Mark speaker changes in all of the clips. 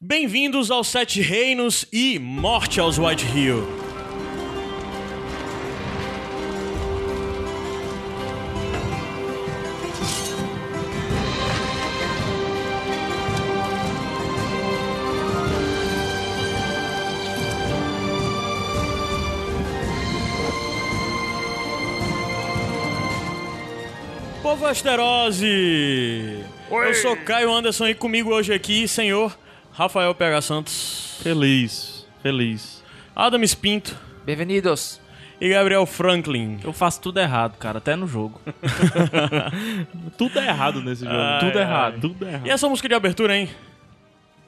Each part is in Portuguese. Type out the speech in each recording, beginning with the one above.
Speaker 1: Bem-vindos aos Sete Reinos e morte aos White Hill. Povo Asterose! Eu sou Caio Anderson e comigo hoje aqui, senhor Rafael PH Santos,
Speaker 2: Feliz, feliz.
Speaker 1: Adams Pinto
Speaker 3: Bem-vindos.
Speaker 1: e Gabriel Franklin.
Speaker 2: Eu faço tudo errado, cara, até no jogo. tudo é errado nesse jogo.
Speaker 1: Ai,
Speaker 2: tudo é
Speaker 1: ai.
Speaker 2: errado, tudo errado.
Speaker 1: E essa música de abertura, hein?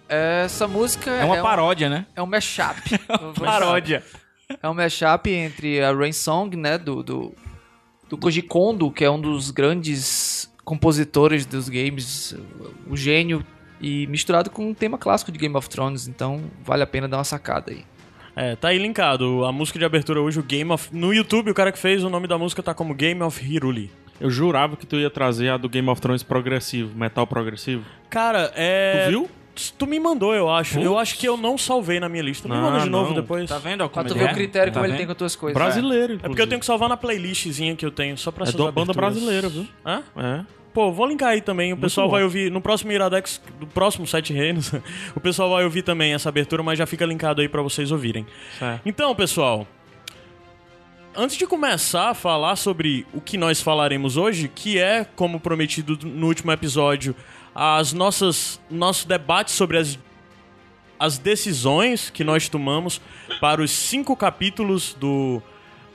Speaker 3: Essa música
Speaker 2: É uma
Speaker 3: um-
Speaker 2: paródia, né?
Speaker 3: é um mashup. É um mashup entre a Rain Song, né, do, do, do Koji Kondo, que é um dos grandes compositores dos games, o gênio, e misturado com um tema clássico de Game of Thrones, então vale a pena dar uma sacada aí.
Speaker 1: É, tá aí linkado. A música de abertura hoje, o Game of. No YouTube, o cara que fez o nome da música tá como Game of Hiruli.
Speaker 2: Eu jurava que tu ia trazer a do Game of Thrones progressivo, metal progressivo.
Speaker 1: Cara, é.
Speaker 2: Tu viu?
Speaker 1: Tu me mandou, eu acho. Eu acho que eu não salvei na minha lista. Me
Speaker 2: Não,
Speaker 1: manda de novo
Speaker 2: não.
Speaker 1: depois.
Speaker 4: Tá vendo ó,
Speaker 3: Pra
Speaker 4: como
Speaker 3: tu
Speaker 4: ele
Speaker 3: ver
Speaker 4: é?
Speaker 3: o critério
Speaker 4: Tá
Speaker 3: como ele
Speaker 4: vendo?
Speaker 3: tem com as tuas coisas. né?
Speaker 2: Brasileiro,
Speaker 1: É porque eu tenho que salvar na playlistzinha que eu tenho, só pra
Speaker 2: É
Speaker 1: essas
Speaker 2: de uma banda
Speaker 1: aberturas.
Speaker 2: brasileira, viu?
Speaker 1: Hã?
Speaker 2: É.
Speaker 1: Pô, vou linkar aí também. O pessoal
Speaker 2: bom.
Speaker 1: vai ouvir no próximo Iradex, do próximo Sete Reinos, o pessoal vai ouvir também essa abertura, mas já fica linkado aí pra vocês ouvirem.
Speaker 2: Certo.
Speaker 1: Então, pessoal, antes de começar a falar sobre o que nós falaremos hoje, que é, como prometido no último episódio, as nossas nosso debate sobre as as decisões que nós tomamos para os cinco capítulos do,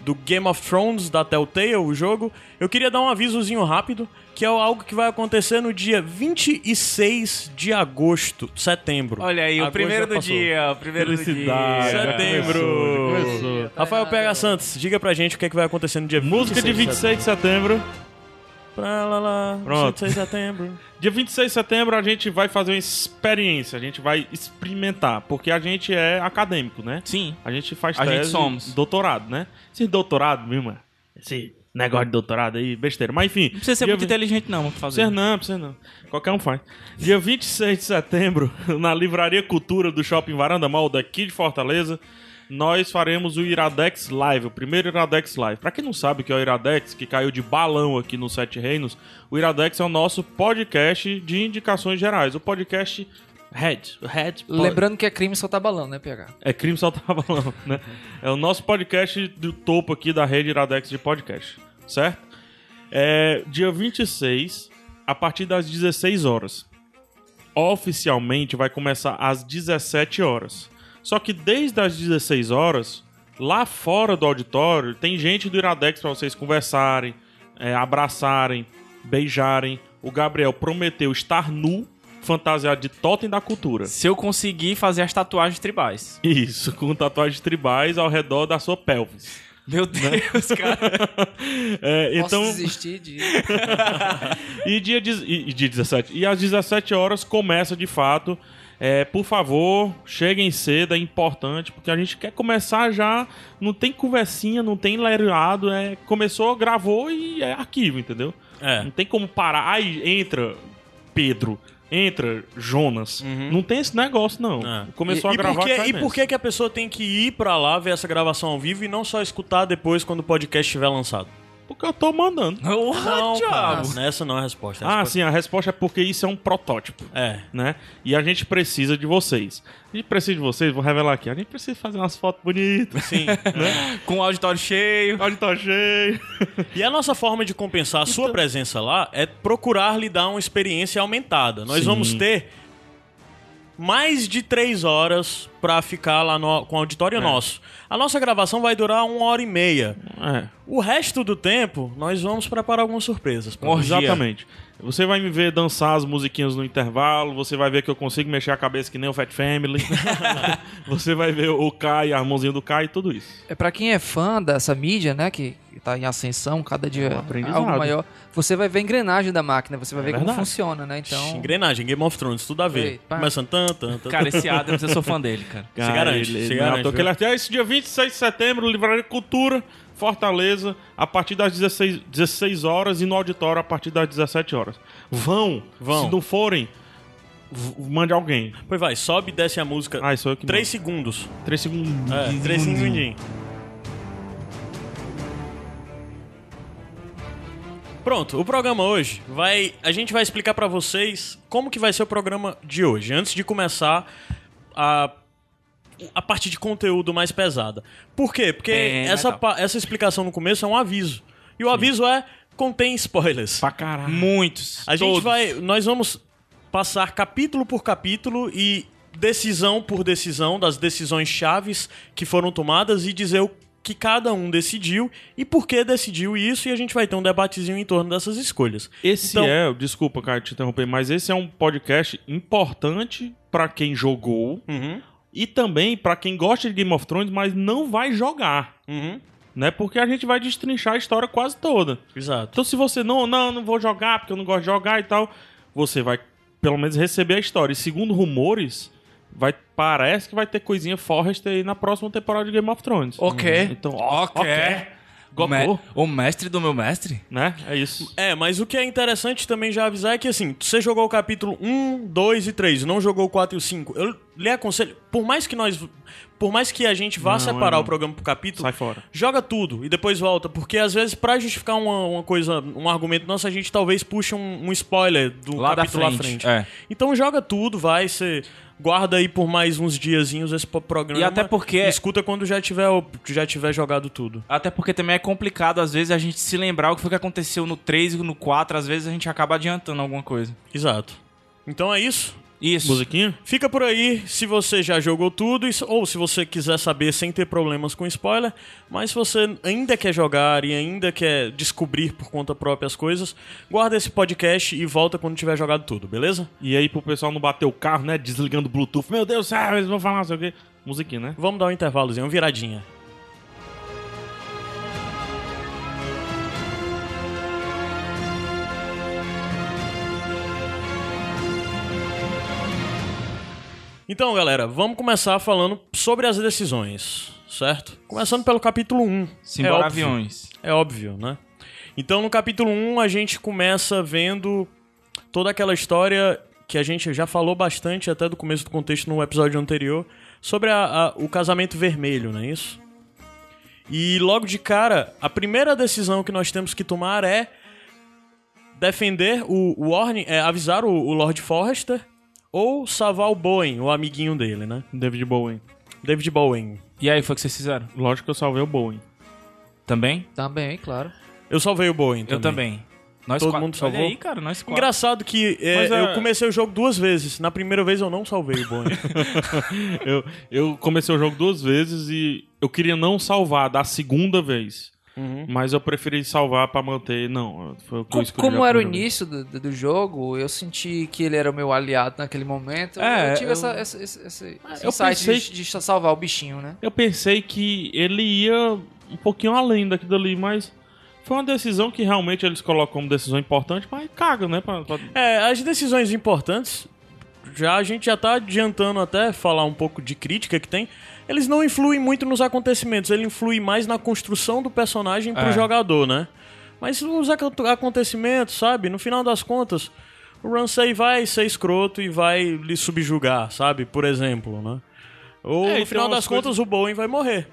Speaker 1: do Game of Thrones da Telltale, o jogo, eu queria dar um avisozinho rápido, que é algo que vai acontecer no dia 26 de agosto, setembro.
Speaker 4: Olha aí, o
Speaker 1: Agosto
Speaker 4: primeiro
Speaker 1: já
Speaker 4: do
Speaker 1: passou.
Speaker 4: dia, o primeiro do
Speaker 2: Felicidade.
Speaker 4: dia.
Speaker 1: Setembro.
Speaker 2: Já começou, já começou.
Speaker 1: Rafael PH Santos, diga pra gente o que, é que vai acontecer no dia
Speaker 2: Música de 26 de setembro.
Speaker 1: Pra lá, lá,
Speaker 2: Pronto.
Speaker 1: 26 de setembro.
Speaker 2: Dia 26 de setembro a gente vai fazer uma experiência, a gente vai experimentar, porque a gente é acadêmico, né?
Speaker 4: Sim.
Speaker 2: A gente faz
Speaker 4: A
Speaker 2: tese,
Speaker 4: gente somos.
Speaker 2: doutorado, né? Esse doutorado, mesmo, é- esse negócio de doutorado aí, besteira. Mas enfim.
Speaker 4: Não precisa ser muito inteligente, não, pra fazer.
Speaker 2: Precisa não, precisa não. Qualquer um faz. Dia 26 de setembro, na Livraria Cultura do Shopping Varanda Mall daqui de Fortaleza, nós faremos o Iradex Live, o primeiro Iradex Live. Pra quem não sabe o que é o Iradex, que caiu de balão aqui no Sete Reinos, o Iradex é o nosso podcast de indicações gerais, o podcast Head. O Head pod-
Speaker 3: Lembrando que é crime soltar balão, né, PH?
Speaker 2: é crime soltar balão, né? É o nosso podcast do topo aqui da rede Iradex de podcast, certo? É, dia 26, a partir das 16 horas. Oficialmente vai começar às 17 horas. Só que desde as 16 horas, lá fora do auditório, tem gente do Iradex pra vocês conversarem, é, abraçarem, beijarem. O Gabriel prometeu estar nu, fantasiado de totem da cultura.
Speaker 4: Se eu conseguir fazer as tatuagens tribais.
Speaker 2: Isso, com tatuagens tribais ao redor da sua pelvis. Né?
Speaker 4: Meu Deus, cara.
Speaker 2: É,
Speaker 3: Posso
Speaker 2: então,
Speaker 3: desistir de...
Speaker 2: e dia, dez- e, e dia 17. E às 17 horas começa de fato. É, por favor, cheguem cedo, é importante, porque a gente quer começar já. Não tem conversinha, não tem lereado, é começou, gravou e é arquivo, entendeu?
Speaker 1: É.
Speaker 2: Não tem como parar. Aí entra Pedro, entra Jonas. Não tem esse negócio, não.
Speaker 1: Uhum. É.
Speaker 2: Ah. Começou
Speaker 1: e
Speaker 2: a gravar.
Speaker 1: por, que,
Speaker 2: cai
Speaker 1: e por
Speaker 2: nessa.
Speaker 1: que, que a pessoa tem que ir pra lá ver essa gravação ao vivo e não só escutar depois quando o podcast estiver lançado?
Speaker 2: Porque eu tô mandando.
Speaker 1: Não, cara,
Speaker 3: diabo.
Speaker 1: essa não é a resposta. A
Speaker 2: Ah,
Speaker 1: resposta-
Speaker 2: sim, a resposta é porque isso é um protótipo.
Speaker 1: É.
Speaker 2: né? E a gente precisa de vocês. A gente precisa de vocês, vou revelar aqui. A gente precisa fazer umas fotos bonitas.
Speaker 1: Sim.
Speaker 4: Com o auditório cheio.
Speaker 2: Onde tá cheio.
Speaker 1: E a nossa forma de compensar a sua presença lá é procurar lhe dar uma experiência aumentada. Nós
Speaker 2: Sim.
Speaker 1: vamos ter mais de três horas pra ficar lá no- com o auditório nosso. A nossa gravação vai durar uma hora e meia.
Speaker 2: É,
Speaker 1: O resto do tempo, nós vamos preparar algumas surpresas. pra
Speaker 4: Uma
Speaker 1: vocês.
Speaker 4: orgia.
Speaker 2: exatamente. Você vai me ver dançar as musiquinhas no intervalo, você vai ver que eu consigo mexer a cabeça que nem o Fat Family. você vai ver o Kai, a mãozinha do Kai e tudo isso.
Speaker 3: É para quem é fã dessa mídia, né, que que tá em ascensão, cada dia
Speaker 2: um aprendizado. É
Speaker 3: algo maior, você vai ver a engrenagem da máquina, você vai ver como
Speaker 2: verdade.
Speaker 3: funciona, né? Então,
Speaker 1: Engrenagem, Game of Thrones, tudo a ver.
Speaker 3: Ei, pá.
Speaker 1: Começando tan, tan, tan.
Speaker 4: Cara, esse Adams, eu sou fã dele, cara.
Speaker 1: Se garante,
Speaker 2: ele-
Speaker 1: se
Speaker 2: ele
Speaker 1: garante,
Speaker 2: matou
Speaker 1: viu?
Speaker 2: aquele artigo. É Esse dia 26 de setembro, Livraria Cultura, Fortaleza, a partir das 16, 16 horas e no auditório a partir das 17 horas. Vão,
Speaker 1: Vão.
Speaker 2: se não forem, v- mande alguém.
Speaker 1: Pois vai, sobe e desce a música.
Speaker 2: Ah, sou eu que
Speaker 1: 3 segundos.
Speaker 2: mando. Três segundos.
Speaker 1: É, 3 segundinhos. Pronto, o programa hoje vai. A gente vai explicar pra vocês como que vai ser o programa de hoje. Antes de começar a, a parte de conteúdo mais pesada. Por quê? Porque
Speaker 4: Bem
Speaker 1: essa,
Speaker 4: legal.
Speaker 1: pa- essa explicação no começo é um aviso. E o aviso é contém spoilers.
Speaker 2: Pra caralho.
Speaker 4: Muitos.
Speaker 1: A gente
Speaker 4: todos.
Speaker 1: vai. Nós vamos passar capítulo por capítulo e decisão por decisão das decisões chaves que foram tomadas e dizer o que cada um decidiu e por que decidiu isso, e a gente vai ter um debatezinho em torno dessas escolhas.
Speaker 2: Esse
Speaker 1: Então-
Speaker 2: é, desculpa, cara, te interromper, mas esse é um podcast importante pra quem jogou
Speaker 1: Uhum,
Speaker 2: e também pra quem gosta de Game of Thrones, mas não vai jogar,
Speaker 1: uhum.
Speaker 2: né? Porque a gente vai destrinchar a história quase toda.
Speaker 1: Exato.
Speaker 2: Então se você não, não, não vou jogar porque eu não gosto de jogar e tal, você vai pelo menos receber a história. E segundo rumores, vai parece que vai ter coisinha Forrest aí na próxima temporada de Game of Thrones.
Speaker 4: Ok.
Speaker 2: Então,
Speaker 4: Ok. O,
Speaker 2: Goku,
Speaker 4: me- o mestre do meu mestre?
Speaker 2: né? É isso.
Speaker 1: É, mas o que é interessante também já avisar é que assim, você jogou o capítulo 1, 2 e 3, não jogou o 4 e o 5. Eu lhe aconselho, por mais que nós. Por mais que a gente vá
Speaker 2: Não,
Speaker 1: separar
Speaker 2: não.
Speaker 1: o programa por capítulo,
Speaker 2: Sai fora.
Speaker 1: joga tudo e depois volta, porque às vezes pra justificar uma, uma coisa, um argumento nosso, a gente talvez puxa um, um spoiler do
Speaker 4: Lá da
Speaker 1: capítulo à
Speaker 4: frente,
Speaker 1: frente.
Speaker 4: é.
Speaker 1: Então joga tudo, vai, você guarda aí por mais uns diazinhos esse po- programa.
Speaker 4: E até porque-
Speaker 1: escuta quando já tiver o- já tiver jogado tudo.
Speaker 4: Até porque também é complicado, às vezes, a gente se lembrar o que foi que aconteceu no 3 e no 4. Às vezes a gente acaba adiantando alguma coisa.
Speaker 1: Exato. Então é isso.
Speaker 4: Isso.
Speaker 2: Musiquinha?
Speaker 1: Fica por aí se você já jogou tudo, isso- ou se você quiser saber sem ter problemas com spoiler, mas se você ainda quer jogar e ainda quer descobrir por conta própria as coisas, guarda esse podcast e volta quando tiver jogado tudo, beleza?
Speaker 2: E aí pro pessoal não bater o carro, né? Desligando o Bluetooth. Meu Deus, do céu, eles vão falar não sei o quê. Musiquinha, né?
Speaker 1: Vamos dar um intervalozinho, uma viradinha. Então, galera, vamos começar falando sobre as decisões, certo? Começando pelo capítulo 1.
Speaker 4: Simbora
Speaker 1: é óbvio,
Speaker 4: aviões.
Speaker 1: é óbvio, né? Então, no capítulo 1, a gente começa vendo toda aquela história que a gente já falou bastante até do começo do contexto no episódio anterior sobre a- a- o casamento vermelho, não é isso? E logo de cara, a primeira decisão que nós temos que tomar é defender o, o Orne, é, avisar o, o Lord Forrester ou salvar o Bowen, o amiguinho dele, né?
Speaker 2: David Bowie.
Speaker 1: David Bowen.
Speaker 4: E aí, foi o que vocês fizeram?
Speaker 2: Lógico que eu salvei o Bowie.
Speaker 4: Também?
Speaker 3: Também, claro.
Speaker 1: Eu salvei o Bowen também.
Speaker 4: Eu também. Nós
Speaker 1: Todo
Speaker 4: quatro-
Speaker 1: mundo salvou?
Speaker 4: Olha aí, cara, nós quatro.
Speaker 1: Engraçado que é,
Speaker 2: Mas, é,
Speaker 1: eu comecei o jogo duas vezes. Na primeira vez eu não salvei o Bonnie.
Speaker 2: eu, eu comecei o jogo duas vezes e eu queria não salvar da segunda vez. Mas eu preferi salvar pra manter. Não, foi o que eu
Speaker 3: Uhum. Co-
Speaker 2: escolhi
Speaker 3: como
Speaker 2: a
Speaker 3: era o
Speaker 2: primeira vez.
Speaker 3: início do, do- do jogo, eu senti que ele era o meu aliado naquele momento.
Speaker 4: É,
Speaker 3: eu tive
Speaker 4: eu-
Speaker 3: essa, essa, essa, esse- esse
Speaker 2: Ah, eu
Speaker 3: insight de-
Speaker 2: pensei-
Speaker 3: de, salvar o bichinho, né?
Speaker 2: Eu pensei que ele ia um pouquinho além daqui dali, mas foi uma decisão que realmente eles colocam como decisão importante, mas caga, né? Pra, pra-
Speaker 1: é, as decisões importantes, já a gente já tá adiantando até falar um pouco de crítica que tem. Eles não influem muito nos acontecimentos, ele influi mais na construção do personagem pro
Speaker 4: É.
Speaker 1: jogador, né? Mas nos ac- acontecimentos, sabe? No final das contas, o Ramsay vai ser escroto e vai lhe subjugar, sabe? Por exemplo, né? Ou
Speaker 2: É, e
Speaker 1: no
Speaker 2: tem
Speaker 1: final
Speaker 2: umas
Speaker 1: das contas, o Bowen vai morrer.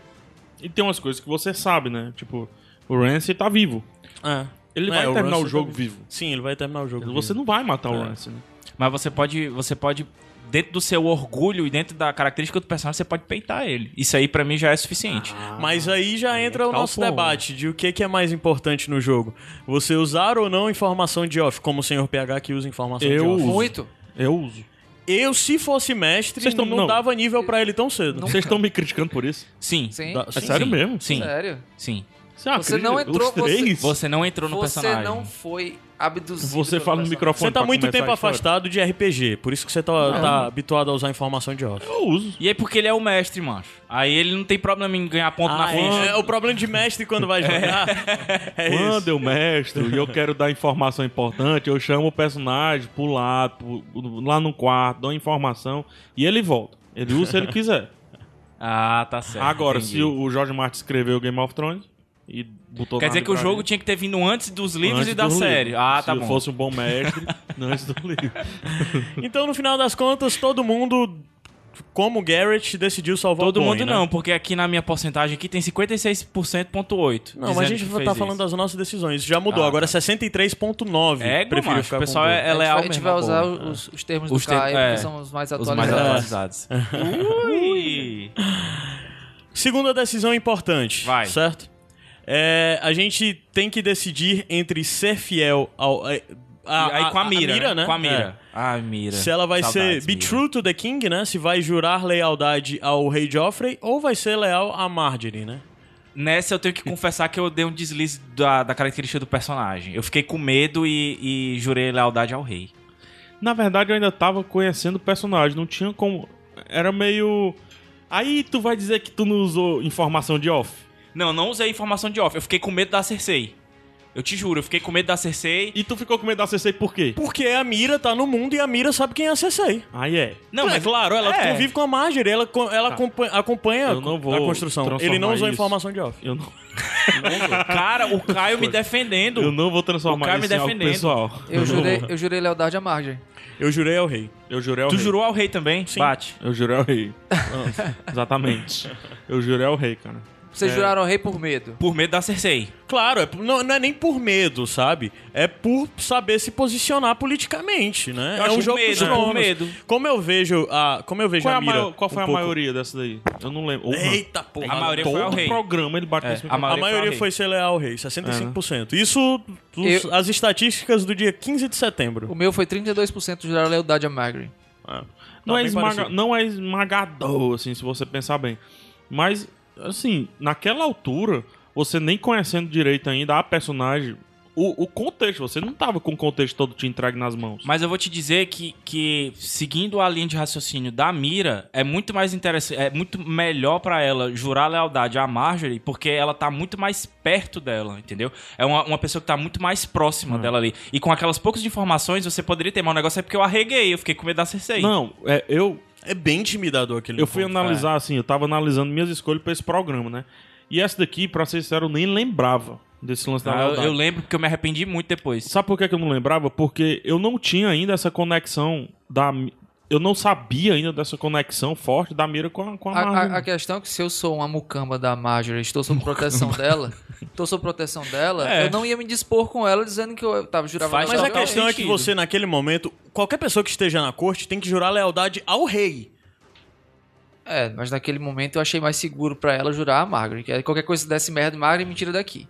Speaker 2: E tem umas coisas que você sabe, né? Tipo, o Rance tá vivo.
Speaker 1: É.
Speaker 2: Ele
Speaker 1: É,
Speaker 2: vai terminar
Speaker 1: Ramsay
Speaker 2: o jogo
Speaker 1: tá-
Speaker 2: vivo.
Speaker 1: Sim, ele vai terminar o jogo. vivo.
Speaker 2: Você não vai matar o
Speaker 1: É.
Speaker 2: Rance, né?
Speaker 4: Mas você pode, você pode, dentro do seu orgulho e dentro da característica do personagem, você pode peitar ele. Isso aí pra mim já é suficiente.
Speaker 1: Ah, Mas aí já entra
Speaker 2: é
Speaker 1: o
Speaker 2: tal
Speaker 1: nosso
Speaker 2: porra.
Speaker 1: debate de o que, que é mais importante no jogo. Você usar ou não informação de off, como o senhor PH que usa informação de
Speaker 2: Eu
Speaker 1: off.
Speaker 2: uso.
Speaker 3: Muito.
Speaker 2: Eu uso.
Speaker 1: Eu, se fosse mestre,
Speaker 2: Vocês tão-
Speaker 1: não,
Speaker 2: não.
Speaker 1: dava nível pra ele tão cedo.
Speaker 2: Vocês estão me criticando por isso?
Speaker 4: Sim.
Speaker 3: Sim.
Speaker 1: Da-
Speaker 2: É sério
Speaker 4: sim,
Speaker 2: mesmo?
Speaker 4: Sim.
Speaker 3: Sério.
Speaker 4: Sim.
Speaker 2: Você,
Speaker 3: Você não
Speaker 2: acredita?
Speaker 3: entrou,
Speaker 2: Os três?
Speaker 4: Você não entrou no
Speaker 3: Você
Speaker 4: personagem.
Speaker 3: não foi abduzido.
Speaker 2: Você
Speaker 3: pelo
Speaker 2: fala no
Speaker 3: personagem.
Speaker 2: microfone.
Speaker 1: Você tá
Speaker 2: pra
Speaker 1: muito
Speaker 2: começar
Speaker 1: tempo
Speaker 2: a história.
Speaker 1: afastado de RPG, por isso que você tá, tá habituado a usar informação de off.
Speaker 2: Eu uso.
Speaker 4: E aí, porque ele é o mestre, macho. Aí ele não tem problema em ganhar ponto na
Speaker 1: Ah,
Speaker 4: ficha.
Speaker 1: é, é o problema de mestre quando vai jogar. É,
Speaker 2: Quando
Speaker 1: isso.
Speaker 2: eu mestro e eu quero dar informação importante, eu chamo o personagem pro lado, pro- lá no quarto, dou informação e ele volta. Ele usa se ele quiser.
Speaker 4: Ah, tá certo.
Speaker 2: Agora,
Speaker 4: entendi.
Speaker 2: se o o Jorge Martin escreveu Game of Thrones, e botou
Speaker 4: Quer
Speaker 2: na
Speaker 4: dizer que o
Speaker 2: livraria.
Speaker 4: jogo tinha que ter vindo antes dos livros
Speaker 2: Antes
Speaker 4: e da
Speaker 2: do
Speaker 4: série.
Speaker 2: livro.
Speaker 4: Ah, tá
Speaker 2: Se
Speaker 4: bom.
Speaker 2: fosse um bom mestre, antes do livro.
Speaker 1: Então, no final das contas, todo mundo, como o Garrett, decidiu salvar
Speaker 4: Todo
Speaker 1: o Coin,
Speaker 4: mundo
Speaker 1: né?
Speaker 4: não, porque aqui na minha porcentagem aqui tem 56.8.
Speaker 1: Não, mas a gente
Speaker 4: vai
Speaker 1: tá falando das nossas decisões. Já mudou.
Speaker 4: Ah,
Speaker 1: Agora
Speaker 4: tá.
Speaker 1: 63.9.
Speaker 4: É,
Speaker 1: Prefiro
Speaker 4: macho,
Speaker 1: ficar
Speaker 4: o
Speaker 1: com
Speaker 4: pessoal
Speaker 1: o
Speaker 4: é, é
Speaker 3: a gente vai-
Speaker 4: leal
Speaker 3: a gente
Speaker 4: mesmo,
Speaker 3: vai
Speaker 4: a
Speaker 3: usar
Speaker 4: boa.
Speaker 3: os, os termos
Speaker 4: Os
Speaker 3: do
Speaker 4: termos-
Speaker 3: Caio,
Speaker 4: é.
Speaker 3: que são os mais
Speaker 4: Os mais
Speaker 3: atualizados.
Speaker 4: atualizados. Ui!
Speaker 1: Segunda decisão importante,
Speaker 4: Vai.
Speaker 1: certo? É, a gente tem que decidir entre ser fiel ao... é, A,
Speaker 4: E aí com a mira, né? Com a mira.
Speaker 1: É.
Speaker 4: Ai, mira.
Speaker 1: Se ela vai
Speaker 4: Saudades,
Speaker 1: ser be
Speaker 4: mira.
Speaker 1: true to the king, né? Se vai jurar lealdade ao rei Joffrey ou vai ser leal à Marjorie, né?
Speaker 4: Nessa eu tenho que confessar que eu dei um deslize da, da característica do personagem. Eu fiquei com medo e, e jurei lealdade ao rei.
Speaker 2: Na verdade, eu ainda tava conhecendo o personagem, não tinha como. Era meio. Aí tu vai dizer que tu não usou informação de off.
Speaker 4: Não, eu não usei informação de off. Eu fiquei com medo da Cersei. Eu te juro, eu fiquei com medo da Cersei.
Speaker 2: E tu ficou com medo da CC por quê?
Speaker 1: Porque a mira tá no mundo e a mira sabe quem é a Cersei.
Speaker 2: Aí é.
Speaker 4: Não,
Speaker 1: é
Speaker 4: mas
Speaker 1: claro, ela
Speaker 4: é. Tá.
Speaker 1: convive com a Marjorie, ela, co- ela acompanha, acompanha
Speaker 2: Eu não vou
Speaker 1: a construção. Ele não
Speaker 2: transformar
Speaker 1: usou
Speaker 2: isso.
Speaker 1: informação de off.
Speaker 2: Eu não,
Speaker 4: Cara, o Caio me defendendo.
Speaker 2: eu não vou transformar
Speaker 4: O cara
Speaker 2: isso
Speaker 4: me
Speaker 2: em algo
Speaker 4: defendendo.
Speaker 2: pessoal.
Speaker 3: Eu jurei, eu jurei lealdade à margem.
Speaker 1: Eu jurei ao rei.
Speaker 2: Eu jurei ao
Speaker 4: Tu
Speaker 2: rei.
Speaker 4: jurou ao rei também? Sim. Bate.
Speaker 2: Eu jurei ao rei. Ah, Exatamente. Eu jurei ao rei, cara.
Speaker 4: É.
Speaker 3: Vocês juraram rei por medo.
Speaker 4: Por medo da Cersei.
Speaker 1: Claro, é por- não, não é nem por medo, sabe? É por saber se posicionar politicamente, né?
Speaker 4: Eu
Speaker 1: é
Speaker 4: acho
Speaker 1: um jogo
Speaker 4: medo,
Speaker 1: dos
Speaker 4: né?
Speaker 1: tronos.
Speaker 4: Por medo.
Speaker 1: Como eu vejo a, como eu vejo
Speaker 2: Qual, é
Speaker 1: a
Speaker 2: a
Speaker 1: mira.
Speaker 2: maior- qual foi
Speaker 1: um
Speaker 2: a
Speaker 1: pouco-
Speaker 2: maioria dessa daí? Eu não lembro. Porra,
Speaker 1: Eita porra.
Speaker 4: A maioria foi ao
Speaker 2: Todo
Speaker 4: rei.
Speaker 2: programa ele bate
Speaker 4: É,
Speaker 2: nesse
Speaker 4: a
Speaker 1: A
Speaker 2: microfone.
Speaker 4: Maioria
Speaker 1: maioria
Speaker 4: foi
Speaker 1: foi ser leal ao rei, 65%. Isso, os-
Speaker 3: Eu-
Speaker 1: as estatísticas do dia 15 de
Speaker 3: O
Speaker 1: setembro.
Speaker 3: meu foi 32% jurar lealdade à Margaret.
Speaker 1: Ah,
Speaker 2: não,
Speaker 1: tá
Speaker 2: é
Speaker 1: bem
Speaker 2: esmaga-
Speaker 1: parecido.
Speaker 2: não é esmagador, assim, se você pensar bem. Mas, assim, naquela altura, você nem conhecendo direito ainda a personagem, o, o contexto, você não tava com o contexto todo te entregue nas mãos.
Speaker 4: Mas eu vou te dizer que, que seguindo a linha de raciocínio da Mira, é muito mais interessante, é muito melhor pra ela jurar lealdade à Marjorie, porque ela tá muito mais perto dela, entendeu? É uma, uma pessoa que tá muito mais próxima dela ali. E com aquelas poucas informações, você poderia ter, mas o negócio é porque eu arreguei, eu fiquei com medo da Cersei.
Speaker 2: Não, é, eu,
Speaker 1: É bem intimidador aquele
Speaker 2: eu fui
Speaker 1: encontro.
Speaker 2: analisar, assim, eu tava analisando minhas escolhas pra esse programa, né? E essa daqui, pra ser sincero, eu nem lembrava desse lance da
Speaker 4: Ah, eu,
Speaker 2: lealdade.
Speaker 4: eu lembro porque eu me arrependi muito depois.
Speaker 2: Sabe por que que eu não lembrava? Porque eu não tinha ainda essa conexão da... mi- Eu não sabia ainda dessa conexão forte da mira com a, com a,
Speaker 3: A, a-
Speaker 2: Marvel.
Speaker 3: a questão é que se eu sou uma mucamba da Marjorie, estou sob proteção dela, estou sob proteção dela, eu não ia me dispor com ela dizendo que eu tava jurava
Speaker 4: É. Faz
Speaker 1: Mas a
Speaker 4: Total
Speaker 1: questão é que
Speaker 4: sentido.
Speaker 1: você, naquele momento, qualquer pessoa que esteja na corte tem que jurar lealdade ao rei.
Speaker 3: É, mas naquele momento eu achei mais seguro pra ela jurar a Margaret, que aí qualquer coisa desse merda, Margaret me tira daqui.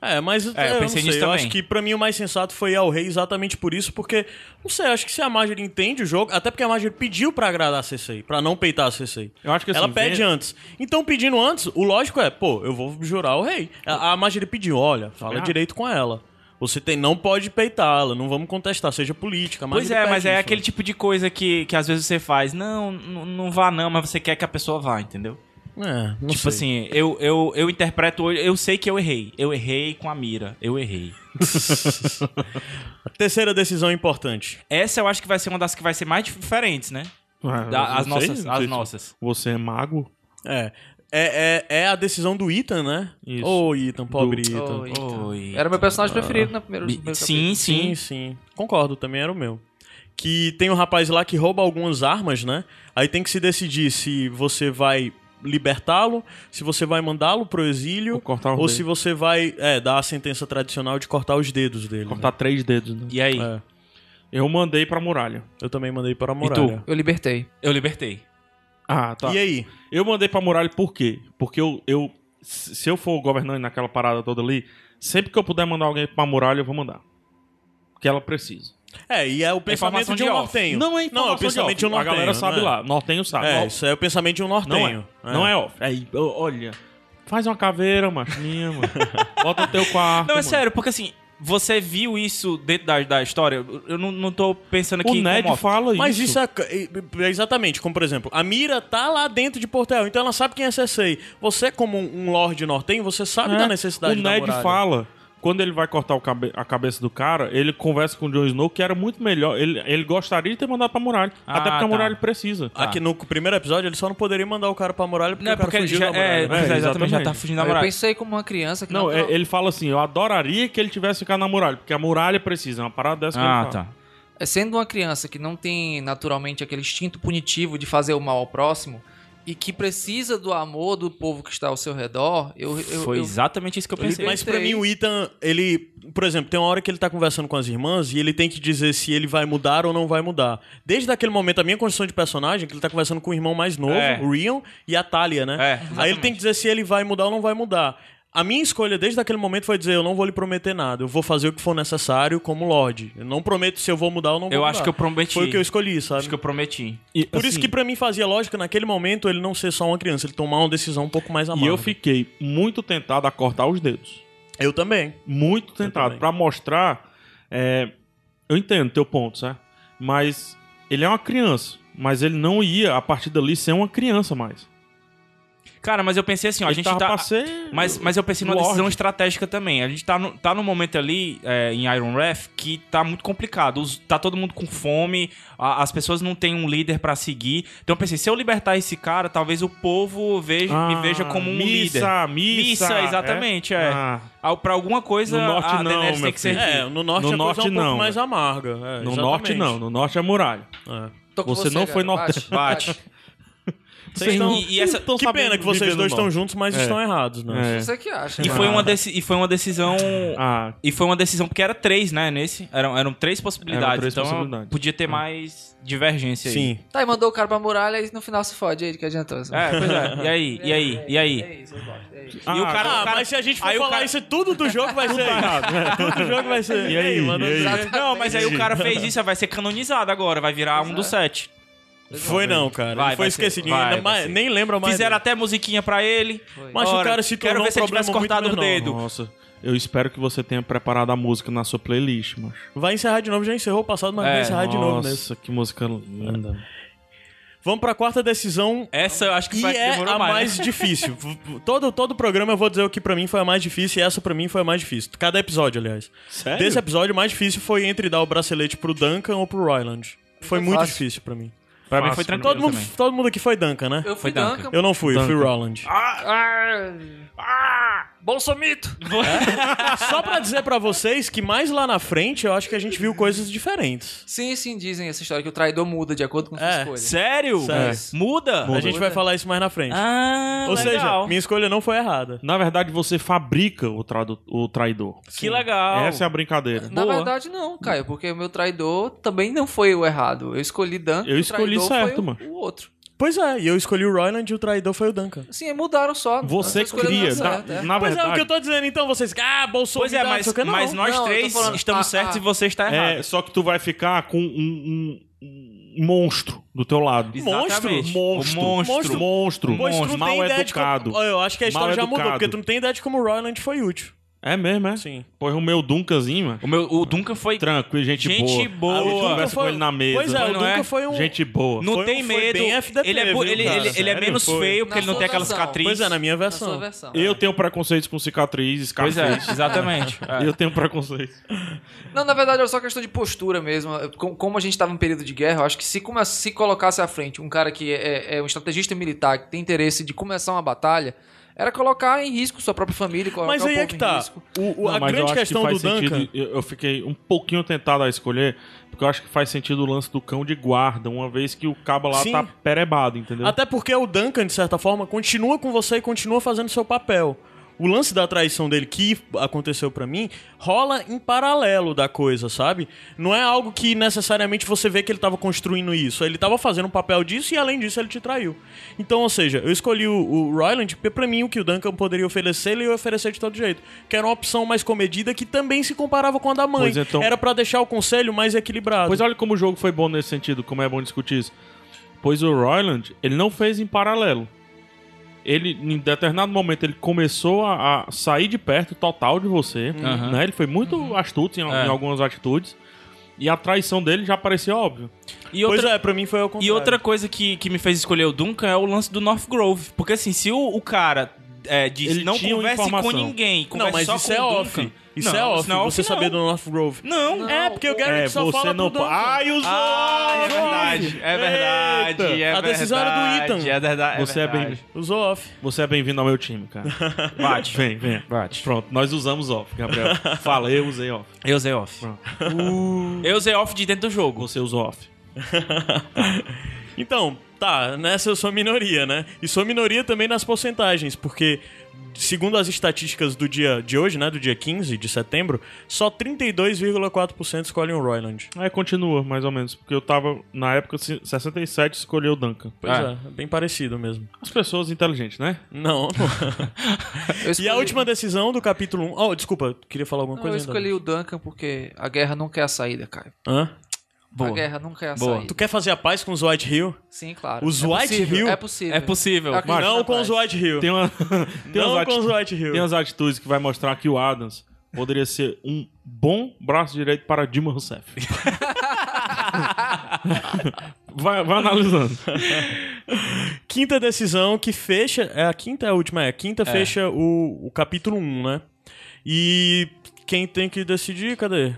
Speaker 1: É, mas eu,
Speaker 4: É, eu
Speaker 1: não
Speaker 4: pensei
Speaker 1: sei,
Speaker 4: nisso
Speaker 1: eu
Speaker 4: também.
Speaker 1: acho que pra mim o mais sensato foi ir ao rei exatamente por isso, porque, não sei, acho que se a Marjorie entende o jogo, até porque a Marjorie pediu pra agradar a CCI, pra não peitar a CCI.
Speaker 2: Eu acho que, assim,
Speaker 1: Ela pede
Speaker 2: vem-
Speaker 1: antes. Então, pedindo antes, o lógico é, pô, eu vou jurar ao rei. A, a Marjorie pediu, olha, fala
Speaker 2: Ah.
Speaker 1: direito com ela. Você tem, não pode peitá-la, não vamos contestar, seja política. a
Speaker 4: Pois
Speaker 1: Marjorie
Speaker 4: é,
Speaker 1: pede
Speaker 4: mas é
Speaker 1: isso.
Speaker 4: aquele tipo de coisa que, que às vezes você faz. Não, n- não vá não, mas você quer que a pessoa vá, entendeu?
Speaker 1: É, não sei.
Speaker 4: Tipo assim, eu, eu, eu interpreto hoje, eu sei que eu errei. Eu errei com a mira, eu errei.
Speaker 1: A terceira decisão importante.
Speaker 4: Essa eu acho que vai ser uma das que vai ser mais diferentes, né?
Speaker 2: Ah, eu
Speaker 4: Da-
Speaker 2: não
Speaker 4: as
Speaker 2: sei,
Speaker 4: nossas,
Speaker 2: não
Speaker 4: as
Speaker 2: sei se
Speaker 4: nossas.
Speaker 2: Você é mago?
Speaker 1: É. É, é, é a decisão do Ethan, né?
Speaker 2: Isso.
Speaker 1: Ô, Ethan, pobre
Speaker 2: Do-
Speaker 1: Ethan.
Speaker 3: Oi.
Speaker 4: Oi.
Speaker 3: Era meu personagem preferido na primeira, no primeiro
Speaker 1: Sim,
Speaker 4: Sim, sim.
Speaker 1: sim. Concordo, também era o meu. Que tem um rapaz lá que rouba algumas armas, né? Aí tem que se decidir se você vai libertá-lo, se você vai mandá-lo pro exílio,
Speaker 2: Ou cortar os
Speaker 1: ou
Speaker 2: dedos.
Speaker 1: se você vai é, dar a sentença tradicional de cortar os dedos dele. né?
Speaker 2: Cortar três dedos, né?
Speaker 4: E aí?
Speaker 1: É.
Speaker 2: Eu mandei pra muralha.
Speaker 1: Eu também mandei para a
Speaker 3: capítulo.
Speaker 1: muralha.
Speaker 3: Eu libertei.
Speaker 4: Eu libertei.
Speaker 2: Ah, tá.
Speaker 1: E, aí?
Speaker 2: Eu mandei pra muralha por quê? Porque eu, eu... Se se eu for governante naquela parada toda ali, sempre que eu puder mandar alguém pra muralha, eu vou mandar. Porque ela precisa.
Speaker 1: É, e é o pensamento
Speaker 4: informação
Speaker 1: de
Speaker 4: de
Speaker 1: um
Speaker 4: off.
Speaker 1: nortenho.
Speaker 2: Não
Speaker 1: Não,
Speaker 2: é
Speaker 1: é o
Speaker 2: informação
Speaker 1: pensamento de,
Speaker 2: de
Speaker 1: um
Speaker 2: off. A
Speaker 1: nortenho.
Speaker 2: galera sabe
Speaker 1: né?
Speaker 2: lá. Nortenho sabe.
Speaker 1: É,
Speaker 2: Não-
Speaker 1: isso é o pensamento de um
Speaker 2: Não é.
Speaker 1: nortenho.
Speaker 2: Não é off. Aí, ó, olha. Faz uma caveira, machinha, mano. Bota no teu quarto.
Speaker 4: Não, é
Speaker 2: mano.
Speaker 4: sério, porque assim, você viu isso dentro da, da história? Eu eu não, não tô
Speaker 1: é
Speaker 4: pensando aqui
Speaker 2: O Ned
Speaker 4: como-
Speaker 2: fala isso.
Speaker 1: Mas isso é, é- é exatamente, como por exemplo, a Mira tá lá dentro de Portel, então ela sabe quem é Cersei. Você, como um um Lorde Nortenho, você sabe
Speaker 2: É.
Speaker 1: da necessidade
Speaker 2: O
Speaker 1: da
Speaker 2: Ned
Speaker 1: muralha.
Speaker 2: fala quando ele vai cortar o cabe- a cabeça do cara, ele conversa com o Jon Snow, que era muito melhor. Ele, ele gostaria de ter mandado pra muralha.
Speaker 4: Ah,
Speaker 2: até porque
Speaker 4: tá.
Speaker 2: a muralha precisa.
Speaker 1: Aqui no primeiro episódio, ele só não poderia mandar o cara pra muralha porque
Speaker 4: Não, é
Speaker 1: o cara
Speaker 4: porque ele
Speaker 1: fugiu
Speaker 4: já,
Speaker 1: da muralha, né?
Speaker 4: é, pois é, exatamente,
Speaker 2: exatamente.
Speaker 4: já tá fugindo da
Speaker 3: Eu
Speaker 4: muralha.
Speaker 3: pensei como uma criança que
Speaker 2: Não,
Speaker 3: não,
Speaker 2: é- ele fala assim: eu adoraria que ele tivesse ficado na muralha, porque a muralha precisa. É uma parada dessa que ele
Speaker 4: Ah,
Speaker 2: fala.
Speaker 4: tá.
Speaker 3: É, Sendo uma criança que não tem naturalmente aquele instinto punitivo de fazer o mal ao próximo e que precisa do amor do povo que está ao seu redor, eu, eu,
Speaker 4: Foi
Speaker 3: eu-
Speaker 4: exatamente isso que eu pensei.
Speaker 1: Mas pra mim, o Ethan, ele. Por exemplo, tem uma hora que ele tá conversando com as irmãs e ele tem que dizer se ele vai mudar ou não vai mudar. Desde aquele momento, a minha construção de personagem, é que ele tá conversando com o irmão mais novo,
Speaker 4: É.
Speaker 1: o Rion, e a Talia, né?
Speaker 4: É,
Speaker 1: Aí ele
Speaker 4: exatamente.
Speaker 1: tem que dizer se ele vai mudar ou não vai mudar. A minha escolha desde aquele momento foi dizer: eu não vou lhe prometer nada, eu vou fazer o que for necessário como Lorde. Eu não prometo se eu vou mudar ou não vou
Speaker 4: Eu
Speaker 1: mudar.
Speaker 4: acho que eu prometi.
Speaker 1: Foi o que eu escolhi, sabe?
Speaker 4: Acho que eu prometi.
Speaker 2: E,
Speaker 1: Por isso
Speaker 2: assim,
Speaker 1: que pra mim fazia lógica naquele momento ele não ser só uma criança, ele tomar uma decisão um pouco mais
Speaker 2: E
Speaker 1: amarga.
Speaker 2: eu fiquei muito tentado a cortar os dedos.
Speaker 1: Eu também.
Speaker 2: Muito tentado.
Speaker 1: também.
Speaker 2: Pra mostrar. é, eu entendo teu ponto, certo? Mas ele é uma criança. Mas ele não ia, a partir dali, ser uma criança mais.
Speaker 4: Cara, mas eu pensei assim, ó, a
Speaker 2: Ele
Speaker 4: gente
Speaker 2: tava
Speaker 4: tá.
Speaker 2: pra ser-
Speaker 4: Mas, mas eu pensei numa
Speaker 2: Lorde.
Speaker 4: decisão estratégica também. A gente tá, no, tá num momento ali, é, em Iron Wrath, que tá muito complicado. Os- tá todo mundo com fome, a- as pessoas não têm um líder pra seguir. Então eu pensei, se eu libertar esse cara, talvez o povo veja, me
Speaker 2: Ah,
Speaker 4: veja como um
Speaker 2: missa, Missa,
Speaker 4: líder. Missa, exatamente, é.
Speaker 2: Ah,
Speaker 4: Al- Pra alguma coisa,
Speaker 2: No norte
Speaker 4: a
Speaker 2: não,
Speaker 4: Daenerys tem
Speaker 2: meu
Speaker 4: que ser...
Speaker 2: filho.
Speaker 1: É, no norte
Speaker 2: No
Speaker 1: a
Speaker 2: norte,
Speaker 1: coisa é um
Speaker 2: não.
Speaker 1: pouco mais amarga. é,
Speaker 2: no
Speaker 1: exatamente.
Speaker 2: norte não, no norte é muralha.
Speaker 1: É.
Speaker 3: tô com
Speaker 2: você não foi
Speaker 3: cara.
Speaker 2: norte-
Speaker 3: Bate, bate.
Speaker 1: Vocês estão-
Speaker 4: E, e essa...
Speaker 1: Que pena que vocês dois estão juntos, mas
Speaker 2: É.
Speaker 1: estão errados, né?
Speaker 2: É.
Speaker 3: Você que acha.
Speaker 4: E
Speaker 3: mano.
Speaker 4: foi, uma deci- e foi uma decisão...
Speaker 2: Ah,
Speaker 4: E foi uma decisão, porque era três, né, nesse? Eram, eram três possibilidades,
Speaker 2: três
Speaker 4: então
Speaker 2: possibilidades.
Speaker 4: podia ter mais divergência aí.
Speaker 1: Ah. Sim.
Speaker 3: Tá, e mandou o cara pra muralha e no final se fode aí, que adiantou. assim.
Speaker 4: É, pois é. E aí, e aí, e aí?
Speaker 3: É isso, eu gosto, é isso.
Speaker 4: E o cara-
Speaker 1: Ah, mas se a gente for
Speaker 4: aí o
Speaker 1: falar
Speaker 4: cara-
Speaker 1: isso, tudo do jogo vai ser errado. tudo do jogo vai ser.
Speaker 2: tá né? E aí, e aí?
Speaker 1: Exato.
Speaker 4: Não, mas aí o cara fez isso, vai ser canonizado agora, vai virar um dos sete.
Speaker 1: Foi não, cara.
Speaker 4: Vai,
Speaker 1: Ele foi
Speaker 4: vai ser.
Speaker 1: esquecidinho.
Speaker 4: Vai,
Speaker 1: ainda
Speaker 4: vai
Speaker 1: mais-
Speaker 4: ser.
Speaker 1: nem lembra mais.
Speaker 4: Fizeram
Speaker 1: dele.
Speaker 4: até musiquinha pra ele.
Speaker 1: Mas o
Speaker 4: Ora,
Speaker 1: cara se
Speaker 4: quero
Speaker 1: tornou
Speaker 4: ver
Speaker 1: um
Speaker 4: se ele
Speaker 1: problema
Speaker 4: tivesse cortado o
Speaker 1: muito menor.
Speaker 4: dedo.
Speaker 2: nossa. Eu espero que você tenha preparado a música na sua playlist, macho.
Speaker 1: Vai encerrar de novo, já encerrou o passado, mas
Speaker 4: É,
Speaker 1: vai encerrar Ah, de novo nesse.
Speaker 2: Nossa, que música linda.
Speaker 1: Vamos pra quarta decisão.
Speaker 4: Essa eu acho que
Speaker 1: E
Speaker 4: foi a que
Speaker 1: é
Speaker 4: demorou
Speaker 1: a
Speaker 4: mais.
Speaker 1: mais difícil. V- v- Todo, todo programa eu vou dizer o que pra mim foi a mais difícil e essa pra mim foi a mais difícil. Cada episódio, aliás.
Speaker 2: Sério?
Speaker 1: Desse episódio, o mais difícil foi entre dar o bracelete pro Duncan ou pro Ryland.
Speaker 2: É
Speaker 1: Foi muito
Speaker 3: fácil.
Speaker 1: difícil pra mim.
Speaker 4: Pra mim
Speaker 2: Fácil,
Speaker 1: né?
Speaker 4: foi tranquilo
Speaker 1: Todo mundo,
Speaker 4: também.
Speaker 1: todo mundo aqui foi Duncan, né?
Speaker 3: Eu fui
Speaker 4: Foi Duncan.
Speaker 3: Duncan.
Speaker 1: Eu não fui, eu fui
Speaker 2: Duncan.
Speaker 1: Ryland.
Speaker 3: Ah, ah, Bolsomito!
Speaker 4: É.
Speaker 1: Só pra dizer pra vocês que mais lá na frente eu acho que a gente viu coisas diferentes.
Speaker 3: Sim, sim, dizem essa história que o traidor muda de acordo com sua
Speaker 1: É,
Speaker 3: escolha.
Speaker 4: Sério?
Speaker 1: Sério.
Speaker 4: É. Muda?
Speaker 1: A gente vai falar isso mais na frente.
Speaker 4: Ah,
Speaker 1: Ou
Speaker 4: legal.
Speaker 1: seja, minha escolha não foi errada.
Speaker 2: Na verdade, você fabrica o, tradu- o traidor.
Speaker 4: Que legal.
Speaker 2: Essa é a brincadeira.
Speaker 3: Na
Speaker 4: Boa.
Speaker 3: verdade, não, Caio, porque o meu traidor também não foi o errado. Eu escolhi Duncan.
Speaker 2: Eu
Speaker 3: o
Speaker 2: escolhi
Speaker 3: traidor
Speaker 2: certo,
Speaker 3: foi o-
Speaker 2: mano.
Speaker 3: O outro.
Speaker 1: Pois é, e eu escolhi o Ryland e o traidor foi o Duncan.
Speaker 3: Sim, mudaram só.
Speaker 2: Você
Speaker 3: A escolha não
Speaker 2: cria.
Speaker 3: deu
Speaker 2: Na,
Speaker 3: certo, é.
Speaker 2: na
Speaker 1: pois é, o que
Speaker 2: Ah, verdade.
Speaker 1: eu tô dizendo, então vocês. Ah, Bolsonaro.
Speaker 4: Pois é, mas, mas nós
Speaker 3: Não, eu tô
Speaker 4: três
Speaker 3: falando-
Speaker 4: estamos
Speaker 3: Ah,
Speaker 4: certos
Speaker 3: ah.
Speaker 4: e você está
Speaker 2: é,
Speaker 4: errado.
Speaker 2: só que tu vai ficar com um, um- um monstro do teu lado.
Speaker 4: Exatamente.
Speaker 2: Monstro.
Speaker 4: O monstro.
Speaker 2: Monstro. Monstro.
Speaker 1: Pois tu
Speaker 2: monstro.
Speaker 1: não
Speaker 2: Mal
Speaker 1: tem ideia
Speaker 2: educado.
Speaker 1: de como... Eu acho que a história
Speaker 2: Mal
Speaker 1: já mudou,
Speaker 2: educado.
Speaker 1: porque tu não tem ideia de como o Ryland foi útil.
Speaker 2: É mesmo, é?
Speaker 1: Sim.
Speaker 2: Pois o meu Duncanzinho, mano.
Speaker 4: O, meu, o Duncan foi...
Speaker 2: Tranquilo, gente,
Speaker 4: Gente
Speaker 2: boa.
Speaker 4: boa.
Speaker 2: A gente
Speaker 1: Duncan
Speaker 2: conversa com
Speaker 1: foi-
Speaker 2: ele na mesa.
Speaker 1: Pois é, o
Speaker 4: Não é?
Speaker 1: Duncan foi um.
Speaker 2: Gente boa.
Speaker 4: Não
Speaker 1: Foi um-
Speaker 4: tem
Speaker 1: foi
Speaker 4: medo.
Speaker 1: bem FDP,
Speaker 4: ele é, bu-
Speaker 1: viu,
Speaker 4: ele,
Speaker 1: cara?
Speaker 4: ele, ele é
Speaker 2: Sério?
Speaker 4: menos
Speaker 2: Foi.
Speaker 4: feio,
Speaker 3: Na
Speaker 4: porque ele não
Speaker 3: sua
Speaker 4: tem aquela
Speaker 3: versão.
Speaker 4: cicatriz.
Speaker 1: Pois é, na minha
Speaker 3: Na sua
Speaker 1: versão.
Speaker 4: Então,
Speaker 3: versão.
Speaker 4: é.
Speaker 2: Eu tenho preconceitos com cicatriz,
Speaker 4: Pois é,
Speaker 2: Scarface.
Speaker 4: exatamente. É.
Speaker 2: Eu tenho preconceito.
Speaker 3: Não, na verdade era só questão de postura mesmo. Com- Como a gente tava em período de guerra, eu acho que se, come... se colocasse à frente um cara que é, é um estrategista militar, que tem interesse de começar uma batalha, era colocar em risco sua própria família, colocar
Speaker 1: Mas
Speaker 3: o
Speaker 1: aí
Speaker 3: povo
Speaker 1: é que
Speaker 3: em
Speaker 1: tá.
Speaker 3: risco.
Speaker 1: O- o-
Speaker 2: Não,
Speaker 1: a
Speaker 2: mas eu
Speaker 1: grande
Speaker 2: acho que
Speaker 1: questão do
Speaker 2: faz
Speaker 1: Duncan.
Speaker 2: sentido- eu, eu fiquei um pouquinho tentado a escolher, porque eu acho que faz sentido o lance do cão de guarda, uma vez que o cabo lá
Speaker 1: Sim.
Speaker 2: tá perebado, entendeu?
Speaker 1: Até porque o Duncan, de certa forma, continua com você e continua fazendo seu papel. O lance da traição dele, que aconteceu pra mim, rola em paralelo da coisa, sabe? Não é algo que necessariamente você vê que ele tava construindo isso. Ele tava fazendo um papel disso e, além disso, ele te traiu. Então, ou seja, eu escolhi o, o Ryland porque, pra mim, o que o Duncan poderia oferecer, ele ia oferecer de todo jeito. Que era uma opção mais comedida que também se comparava com a da mãe.
Speaker 2: Pois então-
Speaker 1: Era pra deixar o conselho mais equilibrado.
Speaker 2: Pois é, olha como o jogo foi bom nesse sentido, como é bom discutir isso. Pois o Royland, ele não fez em paralelo. Ele, em determinado momento, ele começou a, a sair de perto total de você.
Speaker 4: Uhum.
Speaker 2: Né? Ele foi muito astuto em,
Speaker 4: É.
Speaker 2: em algumas atitudes. E a traição dele já parecia óbvio.
Speaker 4: E outra,
Speaker 1: Pois é, pra mim foi o contrário.
Speaker 4: E outra coisa que, que me fez escolher o Duncan é o lance do North Grove. Porque assim, se o, o cara é, diz
Speaker 2: Ele
Speaker 4: não
Speaker 2: tinha uma
Speaker 4: converse com
Speaker 2: informação.
Speaker 4: ninguém,
Speaker 1: Não,
Speaker 4: converse
Speaker 1: mas
Speaker 4: só
Speaker 1: isso
Speaker 4: com
Speaker 1: é
Speaker 4: o
Speaker 1: off.
Speaker 4: Duncan.
Speaker 1: Isso
Speaker 4: Não,
Speaker 1: é off,
Speaker 4: isso não é off,
Speaker 1: você
Speaker 4: não.
Speaker 1: saber do North Grove.
Speaker 4: Não.
Speaker 1: é, porque o Garrett
Speaker 2: É,
Speaker 1: só
Speaker 2: você
Speaker 1: fala
Speaker 2: não
Speaker 1: pro Duncan.
Speaker 2: pode. Ai, os
Speaker 4: Ah, é
Speaker 2: olhos!
Speaker 4: verdade. É verdade.
Speaker 2: Eita.
Speaker 4: É
Speaker 1: A decisão era do
Speaker 4: verdade,
Speaker 1: Ethan.
Speaker 4: É verdade.
Speaker 2: Você é
Speaker 4: verdade.
Speaker 2: bem-
Speaker 1: Usou off.
Speaker 2: Você é bem-vindo ao meu time, cara. Bate. Vem, vem.
Speaker 4: Bate.
Speaker 2: Pronto, nós usamos off, Gabriel. Fala, eu usei off.
Speaker 4: Eu usei off. Eu usei off de dentro do jogo.
Speaker 2: Você usou off.
Speaker 1: Então, tá, nessa eu sou minoria, né? E sou minoria também nas porcentagens, porque segundo as estatísticas do dia de hoje, né, do dia 15 de setembro, só 32,4% escolhem o Royland.
Speaker 2: Aí É, continua, mais ou menos, porque eu tava, na época, 67, escolheu o Duncan.
Speaker 1: Pois
Speaker 4: Ah.
Speaker 1: é, bem parecido mesmo.
Speaker 2: As pessoas inteligentes, né?
Speaker 1: Não.
Speaker 3: Eu
Speaker 1: e
Speaker 3: escolhi-
Speaker 1: a última decisão do capítulo 1. Oh, desculpa, queria falar alguma
Speaker 3: Não, eu
Speaker 1: coisa ainda.
Speaker 3: escolhi o Duncan porque a guerra nunca é a saída, cara.
Speaker 1: Hã?
Speaker 3: A
Speaker 4: Boa.
Speaker 3: guerra nunca é a
Speaker 4: Boa.
Speaker 3: saída.
Speaker 1: Tu quer fazer a paz com os White Hill?
Speaker 3: Sim, claro.
Speaker 1: Os
Speaker 3: é
Speaker 1: White
Speaker 3: possível,
Speaker 1: Hill-
Speaker 3: É possível.
Speaker 4: É possível.
Speaker 3: Acredito
Speaker 1: Não
Speaker 3: na
Speaker 1: com
Speaker 3: paz.
Speaker 1: os White Hill.
Speaker 2: Tem, uma, tem,
Speaker 1: Não
Speaker 2: umas
Speaker 1: com os
Speaker 2: ati-
Speaker 1: White Hill.
Speaker 2: tem umas atitudes que vai mostrar que o Adams poderia ser um bom braço direito para Dilma Rousseff. vai, vai analisando.
Speaker 1: Quinta decisão que fecha. É a quinta, é a última, é. A quinta fecha o, o capítulo 1, né? E quem tem que decidir, cadê?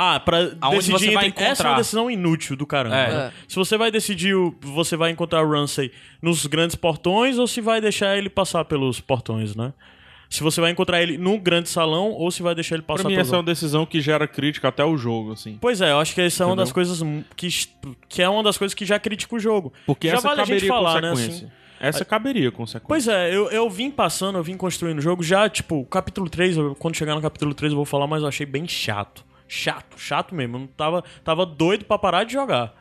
Speaker 1: Ah, pra
Speaker 4: Aonde
Speaker 1: decidir.
Speaker 4: você vai
Speaker 1: entre- Essa é
Speaker 4: encontrar.
Speaker 1: uma decisão inútil do caramba.
Speaker 4: É.
Speaker 1: né?
Speaker 3: É.
Speaker 1: Se você vai decidir, o- você vai encontrar o Ramsey nos grandes portões ou se vai deixar ele passar pelos portões, né? Se você vai encontrar ele no grande salão ou se vai deixar ele passar
Speaker 2: Pra mim,
Speaker 1: pelos
Speaker 2: essa é uma decisão que gera crítica até o jogo, assim.
Speaker 1: Pois é, eu acho que essa é uma
Speaker 2: Entendeu?
Speaker 1: das coisas mu- que, est- que é uma das coisas que já critica o jogo.
Speaker 2: Porque
Speaker 1: já
Speaker 2: essa
Speaker 1: vale a
Speaker 2: caberia
Speaker 1: gente falar, né?
Speaker 2: consequência.
Speaker 1: assim.
Speaker 2: Essa caberia consequência.
Speaker 1: Pois é, eu, eu vim passando, eu vim construindo o jogo já, tipo, capítulo 3, eu- quando chegar no capítulo 3 eu vou falar, mas eu achei bem chato. Chato, chato mesmo. Eu não tava, tava doido pra parar de jogar.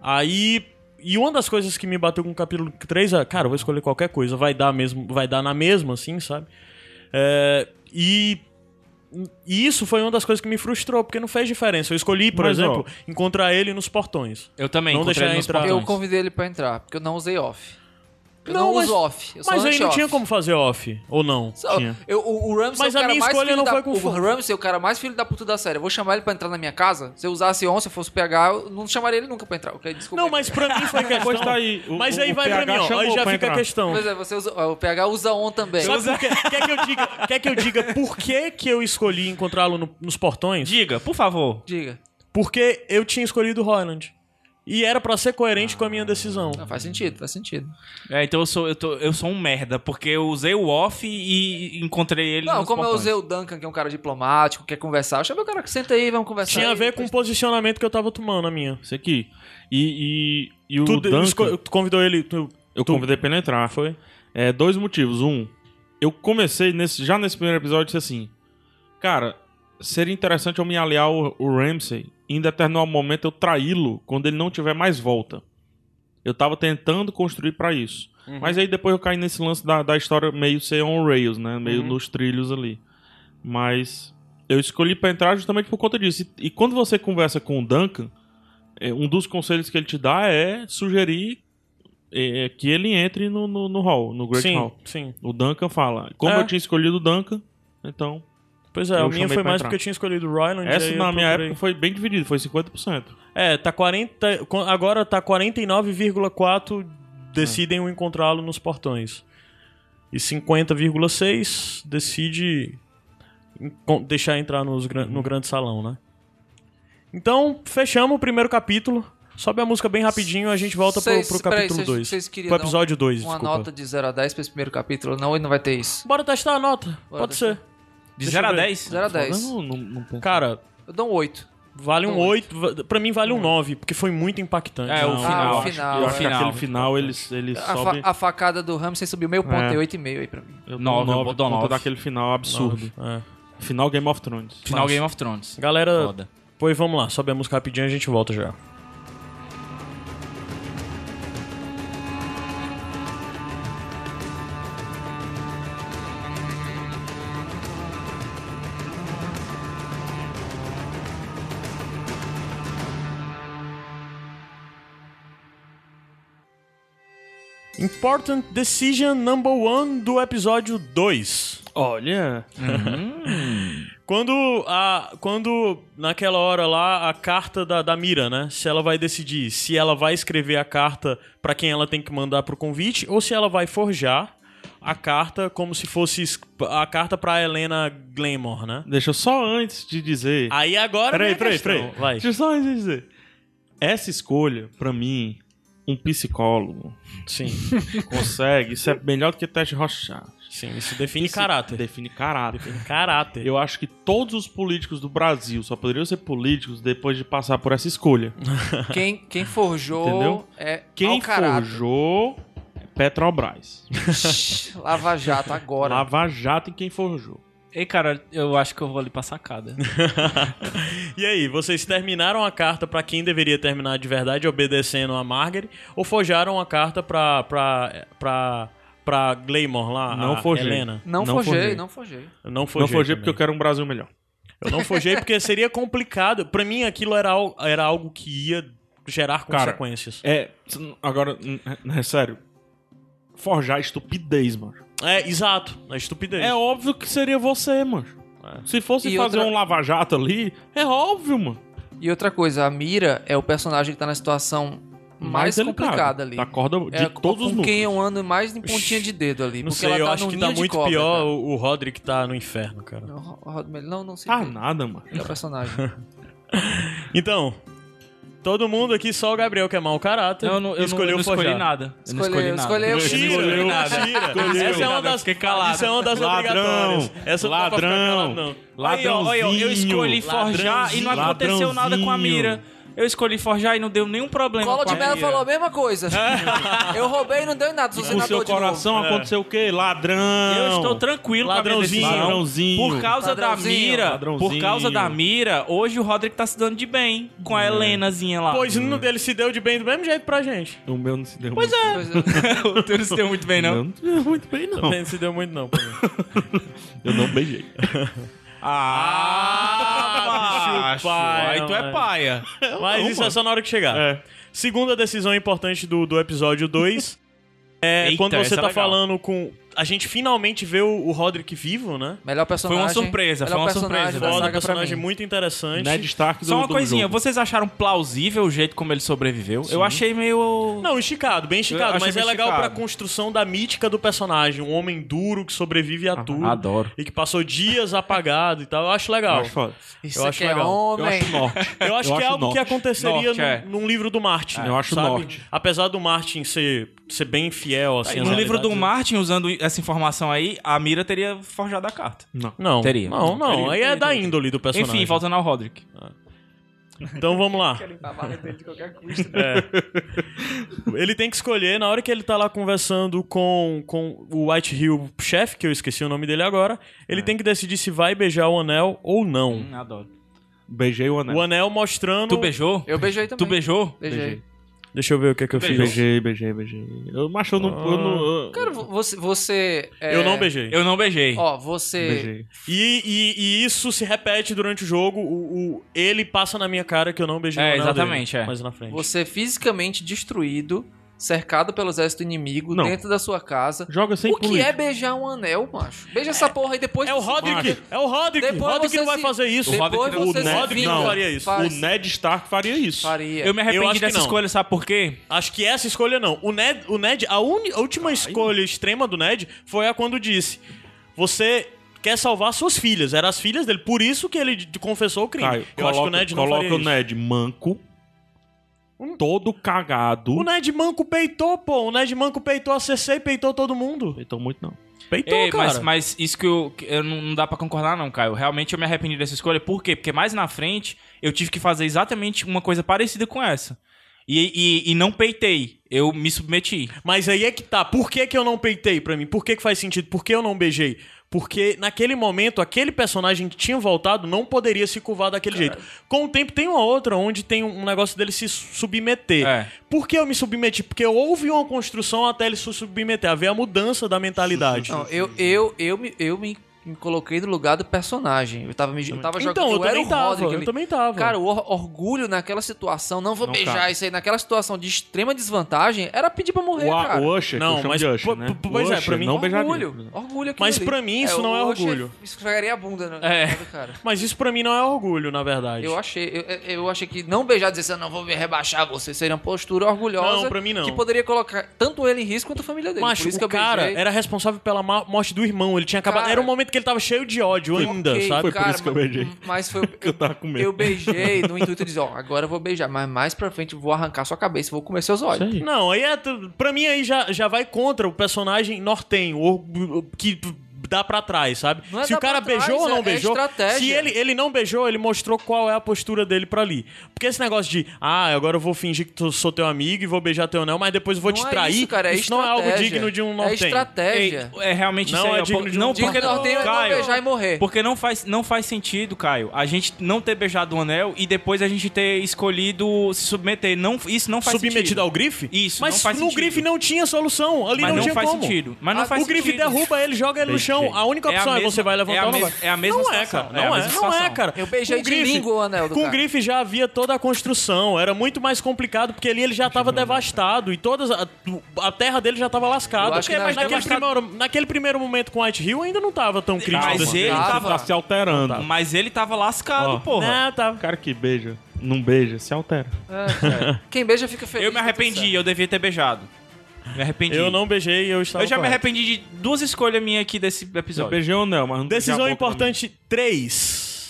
Speaker 1: Aí. E uma das coisas que me bateu com o capítulo 3 é, cara, eu vou escolher qualquer coisa, vai dar mesmo, vai dar na mesma, assim, sabe? É, e e isso foi uma das coisas que me frustrou, porque não fez diferença. Eu escolhi, por
Speaker 2: Mas, ó,
Speaker 1: exemplo, encontrar ele nos portões.
Speaker 4: Eu também.
Speaker 1: Não
Speaker 4: encontrei
Speaker 1: deixar
Speaker 4: ele nos
Speaker 1: entrar.
Speaker 4: portões.
Speaker 3: Eu convidei ele pra entrar, porque eu não usei off. Eu não,
Speaker 1: Não, mas-
Speaker 3: uso off. Eu só
Speaker 1: Mas aí
Speaker 3: lanche
Speaker 1: não
Speaker 3: off.
Speaker 1: tinha como fazer off, ou não?
Speaker 3: Só-
Speaker 2: Tinha.
Speaker 3: eu- o, o Ramsey
Speaker 1: Mas
Speaker 3: é o
Speaker 1: a
Speaker 3: cara
Speaker 1: minha
Speaker 3: mais
Speaker 1: escolha
Speaker 3: filho
Speaker 1: não
Speaker 3: da,
Speaker 1: foi com
Speaker 3: O
Speaker 1: fome.
Speaker 3: Ramsey é o cara mais filho da puta da série. Eu vou chamar ele pra entrar na minha casa. Se eu usasse 11, se eu fosse PH, eu não chamaria ele nunca pra entrar. Ok, desculpa.
Speaker 1: Não, mas pra mim foi questão.
Speaker 2: Pois tá aí, o-
Speaker 1: é. mas
Speaker 2: o-
Speaker 1: aí
Speaker 2: o
Speaker 1: vai pra
Speaker 2: PH
Speaker 1: mim, ó. Aí
Speaker 2: chamou
Speaker 1: já
Speaker 2: pra
Speaker 1: fica a
Speaker 2: entrar.
Speaker 1: questão.
Speaker 3: Pois é, você usa, ó, o PH usa on também.
Speaker 1: Sabe por quê? Quer que eu diga, quer que eu diga por que, que eu escolhi encontrá-lo no- nos portões?
Speaker 4: Diga, por favor.
Speaker 3: Diga.
Speaker 1: Porque eu tinha escolhido o Royland. E era pra ser coerente com a minha decisão.
Speaker 3: Não, faz sentido, faz sentido.
Speaker 4: É, então eu sou, eu, tô- eu sou um merda, porque eu usei o off e encontrei ele
Speaker 1: é
Speaker 3: Não,
Speaker 4: nos
Speaker 3: como eu
Speaker 4: portões.
Speaker 3: usei o Duncan, que é um cara diplomático, quer conversar, eu chamei o cara que senta aí, vamos conversar.
Speaker 1: Tinha a
Speaker 3: aí,
Speaker 1: ver com o posicionamento que eu tava tomando a minha.
Speaker 2: Isso aqui. E, e, e o
Speaker 1: Tu, de-
Speaker 2: Duncan,
Speaker 1: esco- tu convidou ele. tu-
Speaker 2: eu convidei pra ele entrar. Foi? É, dois motivos. Um, eu comecei nesse, já nesse primeiro episódio disse assim, cara, seria interessante eu me aliar ao, ao Ramsey e em determinado momento eu traí-lo quando ele não tiver mais volta. Eu tava tentando construir pra isso. Mas aí depois eu caí nesse lance da, da história meio ser on rails, né? Meio nos trilhos ali. Mas eu escolhi pra entrar justamente por conta disso. E, e quando você conversa com o Duncan, é, um dos conselhos que ele te dá é sugerir é, é, que ele entre no, no, no hall, no Great
Speaker 1: sim,
Speaker 2: Hall.
Speaker 1: sim.
Speaker 2: O Duncan fala. Como
Speaker 1: É.
Speaker 2: eu tinha escolhido o Duncan, então.
Speaker 1: Pois é,
Speaker 2: Eu
Speaker 1: a minha
Speaker 2: chamei
Speaker 1: foi
Speaker 2: pra
Speaker 1: mais
Speaker 2: entrar.
Speaker 1: porque eu tinha escolhido o Royland.
Speaker 2: essa
Speaker 1: aí eu
Speaker 2: na minha
Speaker 1: procurei.
Speaker 2: época foi bem dividida, foi 50%.
Speaker 1: É, tá 40. co- Agora tá 49,4 decidem o encontrá-lo nos portões. E 50,6 decide encon- deixar entrar nos gran- no grande salão, né? Então, fechamos o primeiro capítulo. Sobe a música bem rapidinho a gente volta pro,
Speaker 3: Vocês-
Speaker 1: pro
Speaker 3: peraí,
Speaker 1: capítulo
Speaker 3: vocês-
Speaker 1: 2.
Speaker 3: vocês queriam
Speaker 1: Pro
Speaker 3: dar um-
Speaker 1: episódio 2,
Speaker 3: Uma
Speaker 1: desculpa.
Speaker 3: nota de 0 a 10 pra esse primeiro capítulo, não, e não vai ter isso.
Speaker 1: Bora testar a nota.
Speaker 3: Bora
Speaker 1: Pode ser.
Speaker 3: testar.
Speaker 4: De
Speaker 1: Deixa
Speaker 4: 0 a
Speaker 1: eu ver.
Speaker 4: 10?
Speaker 3: 0 a 10.
Speaker 2: Não, não, não penso.
Speaker 1: Cara,
Speaker 3: Eu dou um 8.
Speaker 1: vale um
Speaker 3: Então,
Speaker 1: 8. Pra mim vale um 9, porque foi muito impactante.
Speaker 4: É, o
Speaker 1: Não.
Speaker 4: final.
Speaker 3: o
Speaker 4: acho.
Speaker 3: final,
Speaker 2: eu
Speaker 4: o
Speaker 2: acho que
Speaker 4: final.
Speaker 2: aquele final eles, eles
Speaker 3: A,
Speaker 2: sobem.
Speaker 3: fa- a facada do Ramsey subiu meio ponto,
Speaker 2: É.
Speaker 3: deu 8,5 aí pra mim.
Speaker 2: Eu dou
Speaker 4: Nove,
Speaker 2: nove
Speaker 4: eu vou dar
Speaker 2: por conta
Speaker 4: nove.
Speaker 2: daquele final
Speaker 4: um
Speaker 2: absurdo.
Speaker 1: É.
Speaker 2: Final Game of Thrones.
Speaker 4: Final Game of Thrones.
Speaker 1: Galera,
Speaker 4: Foda.
Speaker 1: pois vamos lá, sobe a música rapidinho e a gente volta já. Important Decision Number One do episódio 2.
Speaker 2: Olha.
Speaker 1: Quando, a, quando naquela hora lá, a carta da, da Mira, né? Se ela vai decidir se ela vai escrever a carta pra quem ela tem que mandar pro convite ou se ela vai forjar a carta como se fosse es- a carta pra Helena Glenmore, né?
Speaker 2: Deixa eu só antes de dizer.
Speaker 1: Aí agora.
Speaker 2: Peraí,
Speaker 1: vem a
Speaker 2: peraí,
Speaker 1: questão.
Speaker 2: peraí.
Speaker 1: Vai.
Speaker 2: Deixa eu só antes de dizer. Essa escolha, pra mim, um psicólogo
Speaker 1: Sim,
Speaker 2: consegue. Isso é melhor do que teste Rochard.
Speaker 1: sim, isso define
Speaker 2: Isso
Speaker 1: caráter.
Speaker 2: Define caráter.
Speaker 1: Define caráter.
Speaker 2: Eu acho que todos os políticos do Brasil só poderiam ser políticos depois de passar por essa escolha.
Speaker 3: Quem, quem forjou
Speaker 2: Entendeu?
Speaker 3: é
Speaker 2: Quem
Speaker 3: mau caráter.
Speaker 2: forjou é Petrobras.
Speaker 3: Shhh, Lava Jato agora.
Speaker 2: Lava Jato em quem forjou.
Speaker 4: Ei, cara, eu acho que eu vou ali pra sacada.
Speaker 1: E aí, vocês terminaram a carta pra quem deveria terminar de verdade, obedecendo a Margaret, ou forjaram a carta pra, pra, pra, pra Glaymore lá,
Speaker 2: Não
Speaker 1: a
Speaker 2: forjei.
Speaker 1: Helena?
Speaker 3: Não,
Speaker 2: Não
Speaker 3: forjei,
Speaker 2: forjei.
Speaker 3: não forjei.
Speaker 1: Eu não
Speaker 2: Não
Speaker 1: forjei
Speaker 2: forjei
Speaker 1: também.
Speaker 2: porque eu quero um Brasil melhor.
Speaker 1: Eu não forjei porque seria complicado. Pra mim, aquilo era, al- era algo que ia gerar
Speaker 2: Cara,
Speaker 1: consequências.
Speaker 2: É, agora, n- n- é sério. Forjar é estupidez, mano.
Speaker 1: É, exato. É estupidez.
Speaker 2: É óbvio que seria você, mano. Se fosse
Speaker 3: E
Speaker 2: fazer
Speaker 3: outra-
Speaker 2: um lava-jato ali, é óbvio, mano.
Speaker 3: E outra coisa, a Mira é o personagem que tá na situação mais,
Speaker 2: delicado.
Speaker 3: complicada ali.
Speaker 2: Da corda de
Speaker 3: é
Speaker 2: todos os
Speaker 3: com quem
Speaker 2: núcleos.
Speaker 3: eu ando mais em pontinha de dedo ali.
Speaker 1: não
Speaker 3: porque
Speaker 1: sei,
Speaker 3: ela
Speaker 1: eu
Speaker 3: tá
Speaker 1: acho
Speaker 3: num
Speaker 1: que
Speaker 3: ninho
Speaker 1: tá
Speaker 3: de
Speaker 1: muito
Speaker 3: cobra,
Speaker 1: pior
Speaker 3: cara.
Speaker 1: o, o Roderick tá no inferno, cara.
Speaker 3: Não, Rod- Não, não sei.
Speaker 2: Tá
Speaker 3: não.
Speaker 2: nada, mano.
Speaker 3: É o personagem.
Speaker 1: Então, todo mundo aqui, só o Gabriel que é mau caráter,
Speaker 4: Não, eu não, eu
Speaker 1: escolheu
Speaker 4: não, eu não escolhi
Speaker 1: forjar.
Speaker 4: nada. Eu não
Speaker 3: Escolheu,
Speaker 4: escolhi nada.
Speaker 3: escolheu.
Speaker 4: Eu não
Speaker 1: Mentira,
Speaker 4: escolhi nada.
Speaker 1: mentira.
Speaker 4: Escolheu.
Speaker 1: Essa é uma das,
Speaker 4: Fiquei calado.
Speaker 1: Isso é uma das
Speaker 2: Ladrão,
Speaker 1: obrigatórias. Essa não dá pra ficar calado,
Speaker 2: ladrão,
Speaker 1: não.
Speaker 4: Aí, ó, aí, ó,
Speaker 2: ladrãozinho.
Speaker 4: eu escolhi forjar e não aconteceu nada com a mira. Eu escolhi forjar e não deu nenhum problema
Speaker 3: Colo
Speaker 4: com a
Speaker 3: de Mello
Speaker 4: mira.
Speaker 3: falou a mesma coisa. eu roubei e não deu em nada. Sou
Speaker 2: O
Speaker 3: senador
Speaker 2: seu
Speaker 3: de novo.
Speaker 2: coração aconteceu o quê? Ladrão.
Speaker 4: Eu estou tranquilo
Speaker 1: Ladrãozinho.
Speaker 4: com a minha decisão.
Speaker 2: Ladrãozinho.
Speaker 4: Por causa
Speaker 3: Ladrãozinho.
Speaker 4: da mira,
Speaker 2: Ladrãozinho.
Speaker 4: por causa da mira, hoje o Roderick tá se dando de bem com a Helenazinha lá.
Speaker 1: Pois não dele se deu de bem do mesmo jeito pra gente.
Speaker 2: O meu não se deu Pois é.
Speaker 3: Pois é.
Speaker 4: o teu não se deu muito bem,
Speaker 2: Não,
Speaker 4: não.
Speaker 2: não se deu muito bem, não.
Speaker 1: Não se deu muito, não. pra mim.
Speaker 2: Eu não beijei.
Speaker 1: Ah, bicho, paia,
Speaker 4: Aí tu é
Speaker 1: mano.
Speaker 4: paia.
Speaker 1: Mas
Speaker 2: não,
Speaker 1: isso é
Speaker 2: mano.
Speaker 1: só na hora que chegar.
Speaker 2: É.
Speaker 1: Segunda decisão importante do, do episódio 2 é
Speaker 4: Eita,
Speaker 1: quando você
Speaker 4: essa é
Speaker 1: tá
Speaker 4: legal.
Speaker 1: falando com. A gente finalmente vê o, o Roderick vivo, né?
Speaker 3: Melhor personagem.
Speaker 4: surpresa, foi
Speaker 3: melhor
Speaker 4: uma surpresa.
Speaker 3: personagem da
Speaker 4: Foda,
Speaker 1: Foda,
Speaker 3: saga pra
Speaker 1: personagem
Speaker 3: mim.
Speaker 1: muito interessante.
Speaker 4: é
Speaker 2: Ned Stark do
Speaker 4: Só uma
Speaker 2: do
Speaker 4: coisinha,
Speaker 2: jogo.
Speaker 4: vocês acharam plausível o jeito como ele sobreviveu? Eu achei meio.
Speaker 1: Não, esticado, bem esticado,
Speaker 4: Eu achei
Speaker 1: mas é
Speaker 4: bem
Speaker 1: legal
Speaker 4: esticado.
Speaker 1: pra construção da mítica do personagem. Um homem duro que sobrevive
Speaker 4: Ah,
Speaker 2: tá
Speaker 1: a tudo.
Speaker 4: adoro.
Speaker 1: E que passou dias apagado e tal. Eu acho legal.
Speaker 2: Eu acho foda.
Speaker 3: Isso
Speaker 1: Eu acho
Speaker 3: aqui é
Speaker 1: legal. Eu
Speaker 2: Eu
Speaker 3: homem.
Speaker 2: acho norte.
Speaker 1: Eu acho
Speaker 2: Eu
Speaker 1: que é
Speaker 2: acho
Speaker 1: algo que
Speaker 2: norte.
Speaker 1: aconteceria
Speaker 4: Norte,
Speaker 1: num,
Speaker 4: é.
Speaker 1: num livro do Martin.
Speaker 2: É, eu acho
Speaker 1: sabe?
Speaker 2: norte.
Speaker 1: Apesar do Martin ser, ser bem fiel, assim. às
Speaker 4: No livro do
Speaker 1: realidades.
Speaker 4: Martin, usando essa informação aí, a Mira teria forjado a carta.
Speaker 2: Não.
Speaker 1: Não.
Speaker 4: Teria.
Speaker 1: Não, não.
Speaker 4: Teria,
Speaker 1: Aí é
Speaker 4: teria,
Speaker 1: da
Speaker 4: teria.
Speaker 1: índole do personagem.
Speaker 4: Enfim, voltando ao Roderick.
Speaker 1: Então vamos lá.
Speaker 3: Tá de qualquer custo.
Speaker 1: é. Ele tem que escolher, na hora que ele tá lá conversando com, com o White Hill chefe, que eu esqueci o nome dele agora, ele tem que decidir se vai beijar o anel ou não.
Speaker 4: É. Hum, adoro.
Speaker 2: Beijei o anel.
Speaker 1: O anel mostrando.
Speaker 4: Tu beijou?
Speaker 3: Eu beijei também.
Speaker 4: Tu beijou?
Speaker 3: Beijei.
Speaker 1: Deixa eu ver o que é que eu fiz.
Speaker 2: Beijei, beijei, beijei. Eu, macho, eu não... Eu não eu...
Speaker 3: Cara, vo- você... você é,
Speaker 1: Eu não beijei.
Speaker 4: Eu não beijei.
Speaker 3: Ó, você...
Speaker 2: Beijei.
Speaker 1: E, e- e isso se repete durante o jogo. O, o- ele passa na minha cara que eu não beijei o
Speaker 4: É,
Speaker 1: anel
Speaker 4: exatamente,
Speaker 1: dele,
Speaker 4: é.
Speaker 1: Mais na frente.
Speaker 3: Você é fisicamente destruído, cercado pelo exército inimigo,
Speaker 2: Não.
Speaker 3: dentro da sua casa.
Speaker 2: Joga sem
Speaker 3: o que é beijar um anel, macho? Beija essa porra e depois...
Speaker 1: É o
Speaker 3: você-
Speaker 1: Roderick! É o Roderick! O
Speaker 3: Depois
Speaker 1: Roderick
Speaker 3: você
Speaker 1: não vai
Speaker 3: se-
Speaker 1: fazer isso.
Speaker 3: Depois
Speaker 4: Roderick-
Speaker 3: você
Speaker 2: o
Speaker 3: se
Speaker 2: Roderick
Speaker 3: vinga.
Speaker 1: não faria isso.
Speaker 2: O
Speaker 3: Faz-
Speaker 2: Ned Stark faria isso.
Speaker 3: Faria.
Speaker 4: Eu me
Speaker 1: Eu
Speaker 4: arrependi
Speaker 1: acho que
Speaker 4: dessa
Speaker 1: não.
Speaker 4: escolha, sabe por quê?
Speaker 1: Acho que essa escolha não. O Ned, o Ned a, uni- a última escolha extrema do Ned foi a quando disse: Você quer salvar suas filhas. Eram as filhas dele, por isso que ele d- confessou o crime.
Speaker 2: Caio,
Speaker 1: Eu acho que o Ned não
Speaker 2: coloca
Speaker 1: faria
Speaker 2: o
Speaker 1: isso.
Speaker 2: Ned manco, todo cagado.
Speaker 1: O Ned Manco peitou, pô. O Ned Manco peitou a CC e peitou todo mundo.
Speaker 2: Então muito não.
Speaker 1: Peitou,
Speaker 4: Ei,
Speaker 1: Então, cara.
Speaker 4: mas, mas isso que eu, que eu não, não dá pra concordar, não, Caio. Realmente eu me arrependi dessa escolha. Por quê? Porque mais na frente eu tive que fazer exatamente uma coisa parecida com essa. E, e, e não peitei. Eu me submeti.
Speaker 1: Mas aí é que tá. Por que, que eu não peitei pra mim? Por que, que faz sentido? Por que eu não beijei? Porque naquele momento, aquele personagem que tinha voltado não poderia se curvar daquele jeito. Com o tempo, tem uma outra onde tem um um negócio dele se submeter.
Speaker 4: É.
Speaker 1: Por que eu me submeti? Porque houve uma construção até ele se submeter. Havia a mudança da mentalidade.
Speaker 3: Não, eu, eu, eu, me, eu me me coloquei no lugar do personagem. Eu tava, me, eu tava jogando.
Speaker 1: Então, eu,
Speaker 3: eu, era
Speaker 1: também
Speaker 3: o
Speaker 1: tava,
Speaker 3: Roderick
Speaker 1: eu
Speaker 3: ali.
Speaker 1: também tava.
Speaker 3: Cara, o or- orgulho naquela situação, não vou
Speaker 2: Não
Speaker 3: beijar
Speaker 2: cabe.
Speaker 3: isso aí, naquela situação de extrema desvantagem, era pedir pra morrer,
Speaker 2: O, a-
Speaker 3: cara.
Speaker 2: o Usher, que
Speaker 1: Não,
Speaker 2: eu chamo
Speaker 1: mas
Speaker 2: de Usher,
Speaker 1: po-
Speaker 2: né?
Speaker 1: po- po- pois
Speaker 2: O
Speaker 1: é,
Speaker 2: Usher,
Speaker 1: pra mim-
Speaker 2: não
Speaker 3: orgulho,
Speaker 2: beijaria.
Speaker 3: orgulho aquilo
Speaker 1: Mas
Speaker 3: ali.
Speaker 1: pra mim isso
Speaker 3: o
Speaker 1: não é
Speaker 3: Usher
Speaker 1: orgulho.
Speaker 3: Esfregaria a bunda, né?
Speaker 4: É.
Speaker 3: Cara.
Speaker 1: Mas isso pra mim não é orgulho, na verdade.
Speaker 3: Eu achei, eu, eu achei que não beijar dizer assim, "Eu não vou me rebaixar você, seria uma postura orgulhosa.
Speaker 1: Não, pra mim não.
Speaker 3: Que poderia colocar tanto ele em risco quanto a família dele.
Speaker 1: Macho,
Speaker 3: Por isso que
Speaker 1: o
Speaker 3: eu
Speaker 1: cara
Speaker 3: beijei.
Speaker 1: era responsável pela ma- morte do irmão. Ele tinha acabado.
Speaker 3: Cara,
Speaker 1: era um momento que ele tava cheio de ódio ainda,
Speaker 3: Ok,
Speaker 1: sabe?
Speaker 2: Foi por isso que eu
Speaker 3: ma-
Speaker 2: beijei.
Speaker 3: Mas foi
Speaker 2: Que eu tava com medo.
Speaker 3: Eu beijei no intuito de dizer, ó, agora eu vou beijar, mas mais pra frente eu vou arrancar sua cabeça e vou comer seus olhos.
Speaker 2: Isso aí.
Speaker 1: Não, aí é. tu- Pra mim aí já, já vai contra o personagem nortenho, ou o- que tu- dá pra trás, sabe?
Speaker 3: Não é
Speaker 1: se o
Speaker 3: dá
Speaker 1: cara
Speaker 3: pra trás,
Speaker 1: beijou ou
Speaker 3: é-
Speaker 1: não
Speaker 3: é
Speaker 1: beijou.
Speaker 3: estratégia.
Speaker 1: se ele, ele não beijou, ele mostrou qual é a postura dele pra ali. Porque esse negócio de, ah, agora eu vou fingir que tu- sou teu amigo e vou beijar teu anel, mas depois eu vou
Speaker 3: Não
Speaker 1: te
Speaker 3: é
Speaker 1: trair.
Speaker 3: isso, cara, é
Speaker 1: não é algo
Speaker 3: estratégia.
Speaker 1: digno de um
Speaker 3: É
Speaker 1: nortenho.
Speaker 3: estratégia.
Speaker 4: É, é realmente
Speaker 1: Não
Speaker 4: isso aí,
Speaker 1: é
Speaker 4: ó,
Speaker 1: digno
Speaker 4: por-
Speaker 1: de um
Speaker 4: não
Speaker 1: nortenho.
Speaker 4: porque
Speaker 1: Digno de
Speaker 3: nortenho é não
Speaker 4: Caio,
Speaker 3: beijar e morrer.
Speaker 4: Porque não faz, não faz sentido, Caio, a gente não ter beijado o anel e depois a gente ter escolhido se submeter. Não, isso não faz
Speaker 1: Submetido
Speaker 4: sentido.
Speaker 1: ao grife?
Speaker 4: Isso,
Speaker 1: Mas
Speaker 4: não faz
Speaker 1: no
Speaker 4: sentido.
Speaker 1: grife não tinha solução. Ali
Speaker 4: Mas
Speaker 1: não,
Speaker 4: não,
Speaker 1: tinha
Speaker 4: faz
Speaker 1: como.
Speaker 4: sentido. Mas não
Speaker 1: Ah,
Speaker 4: faz
Speaker 1: o grife
Speaker 4: sentido.
Speaker 1: derruba ele, joga ele no chão. A única
Speaker 4: É a
Speaker 1: opção é,
Speaker 4: mesma-
Speaker 1: você vai levantar
Speaker 4: é a
Speaker 1: ou não vai.
Speaker 4: mes- é a mesma
Speaker 1: não
Speaker 4: situação,
Speaker 1: é, cara.
Speaker 4: é a
Speaker 1: Não é,
Speaker 4: mesma
Speaker 1: não é,
Speaker 4: situação.
Speaker 1: cara.
Speaker 3: Eu beijei
Speaker 1: Com
Speaker 3: de língua o anel do
Speaker 1: Com o
Speaker 3: cara.
Speaker 1: grife já havia toda a construção. Era muito mais complicado, porque ali ele já tava devastado. E todas a, a terra dele já tava
Speaker 3: Eu
Speaker 1: lascada.
Speaker 3: acho que na-
Speaker 1: mas naquele,
Speaker 3: devastado-
Speaker 1: primeiro, naquele primeiro momento com White Hill ainda não tava tão crítico.
Speaker 4: Mas
Speaker 1: assim.
Speaker 4: ele
Speaker 2: Ele
Speaker 3: tava-
Speaker 2: tá se alterando.
Speaker 4: Mas ele tava lascado,
Speaker 2: Ó.
Speaker 4: porra.
Speaker 1: Não, tava.
Speaker 2: O cara que beija, não beija, se altera.
Speaker 3: Quem beija fica feliz.
Speaker 4: Eu me
Speaker 3: tá tudo
Speaker 4: arrependi,
Speaker 3: certo.
Speaker 4: eu devia ter beijado. Me arrependi.
Speaker 1: Eu não beijei, eu estava
Speaker 4: Eu já me
Speaker 1: correto.
Speaker 4: arrependi de duas escolhas minhas aqui desse
Speaker 2: Eu
Speaker 4: episódio.
Speaker 2: beijei o anel, mas não beijei a
Speaker 1: Decisão
Speaker 2: boca
Speaker 1: importante 3.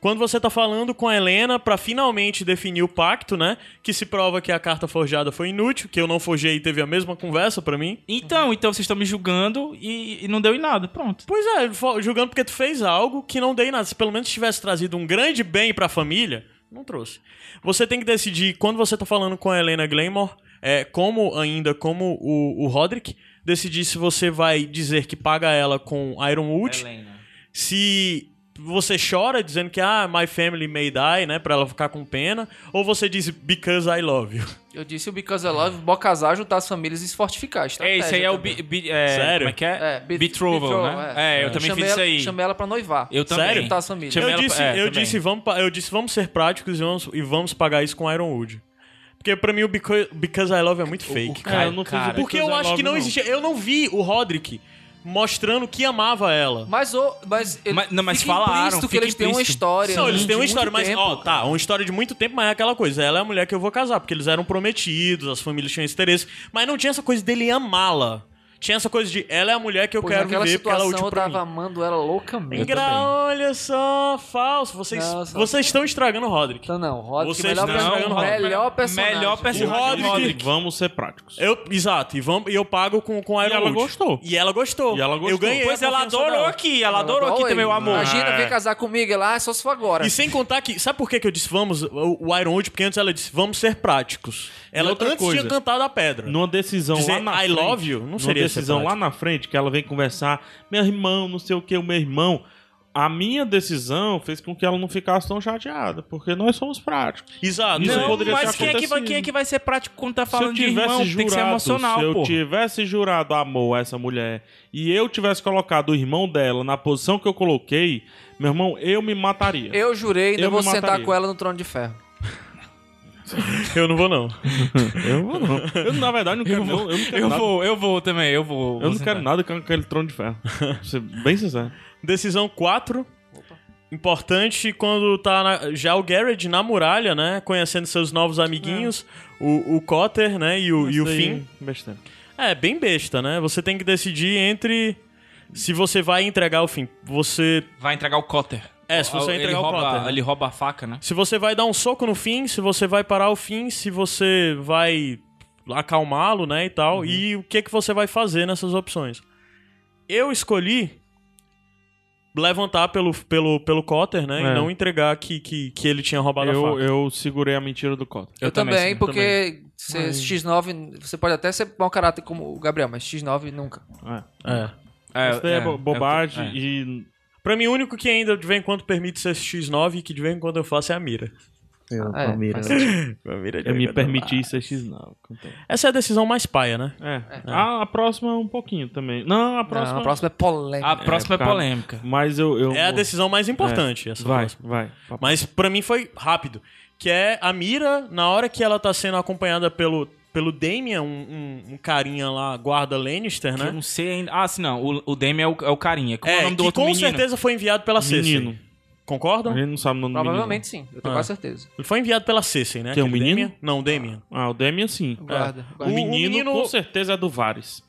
Speaker 1: Quando você tá falando com a Helena pra finalmente definir o pacto, né? Que se prova que a carta forjada foi inútil, que eu não forjei e teve a mesma conversa pra mim.
Speaker 4: Então, então vocês estão me julgando e, e não deu em nada. Pronto.
Speaker 1: Pois é, fo- julgando porque tu fez algo que não dei nada. Se pelo menos tivesse trazido um grande bem pra família, não trouxe. Você tem que decidir, quando você tá falando com a Helena Glenmore, é, como ainda, como o, o Roderick, decidir se você vai dizer que paga ela com Ironwood.
Speaker 4: Helena.
Speaker 1: se você chora dizendo que ah, my family may die, né, Pra ela ficar com pena, ou você diz because I love you.
Speaker 3: Eu disse o Because I Love, bocasar, juntar as famílias e se fortificar.
Speaker 4: É,
Speaker 3: estratégia
Speaker 4: esse aí é o...
Speaker 3: também.
Speaker 4: Bi, bi- é,
Speaker 1: Sério?
Speaker 4: Como é que é?
Speaker 3: be-
Speaker 4: Betrothal,
Speaker 3: betrothal,
Speaker 4: né? É, eu também
Speaker 3: chamei
Speaker 4: fiz isso
Speaker 3: ela-
Speaker 4: aí.
Speaker 3: Chamei ela pra noivar.
Speaker 4: Eu também.
Speaker 1: Sério?
Speaker 3: Juntar as famílias.
Speaker 4: Chamei
Speaker 1: Eu
Speaker 4: ela-
Speaker 1: disse,
Speaker 4: é,
Speaker 1: eu
Speaker 4: também.
Speaker 1: disse, vamos, pa- eu disse, vamos ser práticos e vamos, e vamos pagar isso com Ironwood. Porque pra mim o Beca- because I love é muito fake.
Speaker 2: É, eu não fiz
Speaker 4: Cara,
Speaker 2: o
Speaker 1: Porque
Speaker 2: Because
Speaker 1: eu
Speaker 2: I
Speaker 1: acho que
Speaker 2: Love,
Speaker 1: não existia, eu não vi o Roderick mostrando que amava ela.
Speaker 3: Mas, o, mas, ele-
Speaker 4: Mas- não, mas
Speaker 3: fica
Speaker 4: falaram,
Speaker 3: implícito que
Speaker 4: fica
Speaker 3: eles têm uma
Speaker 4: implícito.
Speaker 3: história.
Speaker 1: Não, eles
Speaker 3: de
Speaker 1: têm uma
Speaker 3: muito
Speaker 1: história, mas,
Speaker 3: tempo,
Speaker 1: ó,
Speaker 3: cara.
Speaker 1: tá, uma história de muito tempo, mas é aquela coisa. Ela é a mulher que eu vou casar, porque eles eram prometidos, as famílias tinham esse interesse. Mas não tinha essa coisa dele amá-la. Tinha essa coisa de ela é a mulher que eu
Speaker 3: Pois
Speaker 1: quero
Speaker 3: naquela
Speaker 1: viver porque ela é útil
Speaker 3: situação eu
Speaker 1: pra
Speaker 3: tava
Speaker 1: mim.
Speaker 3: amando ela loucamente.
Speaker 1: Engra- Olha só, falso. Vocês,
Speaker 3: Não, só-
Speaker 1: vocês estão estragando o Roderick.
Speaker 3: Então não, Roderick,
Speaker 1: Vocês
Speaker 3: melhor,
Speaker 1: não,
Speaker 3: personagem,
Speaker 1: não, Roderick.
Speaker 3: melhor personagem.
Speaker 4: Melhor
Speaker 2: O
Speaker 4: personagem.
Speaker 2: Roderick,
Speaker 1: Roderick.
Speaker 2: Vamos ser práticos.
Speaker 1: Eu, exato, e, vamos, e eu pago com, com a
Speaker 2: E ela
Speaker 1: Ironwood.
Speaker 2: gostou.
Speaker 1: E ela gostou.
Speaker 2: E ela gostou.
Speaker 1: Eu ganhei. a
Speaker 4: Pois ela
Speaker 1: confiança
Speaker 4: adorou
Speaker 1: dela.
Speaker 4: aqui, ela adorou aqui
Speaker 3: Oi,
Speaker 4: também o amor.
Speaker 3: Imagina,
Speaker 2: É.
Speaker 3: vem casar comigo lá, só se for agora.
Speaker 1: E sem contar que. Sabe por que, que eu disse vamos? O, o Ironwood, porque antes ela disse vamos ser práticos. Ela
Speaker 2: outra
Speaker 1: antes
Speaker 2: coisa.
Speaker 1: tinha cantado a pedra.
Speaker 2: Numa decisão
Speaker 1: Dizer
Speaker 2: lá na
Speaker 1: I
Speaker 2: frente.
Speaker 1: love you não
Speaker 2: numa
Speaker 1: seria
Speaker 2: decisão
Speaker 1: ser
Speaker 2: lá
Speaker 1: prático.
Speaker 2: na frente, que ela vem conversar, meu irmão, não sei o que, o meu irmão. A minha decisão fez com que ela não ficasse tão chateada, porque nós somos práticos.
Speaker 1: Exato.
Speaker 2: Isso
Speaker 1: é.
Speaker 4: Não,
Speaker 2: poderia
Speaker 4: mas
Speaker 2: ter
Speaker 4: quem é, que vai,
Speaker 2: acontecido.
Speaker 4: quem é que vai ser prático quando tá
Speaker 2: se eu
Speaker 4: falando de
Speaker 2: tivesse
Speaker 4: irmão?
Speaker 2: jurado,
Speaker 4: Tem que ser emocional,
Speaker 2: se eu
Speaker 4: pô.
Speaker 2: tivesse jurado amor a essa mulher e eu tivesse colocado o irmão dela na posição que eu coloquei, meu irmão, eu me mataria.
Speaker 3: Eu jurei, ainda
Speaker 2: Eu
Speaker 3: vou
Speaker 2: me
Speaker 3: sentar
Speaker 2: mataria.
Speaker 3: com ela no trono de ferro.
Speaker 1: Eu não vou, não.
Speaker 2: Eu vou não. Eu, na verdade, não quero, não, eu não quero
Speaker 4: Eu
Speaker 2: nada.
Speaker 4: vou, tá. eu vou também, eu vou.
Speaker 2: Eu não quero nada com aquele trono de ferro. Pra ser bem sincero.
Speaker 1: Decisão 4. Importante quando tá na- já o Garrett na muralha, né? Conhecendo seus novos amiguinhos, o, o Cotter, né? E o, e o
Speaker 2: Isso aí,
Speaker 1: Finn.
Speaker 2: Besteira.
Speaker 1: É, bem besta, né? Você tem que decidir entre se você vai entregar o fim. Você.
Speaker 4: Vai entregar o Cotter.
Speaker 1: É, se você
Speaker 4: Ele
Speaker 1: entregar o
Speaker 4: rouba-
Speaker 1: Cotter, né?
Speaker 4: Ele rouba a faca, né?
Speaker 1: Se você vai dar um soco no fim, se você vai parar o fim, se você vai acalmá-lo, né, e tal,
Speaker 2: Uhum.
Speaker 1: e o que que você vai fazer nessas opções. Eu escolhi levantar pelo pelo pelo Cotter, né,
Speaker 2: É.
Speaker 1: e não entregar que, que que ele tinha roubado a
Speaker 2: Eu,
Speaker 1: faca.
Speaker 2: eu segurei a mentira do Cota.
Speaker 3: Eu,
Speaker 4: Eu
Speaker 3: também,
Speaker 4: também, sim,
Speaker 3: porque ser X9, você pode até ser mau caráter como o Gabriel, mas X9 nunca.
Speaker 2: É.
Speaker 1: É.
Speaker 4: É,
Speaker 2: Isso daí é, bo- bobagem
Speaker 4: é.
Speaker 2: e.
Speaker 1: Pra mim, o único que ainda de vez em quando permite ser X9 e que de vez em quando eu faço é a mira. é
Speaker 5: Eu,
Speaker 3: Ah, é,
Speaker 5: Palmeiras.
Speaker 2: Eu me permiti 6x, não. contei.
Speaker 1: Essa é a decisão mais paia, né?
Speaker 2: É. Ah, a próxima é um pouquinho também. Não, a próxima.
Speaker 3: Não, a próxima é polêmica.
Speaker 4: A próxima é,
Speaker 2: cara.
Speaker 4: polêmica.
Speaker 2: Mas eu. eu
Speaker 1: É a
Speaker 2: vou-
Speaker 1: decisão mais importante. Essa
Speaker 2: Vai,
Speaker 1: próxima.
Speaker 2: vai. papai.
Speaker 1: Mas pra mim foi rápido. Que é a Mira, na hora que ela tá sendo acompanhada pelo, pelo Damien, um, um, um carinha lá, guarda Lannister,
Speaker 4: Que Eu
Speaker 1: né?
Speaker 4: não sei ainda. Ah, sim, não. O, o Demi é o, é o carinha. Como é, o
Speaker 1: É,
Speaker 4: nome do
Speaker 1: que
Speaker 4: outro
Speaker 1: com
Speaker 4: menino?
Speaker 1: certeza foi enviado pela Cersei.
Speaker 2: Menino.
Speaker 1: Concordam?
Speaker 2: A gente não sabe o nome do
Speaker 3: Provavelmente sim, eu tenho
Speaker 1: Ah.
Speaker 3: quase certeza.
Speaker 1: Ele foi enviado pela Cersei, né?
Speaker 2: Tem um
Speaker 1: Aquele
Speaker 2: menino?
Speaker 1: Damien? Não, o Damien.
Speaker 2: menino. Ah, o Demian sim.
Speaker 3: Guarda.
Speaker 2: O,
Speaker 3: guarda.
Speaker 2: menino,
Speaker 1: menino-
Speaker 2: com certeza é do Vares.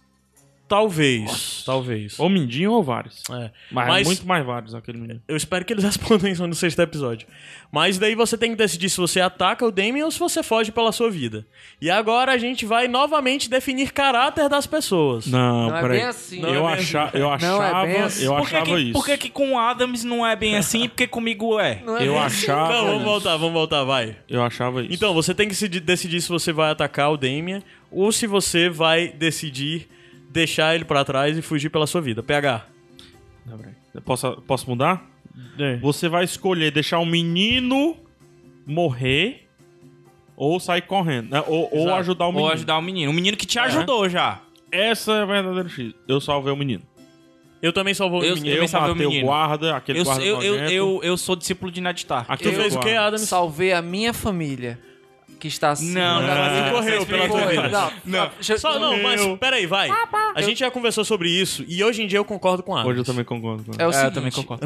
Speaker 1: Talvez. Talvez.
Speaker 2: Ou Mindinho ou Vares.
Speaker 1: É.
Speaker 2: Mas,
Speaker 1: Mas-
Speaker 2: muito mais Vares aquele menino.
Speaker 1: Eu espero que eles respondam isso no sexto episódio. Mas daí você tem que decidir se você ataca o Damien ou se você foge pela sua vida. E agora a gente vai novamente definir caráter das pessoas.
Speaker 2: Não,
Speaker 3: Não é
Speaker 2: peraí.
Speaker 3: bem assim.
Speaker 2: eu,
Speaker 1: Não é bem
Speaker 2: acha- eu achava,
Speaker 3: Não é bem assim.
Speaker 2: eu
Speaker 4: Por que,
Speaker 2: achava
Speaker 4: que-
Speaker 2: isso.
Speaker 4: por que que com o Adams não é bem assim e por que comigo é?
Speaker 3: Não é
Speaker 2: Eu
Speaker 3: bem-
Speaker 1: Não,
Speaker 2: achava.
Speaker 1: Então, vamos voltar, vamos voltar, vai.
Speaker 2: Eu achava isso.
Speaker 1: Então, você tem que se de- decidir se você vai atacar o Damien ou se você vai decidir deixar ele pra trás e fugir pela sua vida. PH.
Speaker 2: Tá, peraí. Eu Posso, posso mudar?
Speaker 1: É.
Speaker 2: Você vai escolher deixar o menino morrer ou sair correndo. né? Ou, ou
Speaker 1: Exato.
Speaker 2: ajudar o menino.
Speaker 4: Ou ajudar o menino. É. O menino que te ajudou já.
Speaker 2: Essa é a verdadeira X. Eu salvei o menino.
Speaker 1: Eu também salvou o
Speaker 4: Eu-
Speaker 1: menino.
Speaker 4: eu-
Speaker 2: Eu
Speaker 4: salvei o
Speaker 2: matei o
Speaker 4: menino.
Speaker 2: guarda, aquele
Speaker 4: Eu,
Speaker 2: guarda
Speaker 4: eu, eu,
Speaker 2: nojento.
Speaker 4: eu, eu sou discípulo de Naditar.
Speaker 2: Aqui
Speaker 1: Tu
Speaker 3: eu-
Speaker 1: fez o que, Adams?
Speaker 3: Salvei a minha família, que está assim.
Speaker 4: Não, não,
Speaker 1: Você
Speaker 4: não.
Speaker 1: correu
Speaker 4: Você
Speaker 1: pela
Speaker 4: correu.
Speaker 1: tua vida.
Speaker 3: Não, deixa eu-
Speaker 1: Só, não, mas peraí, vai.
Speaker 3: Ah,
Speaker 1: A gente já conversou sobre isso e hoje em dia eu concordo com a
Speaker 2: Hoje eu também concordo com
Speaker 3: É o
Speaker 4: É,
Speaker 3: seguinte,
Speaker 4: eu também concordo.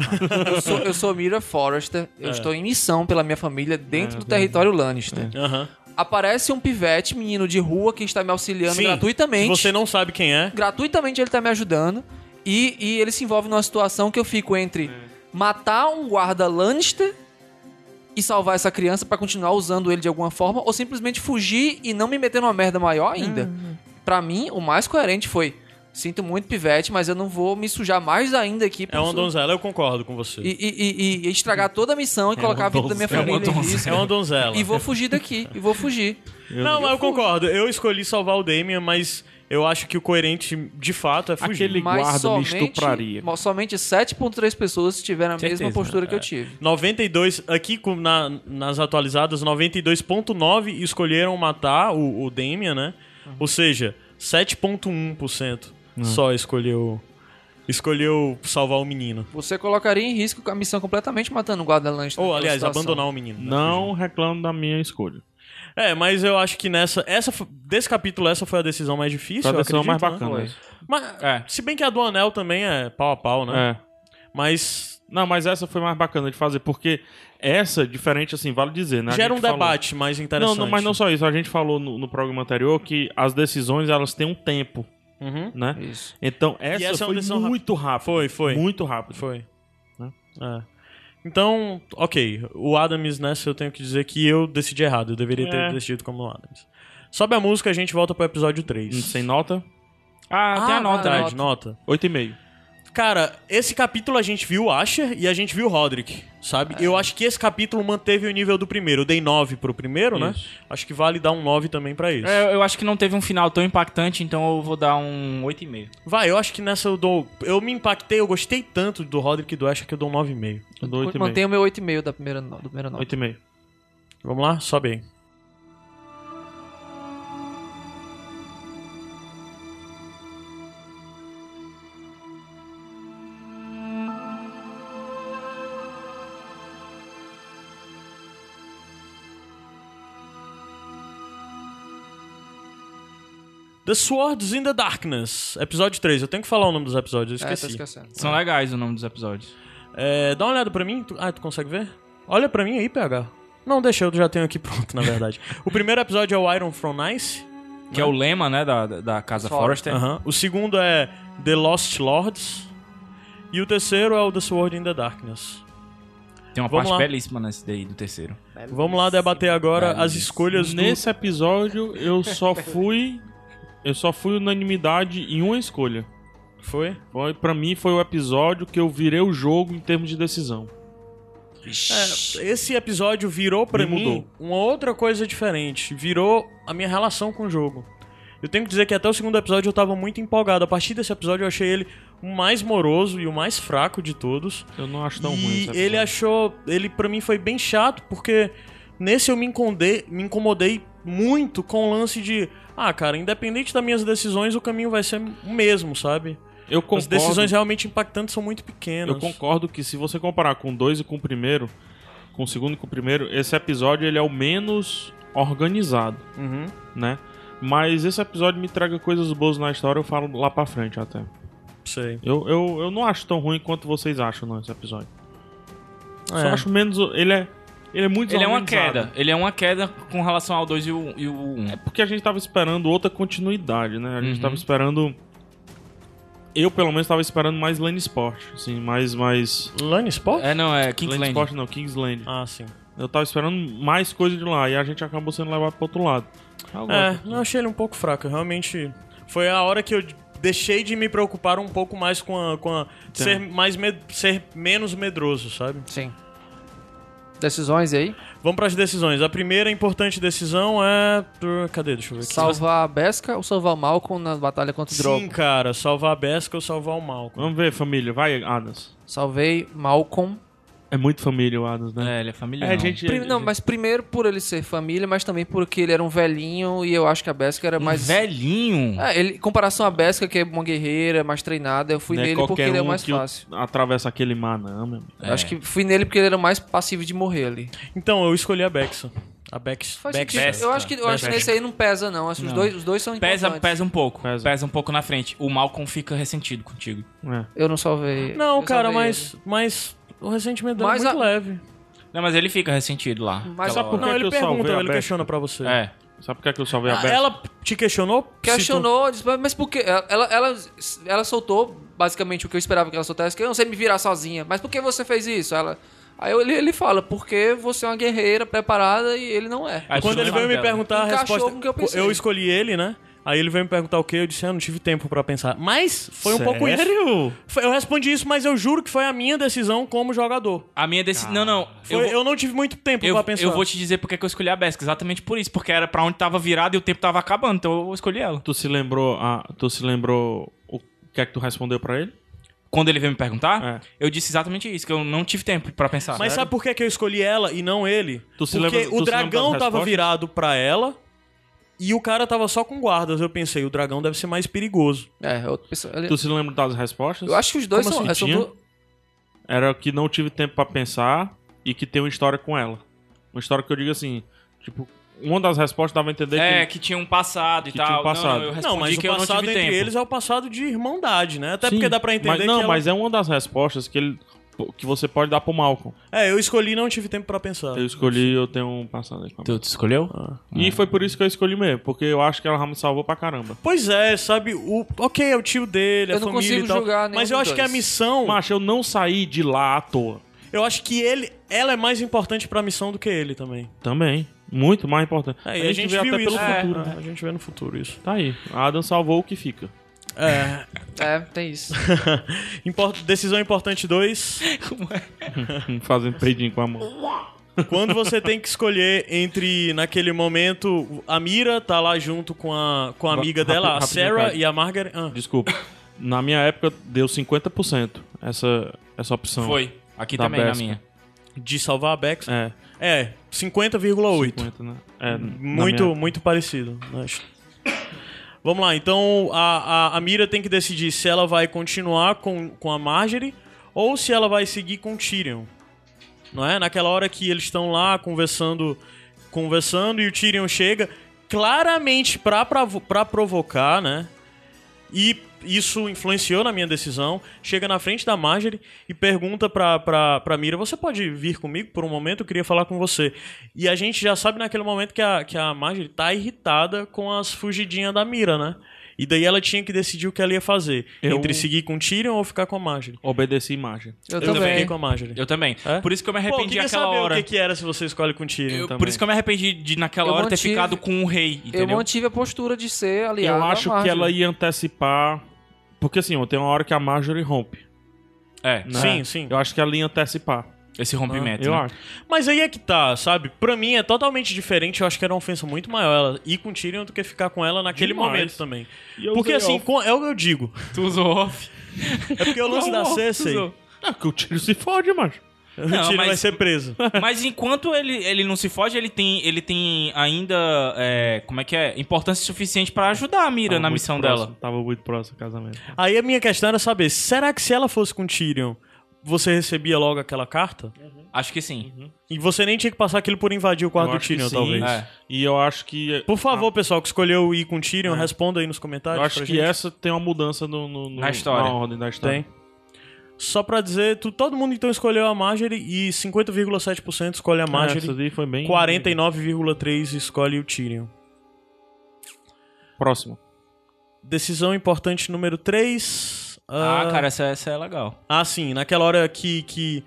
Speaker 3: eu sou, eu sou Mira Forrester, eu estou em missão pela minha família
Speaker 4: É,
Speaker 3: dentro do território Lannister.
Speaker 1: Aham.
Speaker 3: Aparece um pivete, menino de rua, que está me auxiliando
Speaker 1: Sim,
Speaker 3: gratuitamente.
Speaker 1: que Você não sabe quem é.
Speaker 3: Gratuitamente ele está me ajudando. E, e ele se envolve numa situação que eu fico entre
Speaker 1: É.
Speaker 3: matar um guarda Lannister e salvar essa criança para continuar usando ele de alguma forma, ou simplesmente fugir e não me meter numa merda maior ainda. Pra mim, o mais coerente foi: sinto muito pivete, mas eu não vou me sujar mais ainda aqui.
Speaker 1: É
Speaker 3: por
Speaker 1: uma
Speaker 3: su-
Speaker 1: donzela, eu concordo com você.
Speaker 3: e, e- e- e estragar toda a missão e colocar a vida da minha
Speaker 4: donzela,
Speaker 3: família
Speaker 4: é
Speaker 3: em
Speaker 4: uma
Speaker 3: risco.
Speaker 1: um É uma donzela.
Speaker 3: E vou fugir daqui, e vou fugir.
Speaker 1: Não, mas eu concordo. Eu escolhi salvar o Damien, mas eu acho que o coerente de fato é fugir.
Speaker 2: Aquele-
Speaker 3: Mas
Speaker 2: guarda me
Speaker 3: somente,
Speaker 2: estupraria.
Speaker 3: mas somente 7.3 pessoas tiveram a
Speaker 2: Certeza,
Speaker 3: mesma postura que
Speaker 2: é.
Speaker 3: eu tive.
Speaker 1: 92, aqui com- na- nas atualizadas, 92,9 escolheram matar o, o Damien, né? Ou seja, 7,1% só escolheu, escolheu salvar o menino.
Speaker 3: Você colocaria em risco a missão completamente matando um o guarda lanche.
Speaker 1: Ou, aliás, abandonar o menino. né?
Speaker 2: Não reclamo da minha escolha.
Speaker 1: É, mas eu acho que nessa. Essa, f- desse capítulo, essa foi a decisão mais difícil.
Speaker 2: Foi a
Speaker 1: eu
Speaker 2: decisão é mais
Speaker 1: acredito, né?
Speaker 2: bacana.
Speaker 1: Mas,
Speaker 4: É.
Speaker 1: Se bem que a do Anel também é pau a pau, né?
Speaker 2: É.
Speaker 1: Mas
Speaker 2: Não, mas essa foi mais bacana de fazer, porque essa, diferente assim, vale dizer, né? A
Speaker 1: gera um
Speaker 2: gente falou-
Speaker 1: debate mais
Speaker 2: Não,
Speaker 1: interessante.
Speaker 2: não, mas não só isso. A gente falou no, no programa anterior que as decisões, elas têm um tempo,
Speaker 1: Uhum.
Speaker 2: né?
Speaker 3: Isso.
Speaker 2: Então, essa,
Speaker 1: essa é uma
Speaker 2: foi
Speaker 1: decisão rápida.
Speaker 2: muito rápida.
Speaker 1: Foi, foi.
Speaker 2: Muito rápida.
Speaker 1: Foi.
Speaker 2: Né?
Speaker 1: É. Então, ok. O Adams, nessa eu tenho que dizer que eu decidi errado. Eu deveria ter
Speaker 2: É.
Speaker 1: decidido como o Adams. Sobe a música e a gente volta pro episódio 3.
Speaker 2: Hum, Sem nota,
Speaker 4: Ah, tem
Speaker 3: Ah,
Speaker 4: a nota.
Speaker 3: vai,
Speaker 4: né?
Speaker 1: Verdade, nota.
Speaker 2: 8,5.
Speaker 1: Cara, esse capítulo a gente viu o Asher e a gente viu o Roderick, sabe? Eu acho que esse capítulo manteve o nível do primeiro. Eu dei 9 pro primeiro, né?
Speaker 2: Isso.
Speaker 1: Acho que vale dar um 9 também pra isso.
Speaker 4: É, eu acho que não teve um final tão impactante, então eu vou dar um 8,5.
Speaker 1: Vai, eu acho que nessa eu dou. Eu me impactei, eu gostei tanto do Roderick e do Asher que eu dou um 9,5.
Speaker 2: Eu dou 8,5.
Speaker 3: Mantenho o meu 8,5 da primeira no- do primeiro nota.
Speaker 2: 8,5.
Speaker 1: Vamos lá? Sobe aí. The Swords in the Darkness, episódio 3. Eu tenho que falar o nome dos episódios, eu
Speaker 3: É, tá
Speaker 1: esqueci.
Speaker 3: esquecendo.
Speaker 4: São legais o nome dos episódios.
Speaker 1: É, dá uma olhada pra mim. Tu- Ah, tu consegue ver? Olha pra mim aí, PH. Não, deixa, eu já tenho aqui pronto, na verdade. o primeiro episódio é o Iron From Nice.
Speaker 4: Que é o lema, né, da, da- da Casa
Speaker 3: Fora.
Speaker 4: Forrester.
Speaker 1: Aham. O segundo é The Lost Lords. E o terceiro é o The Sword in the Darkness.
Speaker 4: Tem uma
Speaker 1: Vamos
Speaker 4: parte
Speaker 1: lá.
Speaker 4: belíssima nesse daí, do terceiro.
Speaker 1: Vamos lá debater agora as escolhas do...
Speaker 2: Nesse episódio, eu só fui... Eu só fui unanimidade em uma escolha.
Speaker 1: Foi?
Speaker 2: Foi, pra mim foi o episódio que eu virei o jogo em termos de decisão.
Speaker 1: É, esse episódio virou pra
Speaker 2: Me
Speaker 1: mim
Speaker 2: mudou.
Speaker 1: uma outra coisa diferente. Virou a minha relação com o jogo. Eu tenho que dizer que até o segundo episódio eu tava muito empolgado. A partir desse episódio eu achei ele o mais moroso e o mais fraco de todos.
Speaker 2: Eu não acho tão
Speaker 1: e é
Speaker 2: ruim. esse episódio.
Speaker 1: ele achou, ele pra mim foi bem chato porque Nesse eu me, incondei, me incomodei muito com o lance de. Ah, cara, independente das minhas decisões, o caminho vai ser o mesmo, sabe?
Speaker 2: Eu concordo,
Speaker 1: As decisões realmente impactantes são muito pequenas.
Speaker 2: eu concordo que se você comparar com o 2 e com o primeiro, com o segundo e com o primeiro, esse episódio ele é o menos organizado,
Speaker 1: Uhum.
Speaker 2: né? Mas esse episódio me traga coisas boas na história, eu falo lá pra frente até.
Speaker 1: Sei.
Speaker 2: Eu, eu, eu não acho tão ruim quanto vocês acham não, esse episódio. Só
Speaker 1: É.
Speaker 2: acho menos. Ele é. Ele é muito
Speaker 4: Ele é uma
Speaker 2: desorganizado.
Speaker 4: queda. Ele é uma queda com relação ao 2 e o 1. E o um.
Speaker 2: Porque a gente tava esperando outra continuidade, né? A gente
Speaker 4: Uhum.
Speaker 2: tava esperando. Eu, pelo menos, tava esperando mais Lane Sport. Assim, mais. mais...
Speaker 1: Lane Sport?
Speaker 4: É, não, é Kingsland.
Speaker 2: Sport não, Kingsland.
Speaker 1: Ah, sim.
Speaker 2: Eu tava esperando mais coisa de lá. E a gente acabou sendo levado pro outro lado. Eu
Speaker 1: É,
Speaker 2: gosto.
Speaker 1: eu achei ele um pouco fraco. Realmente foi a hora que eu deixei de me preocupar um pouco mais com a. Com a ser, mais med- ser menos medroso, sabe?
Speaker 3: Sim. Decisões aí.
Speaker 1: Vamos pras decisões. A primeira importante decisão é. tu- Cadê? Deixa eu ver aqui.
Speaker 3: Salvar a Besca ou salvar o Malcolm na batalha contra o
Speaker 1: Sim,
Speaker 3: Drogo?
Speaker 1: cara. Salvar a Besca ou salvar o Malcolm.
Speaker 2: Vamos ver, família. Vai, Adams.
Speaker 3: Salvei Malcolm.
Speaker 2: É muito família o Adams, né?
Speaker 4: É, ele é familiar.
Speaker 2: É, gente.
Speaker 3: Prim- Não, mas primeiro por ele ser família, mas também porque ele era um velhinho e eu acho que a Besca
Speaker 2: Um
Speaker 3: era mais...
Speaker 4: Mas velhinho.
Speaker 3: É, ele, em comparação à Besca, que é uma guerreira, mais treinada, eu fui
Speaker 2: né,
Speaker 3: nele
Speaker 2: qualquer
Speaker 3: porque ele é
Speaker 2: um
Speaker 3: o mais
Speaker 2: que o-
Speaker 3: fácil.
Speaker 2: Atravessa aquele mar, não, meu amigo.
Speaker 4: É.
Speaker 3: Acho que fui nele porque ele era o mais passivo de morrer ali.
Speaker 1: Então, eu escolhi a Bexa. A Bex.
Speaker 3: Faz
Speaker 1: Bex.
Speaker 3: sentido. Eu acho que, eu acho que nesse aí não pesa, não. Acho que os
Speaker 4: Não.
Speaker 3: dois, os dois são
Speaker 4: Pesa,
Speaker 3: importantes.
Speaker 4: pesa um pouco.
Speaker 2: Pesa.
Speaker 4: Pesa. um pouco na frente. O Malcolm fica ressentido contigo.
Speaker 2: É.
Speaker 3: Eu não salvei.
Speaker 1: Não,
Speaker 3: eu
Speaker 1: cara,
Speaker 3: salvei
Speaker 1: mas. Mas. O ressentimento dele é
Speaker 3: Mas
Speaker 1: muito
Speaker 3: a-
Speaker 1: leve.
Speaker 4: Não, mas ele fica ressentido lá.
Speaker 3: ele. Mas
Speaker 4: aquela
Speaker 2: Só
Speaker 4: hora.
Speaker 2: por que
Speaker 1: Não,
Speaker 2: que
Speaker 1: ele
Speaker 2: eu salvei
Speaker 1: pergunta,
Speaker 2: a
Speaker 1: ele
Speaker 2: Bex?
Speaker 1: questiona pra você.
Speaker 4: É.
Speaker 2: Sabe por que, é que eu salvei a
Speaker 1: Ah,
Speaker 2: Beth?
Speaker 1: Ela te questionou?
Speaker 3: Questionou, disse, mas por que? Ela, ela, ela soltou basicamente o que eu esperava que ela soltasse, que eu não sei me virar sozinha. Mas por que você fez isso? Ela, aí eu- ele, ele fala, porque você é uma guerreira preparada e ele não é.
Speaker 4: Aí
Speaker 1: Quando
Speaker 4: tu
Speaker 1: ele
Speaker 4: lembra
Speaker 1: veio me
Speaker 4: dela.
Speaker 1: perguntar a
Speaker 3: Encaixou
Speaker 1: resposta,
Speaker 3: com o que eu pensei.
Speaker 1: escolhi ele, né? Aí ele veio me perguntar o quê, eu disse, ah, não tive tempo pra pensar. Mas foi um pouco isso.
Speaker 2: Sério?
Speaker 1: Foi- Eu respondi isso, mas eu juro que foi a minha decisão como jogador.
Speaker 4: A minha decisão. Não, não.
Speaker 1: Foi-
Speaker 4: eu,
Speaker 1: eu,
Speaker 4: vou-
Speaker 1: não tive muito tempo
Speaker 4: eu,
Speaker 1: pra pensar.
Speaker 4: eu vou te dizer porque que eu escolhi a Besca. Exatamente por isso. Porque era pra onde tava virado e o tempo tava acabando. Então eu escolhi ela.
Speaker 2: Tu se lembrou, a, tu se lembrou o que é que tu respondeu pra ele?
Speaker 4: Quando ele veio me perguntar,
Speaker 2: É.
Speaker 4: eu disse exatamente isso. Que eu não tive tempo pra pensar.
Speaker 1: Mas sabe por que, que eu escolhi ela e não ele?
Speaker 2: Tu se
Speaker 1: Porque
Speaker 2: lembra- tu
Speaker 1: o
Speaker 2: se
Speaker 1: dragão
Speaker 2: lembra da
Speaker 1: tava
Speaker 2: resposta?
Speaker 1: virado pra ela e o cara tava só com guardas. Eu pensei, o dragão deve ser mais perigoso.
Speaker 3: É, outra pessoa. ele-
Speaker 2: Tu se lembra das respostas?
Speaker 3: eu acho que os dois
Speaker 2: Como
Speaker 3: são. é,
Speaker 2: assim,
Speaker 3: são
Speaker 2: tinha?
Speaker 3: du-
Speaker 2: Era que não tive tempo pra pensar e que tem uma história com ela. Uma história que eu digo assim, tipo, uma das respostas dava a entender
Speaker 4: É,
Speaker 2: que...
Speaker 4: que tinha um passado e
Speaker 2: Que
Speaker 4: tal.
Speaker 2: tinha um passado.
Speaker 4: Não, não, eu respondi
Speaker 1: Não, mas
Speaker 4: que
Speaker 1: o
Speaker 4: eu não
Speaker 1: passado
Speaker 4: tive
Speaker 1: entre
Speaker 4: tempo.
Speaker 1: eles é o passado de irmandade, né? Até
Speaker 2: Sim,
Speaker 1: porque dá pra entender
Speaker 2: mas,
Speaker 1: que um
Speaker 2: Não,
Speaker 1: ela-
Speaker 2: mas é uma das respostas que ele... Que você pode dar pro Malcolm.
Speaker 1: É, eu escolhi e não tive tempo pra pensar. Ah.
Speaker 2: Eu escolhi, eu tenho um passado aí. com a
Speaker 1: é
Speaker 4: Tu, tu escolheu?
Speaker 2: E foi por isso que eu escolhi mesmo, porque eu acho que ela já me salvou pra caramba.
Speaker 1: Pois é, sabe? O... Ok, é o tio dele,
Speaker 3: Eu
Speaker 1: a
Speaker 3: não
Speaker 1: família
Speaker 3: consigo
Speaker 1: e tal.
Speaker 3: julgar nenhum
Speaker 1: mas eu
Speaker 3: dos
Speaker 1: acho que a
Speaker 3: dois.
Speaker 1: missão.
Speaker 2: Mas eu não saí de lá à toa.
Speaker 1: Eu acho que ele, ela é mais importante pra missão do que ele também.
Speaker 2: Também. Muito mais importante.
Speaker 1: É, e a gente,
Speaker 2: vê
Speaker 1: viu
Speaker 2: até
Speaker 1: isso.
Speaker 2: pelo
Speaker 1: É,
Speaker 2: futuro. né?
Speaker 1: é, a gente vê no futuro isso.
Speaker 2: Tá aí. A Adam salvou o que fica.
Speaker 1: É.
Speaker 3: É, tem isso.
Speaker 1: import- Decisão importante 2. é?
Speaker 2: Fazendo peidinho com a mão.
Speaker 1: Quando você tem que escolher entre, naquele momento, a Mira tá lá junto com a, com a
Speaker 2: Va-
Speaker 1: amiga
Speaker 2: rapi-
Speaker 1: dela, a
Speaker 2: rapidinho,
Speaker 1: Sarah,
Speaker 2: cara.
Speaker 1: e a Margaret. Ah,
Speaker 2: Desculpa. Na minha época, deu 50% essa, essa opção.
Speaker 4: Foi. Aqui
Speaker 2: Da
Speaker 4: também,
Speaker 2: Besca.
Speaker 4: na minha.
Speaker 1: de salvar a Bex.
Speaker 2: É.
Speaker 1: É, 50,8.
Speaker 2: 50, né? É, na
Speaker 1: Muito,
Speaker 2: minha-
Speaker 1: muito parecido. acho. Vamos lá, então a, a, a Mira tem que decidir se ela vai continuar com, com a Marjorie ou se ela vai seguir com o Tyrion. Não é? Naquela hora que eles estão lá conversando, conversando e o Tyrion chega claramente pra, pravo- pra provocar, né? E isso influenciou na minha decisão. Chega na frente da Marjorie e pergunta pra, pra, pra Mira: Você pode vir comigo por um momento? Eu queria falar com você. E a gente já sabe naquele momento que a, que a Marjorie tá irritada com as fugidinhas da Mira, né? E daí ela tinha que decidir o que ela ia fazer:
Speaker 2: Eu-
Speaker 1: entre seguir com o Tyrion ou ficar com a Marjorie.
Speaker 2: Obedeci imagem.
Speaker 3: Eu,
Speaker 1: Eu fiquei
Speaker 3: também.
Speaker 1: com a Marjorie.
Speaker 4: Eu também.
Speaker 1: É?
Speaker 4: Por isso que eu me
Speaker 1: Pô, eu
Speaker 4: arrependi
Speaker 1: queria
Speaker 4: aquela
Speaker 1: saber
Speaker 4: hora.
Speaker 1: o que, que era se você escolhe com o Tyrion. então.
Speaker 4: Eu- por
Speaker 2: também.
Speaker 4: isso que eu me arrependi de, naquela
Speaker 3: Eu
Speaker 4: hora, ter
Speaker 3: mantive-
Speaker 4: ficado com o rei,
Speaker 3: Eu
Speaker 4: entendeu?
Speaker 3: mantive a postura de ser aliado.
Speaker 2: Eu
Speaker 3: à
Speaker 2: acho que
Speaker 3: Marjorie.
Speaker 2: ela ia antecipar. Porque assim, ó, tem uma hora que a Marjorie rompe.
Speaker 4: É,
Speaker 2: né?
Speaker 1: Sim, sim.
Speaker 2: Eu acho que ela ia antecipar.
Speaker 4: esse rompimento.
Speaker 2: eu
Speaker 4: né?
Speaker 2: acho.
Speaker 1: Mas aí é que tá, sabe? Pra mim é totalmente diferente. Eu acho que era uma ofensa muito maior ela ir com o Tyrion do que ficar com ela naquele
Speaker 2: Demais.
Speaker 1: momento também.
Speaker 2: E eu
Speaker 1: Porque
Speaker 2: usei
Speaker 1: assim,
Speaker 2: off.
Speaker 1: com- é o que eu digo.
Speaker 4: Tu usou off.
Speaker 1: É porque o lance da Cersei.
Speaker 2: Ah, que o tiro se fode, macho.
Speaker 1: O
Speaker 4: Não,
Speaker 1: Tiro
Speaker 4: mas-
Speaker 1: vai ser preso.
Speaker 4: Mas enquanto ele, ele não se foge, ele tem, ele tem ainda. é, como é que é? Importância suficiente pra ajudar a Mira
Speaker 2: Tava
Speaker 4: na
Speaker 2: muito
Speaker 4: missão
Speaker 2: próximo,
Speaker 4: dela.
Speaker 2: Tava muito próximo do casamento.
Speaker 1: Aí a minha questão era saber, será que se ela fosse com Tyrion, você recebia logo aquela carta?
Speaker 4: Acho que sim.
Speaker 1: E você nem tinha que passar aquilo por invadir o quarto
Speaker 2: Eu
Speaker 1: do
Speaker 2: acho que
Speaker 1: Tyrion,
Speaker 2: sim.
Speaker 1: talvez.
Speaker 4: É.
Speaker 2: E eu acho que.
Speaker 1: Por favor, pessoal que escolheu ir com Tyrion, responda aí nos comentários.
Speaker 2: É. Eu acho
Speaker 1: pra
Speaker 2: que é
Speaker 1: gente.
Speaker 2: essa tem uma mudança no, no- no-
Speaker 4: Na história.
Speaker 2: na ordem da
Speaker 4: Tá.
Speaker 2: história.
Speaker 1: Tem. Só pra dizer, tu, todo mundo então escolheu a Marjorie e 50,7% escolhe a
Speaker 2: Marjorie, essa
Speaker 1: Marjorie,
Speaker 2: daí foi bem.
Speaker 1: 49,3% escolhe o Tyrion.
Speaker 2: Próximo.
Speaker 1: Decisão importante número 3.
Speaker 4: Ah, cara, essa, essa é legal.
Speaker 1: Ah, sim, naquela hora que, que,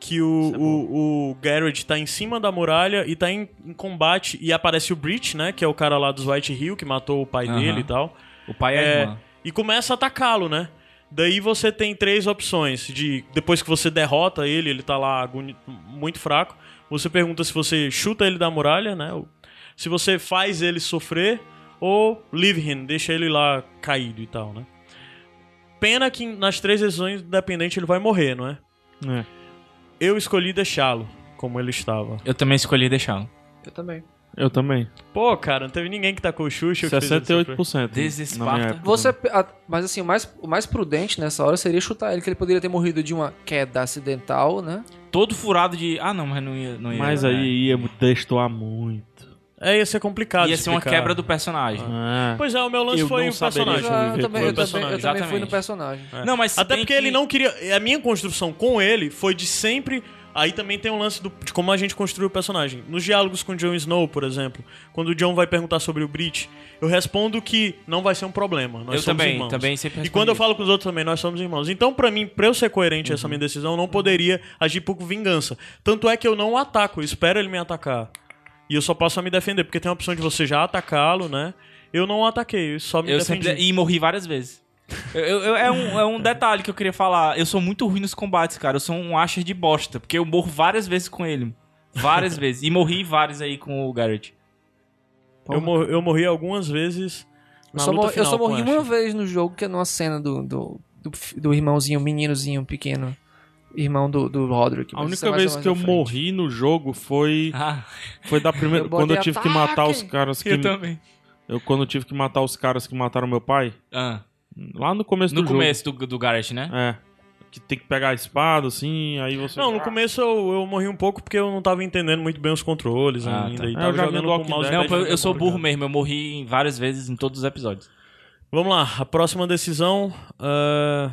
Speaker 1: que
Speaker 4: é
Speaker 1: o, o, o Garrett tá em cima da muralha e tá em, em combate e aparece o Breach, né? Que é o cara lá dos White Hill que matou o pai
Speaker 4: Aham.
Speaker 1: dele e tal.
Speaker 4: O pai é,
Speaker 1: É,
Speaker 4: a irmã.
Speaker 1: e começa a atacá-lo, né? Daí você tem três opções de depois que você derrota ele, ele tá lá agoni- muito fraco. Você pergunta se você chuta ele da muralha, né? Ou se você faz ele sofrer ou leave him, deixa ele lá caído e tal, né? Pena que nas três decisões independente ele vai morrer, não é?
Speaker 2: É.
Speaker 1: Eu escolhi deixá-lo como ele estava.
Speaker 4: Eu também escolhi deixá-lo.
Speaker 3: Eu também.
Speaker 2: Eu também.
Speaker 1: Pô, cara, não teve ninguém que tacou o Xuxa. que é. fez ele sofrer.
Speaker 2: 68%.
Speaker 4: Desde
Speaker 2: na minha
Speaker 4: Esparta.
Speaker 2: época.
Speaker 3: Você, a- mas assim, o mais, o mais prudente nessa hora seria chutar ele, que ele poderia ter morrido de uma queda acidental, né?
Speaker 4: Todo furado de. Ah, não, mas não ia. Não ia
Speaker 2: Mas
Speaker 4: né?
Speaker 2: aí ia destoar muito.
Speaker 1: É, ia ser complicado.
Speaker 4: Ia ser uma
Speaker 1: explicar.
Speaker 4: quebra do personagem.
Speaker 2: Ah.
Speaker 1: Pois é, o meu lance
Speaker 2: Eu
Speaker 1: foi
Speaker 2: não
Speaker 1: o
Speaker 2: saberia
Speaker 1: personagem.
Speaker 2: Deixa eu
Speaker 3: Ah,
Speaker 2: ver
Speaker 3: eu também,
Speaker 2: qual é
Speaker 3: eu
Speaker 2: o
Speaker 3: também, eu
Speaker 4: personagem.
Speaker 3: também fui no
Speaker 4: Exatamente. É.
Speaker 3: personagem.
Speaker 1: Ah.
Speaker 4: Não, mas se
Speaker 1: Até
Speaker 4: bem
Speaker 1: porque
Speaker 4: que-
Speaker 1: ele não queria. e A minha construção com ele foi de sempre. Aí também tem um lance do- de como a gente construiu o personagem. Nos diálogos com o Jon Snow, por exemplo, quando o Jon vai perguntar sobre o Brit, eu respondo que não vai ser um problema. Nós
Speaker 4: Eu
Speaker 1: somos
Speaker 4: também,
Speaker 1: irmãos.
Speaker 4: também
Speaker 1: E
Speaker 4: sempre respondi Uhum.
Speaker 1: quando eu
Speaker 4: isso.
Speaker 1: falo com os outros também, nós somos irmãos. Então, pra mim, pra eu ser coerente a essa minha decisão, eu não poderia agir por vingança. Tanto é que eu não o ataco, eu espero ele me atacar. E eu só passo a me defender, porque tem a opção de você já atacá-lo, né? Eu não o ataquei, eu só me
Speaker 4: Eu
Speaker 1: defendi.
Speaker 4: sempre. E morri várias vezes. Eu- eu- eu- é, um, é um detalhe que eu queria falar. Eu sou muito ruim nos combates, cara. Eu sou um Asher de bosta. Porque eu morro várias vezes com ele. Várias vezes. E morri várias aí com o Garrett.
Speaker 1: Eu, mor- eu morri algumas vezes.
Speaker 3: Eu
Speaker 1: na
Speaker 3: só,
Speaker 1: luta
Speaker 3: mor- eu
Speaker 1: final
Speaker 3: só
Speaker 1: com
Speaker 3: morri
Speaker 1: Asher.
Speaker 3: uma vez no jogo, que é numa cena do, do, do, fi- do irmãozinho, um meninozinho pequeno. Irmão do, do Roderick.
Speaker 2: A
Speaker 3: mas isso é
Speaker 2: única
Speaker 3: mais
Speaker 2: vez
Speaker 3: ou
Speaker 2: que eu
Speaker 3: menos à frente.
Speaker 2: morri no jogo foi
Speaker 4: Ah,
Speaker 2: foi da primeira
Speaker 3: Eu botei
Speaker 2: quando eu tive que matar os
Speaker 3: ataque.
Speaker 2: caras que
Speaker 4: eu também.
Speaker 2: eu quando eu tive que matar os caras que mataram meu pai
Speaker 4: Ah,
Speaker 2: lá no começo
Speaker 4: no
Speaker 2: do
Speaker 4: começo do, do Garrett, né?
Speaker 2: jogo. É. Que tem que pegar a espada assim, aí você
Speaker 1: Não,
Speaker 3: Ah.
Speaker 1: no começo eu, eu morri um pouco porque eu não tava entendendo muito bem os controles
Speaker 4: Ah,
Speaker 1: ainda.
Speaker 4: tá.
Speaker 1: E
Speaker 2: É,
Speaker 1: tava
Speaker 2: eu já vi
Speaker 1: jogando
Speaker 2: no
Speaker 1: com o
Speaker 2: Walking
Speaker 1: mouse
Speaker 2: Dead.
Speaker 4: Não,
Speaker 1: e
Speaker 4: eu,
Speaker 1: pad
Speaker 4: eu sou burro
Speaker 1: complicado.
Speaker 4: mesmo. Eu morri em várias vezes em todos os episódios.
Speaker 1: Vamos lá, a próxima decisão. ah,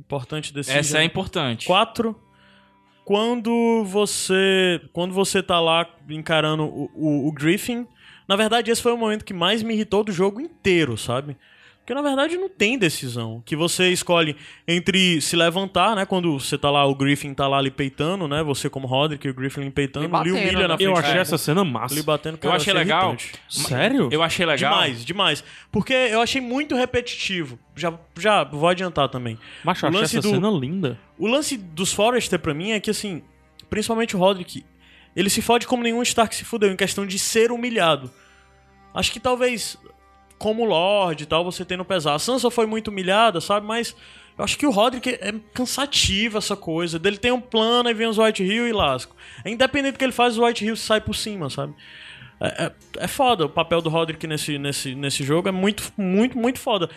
Speaker 1: importante decisão.
Speaker 4: Essa é importante.
Speaker 1: 4. Quando você. Quando você tá lá encarando o, o- o Griffin. Na verdade, esse foi o momento que mais me irritou do jogo inteiro, sabe? Porque na verdade não tem decisão. Que você escolhe entre se levantar, né? Quando você tá lá, o Griffin tá lá ali peitando, né? Você como Roderick e o Griffin ali peitando,
Speaker 3: Ele batendo,
Speaker 1: lhe humilha
Speaker 3: né?
Speaker 1: na frente.
Speaker 2: Eu
Speaker 1: do
Speaker 2: achei
Speaker 1: povo,
Speaker 2: essa cena massa.
Speaker 1: Lhe batendo
Speaker 4: Eu
Speaker 1: cara,
Speaker 4: achei
Speaker 1: isso é
Speaker 4: legal.
Speaker 1: irritante.
Speaker 2: Sério?
Speaker 4: Eu achei legal.
Speaker 1: Demais, demais. Porque eu achei muito repetitivo. Já, já vou adiantar também.
Speaker 2: Macho, eu
Speaker 1: O
Speaker 2: achei
Speaker 1: lance
Speaker 2: essa
Speaker 1: do-
Speaker 2: cena linda.
Speaker 1: O lance dos Forrester pra mim é que, assim, principalmente o Roderick, ele se fode como nenhum Stark se fudeu, em questão de ser humilhado. Acho que talvez, como Lorde e tal, você tendo pesar. A Sansa foi muito humilhada, sabe? Mas eu acho que o Roderick é cansativo essa coisa. Dele tem um plano, aí vem os White Hill e lasco. É independente do que ele faz, os White Hill sai por cima, sabe? É, é, é foda o papel do Roderick nesse, nesse, nesse jogo, é muito, muito, muito foda.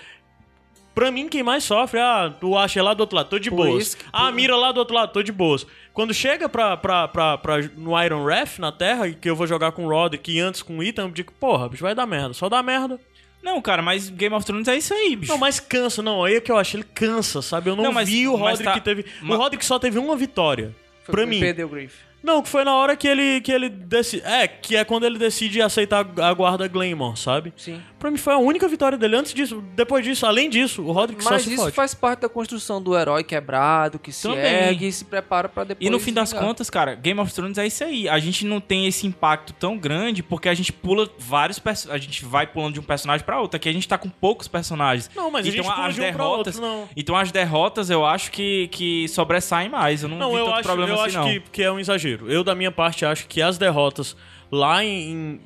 Speaker 1: Pra mim, quem mais sofre, ah, tu acha lá do outro lado, tô de
Speaker 3: Por
Speaker 1: boas.
Speaker 3: isso que-
Speaker 1: Ah, mira lá do outro lado, tô de boas. Quando chega pra, pra, pra, pra- no Iron Ref, na Terra, e que eu vou jogar com o Roderick e antes com o Ethan, eu digo, porra, bicho, vai dar merda, só dá merda.
Speaker 4: Não, cara, mas Game of Thrones é isso aí, bicho.
Speaker 1: Não, mas cansa, não, aí é que eu acho, ele cansa, sabe? Eu não,
Speaker 4: Não, mas-
Speaker 1: vi o
Speaker 4: mas
Speaker 1: Roderick
Speaker 4: tá-
Speaker 1: que teve...
Speaker 4: ma-
Speaker 1: O Roderick só teve uma vitória,
Speaker 3: Foi
Speaker 1: pra
Speaker 3: quando
Speaker 1: mim.
Speaker 3: ele Perdeu o Griff.
Speaker 1: Não, que foi na hora que ele, que ele decide. É, que é quando ele decide aceitar a guarda Glaymore, sabe?
Speaker 3: Sim.
Speaker 1: Pra mim foi a única vitória dele. Antes disso, depois disso, além disso, o Roderick só
Speaker 3: Mas
Speaker 1: se
Speaker 3: isso
Speaker 1: fode.
Speaker 3: faz parte da construção do herói quebrado, que se
Speaker 4: Também.
Speaker 3: ergue e se prepara pra depois.
Speaker 4: E no fim das
Speaker 3: vingar.
Speaker 4: contas, cara, Game of Thrones é isso aí. A gente não tem esse impacto tão grande porque a gente pula vários personagens. A gente vai pulando de um personagem pra outro. Aqui a gente tá com poucos personagens.
Speaker 1: Não, mas a gente pula de um pra outro, não.
Speaker 4: Então as derrotas eu acho que, que sobressaem mais. Eu não,
Speaker 1: Não,
Speaker 4: vi
Speaker 1: eu
Speaker 4: tanto
Speaker 1: acho,
Speaker 4: problema
Speaker 1: eu
Speaker 4: assim,
Speaker 1: acho
Speaker 4: não.
Speaker 1: que, que é um exagero. Eu, da minha parte, acho que as derrotas lá em. em-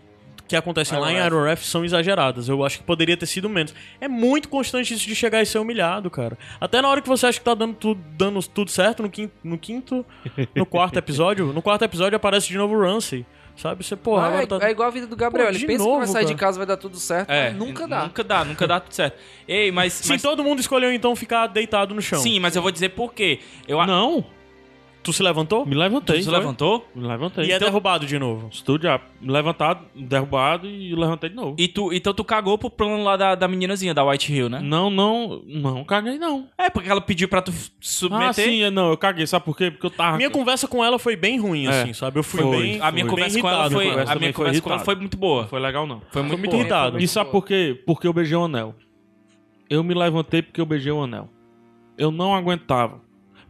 Speaker 1: que acontecem lá em Iron Ref são exageradas. Eu acho que poderia ter sido menos. É muito constante isso de chegar e ser humilhado, cara. Até na hora que você acha que tá dando tudo, dando tudo certo, no quinto, no quinto, no quarto episódio, no quarto episódio aparece de novo o Ramsey. Sabe? Você, porra,
Speaker 3: Ah,
Speaker 1: agora
Speaker 3: é,
Speaker 1: tá...
Speaker 3: é igual a vida do Gabriel.
Speaker 1: Pô,
Speaker 3: ele
Speaker 1: de
Speaker 3: pensa que
Speaker 1: novo,
Speaker 3: vai sair de
Speaker 1: cara.
Speaker 3: casa vai dar tudo certo,
Speaker 4: É,
Speaker 3: mas nunca dá.
Speaker 4: Nunca dá, nunca dá tudo certo. Ei, mas.
Speaker 1: Se
Speaker 4: mas-
Speaker 1: todo mundo escolheu então ficar deitado no chão.
Speaker 4: Sim, mas eu vou dizer por quê. Eu a-
Speaker 2: Não,
Speaker 1: Tu se levantou?
Speaker 2: me levantei.
Speaker 4: Tu se
Speaker 2: foi?
Speaker 4: levantou?
Speaker 2: Me levantei. Então-
Speaker 1: E é derrubado de novo.
Speaker 2: Estúdio, ah, levantado, derrubado e levantei de novo.
Speaker 4: E tu, então tu cagou pro plano lá da, da meninazinha, da White Hill, né?
Speaker 2: Não, não, não caguei não.
Speaker 4: É, porque ela pediu pra tu f- submeter.
Speaker 2: Ah, sim, é, não, eu caguei, sabe por quê? Porque eu tava...
Speaker 1: Minha conversa com ela foi bem ruim,
Speaker 2: É.
Speaker 1: assim, sabe? Eu fui
Speaker 2: Foi.
Speaker 1: bem.
Speaker 4: A minha
Speaker 1: bem
Speaker 4: conversa com ela
Speaker 1: irritado
Speaker 4: foi.
Speaker 1: com
Speaker 2: ela.
Speaker 4: A minha
Speaker 2: Também foi
Speaker 4: conversa com ela
Speaker 2: irritado.
Speaker 4: foi muito boa.
Speaker 2: Foi legal não.
Speaker 4: Foi muito
Speaker 1: muito
Speaker 4: boa.
Speaker 1: irritado. é
Speaker 2: E sabe por quê? Porque eu beijei o anel. Eu me levantei porque eu beijei o anel. Eu não aguentava.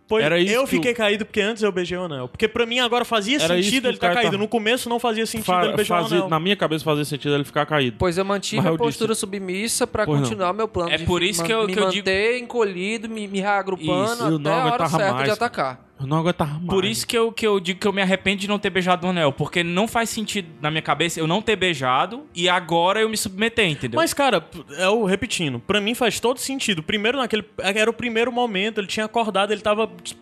Speaker 1: Foi-
Speaker 2: Era isso
Speaker 1: eu
Speaker 2: que
Speaker 1: fiquei
Speaker 2: o-
Speaker 1: caído porque antes eu beijei o anel. Porque pra mim agora fazia
Speaker 2: Era isso
Speaker 1: sentido
Speaker 2: que
Speaker 1: ele
Speaker 2: o
Speaker 1: tá
Speaker 2: cara
Speaker 1: caído.
Speaker 2: tá-
Speaker 1: No começo não fazia sentido
Speaker 2: Fa-
Speaker 1: ele beijar
Speaker 2: fazer-
Speaker 1: o anel.
Speaker 2: na minha cabeça fazia sentido ele ficar caído.
Speaker 3: Pois eu mantive
Speaker 2: Mas eu
Speaker 3: a postura submissa pra
Speaker 2: Pois não.
Speaker 3: continuar meu plano.
Speaker 4: É
Speaker 3: de
Speaker 4: por isso
Speaker 3: man-
Speaker 4: que eu-
Speaker 3: me
Speaker 4: que eu digo-
Speaker 3: manter encolhido, me, me reagrupando
Speaker 4: Isso,
Speaker 2: eu
Speaker 3: até a
Speaker 2: não
Speaker 3: hora
Speaker 2: aguentava
Speaker 3: certa
Speaker 2: mais,
Speaker 3: de
Speaker 2: cara.
Speaker 3: atacar.
Speaker 2: Eu não aguentava mais.
Speaker 4: Por isso que eu, que eu digo que eu me arrependo de não ter beijado o anel. Porque não faz sentido na minha cabeça eu não ter beijado e agora eu me submeter, entendeu?
Speaker 1: Mas, cara, p- eu repetindo, pra mim faz todo sentido. Primeiro naquele. Era o primeiro momento, ele tinha acordado, ele tava. tipo,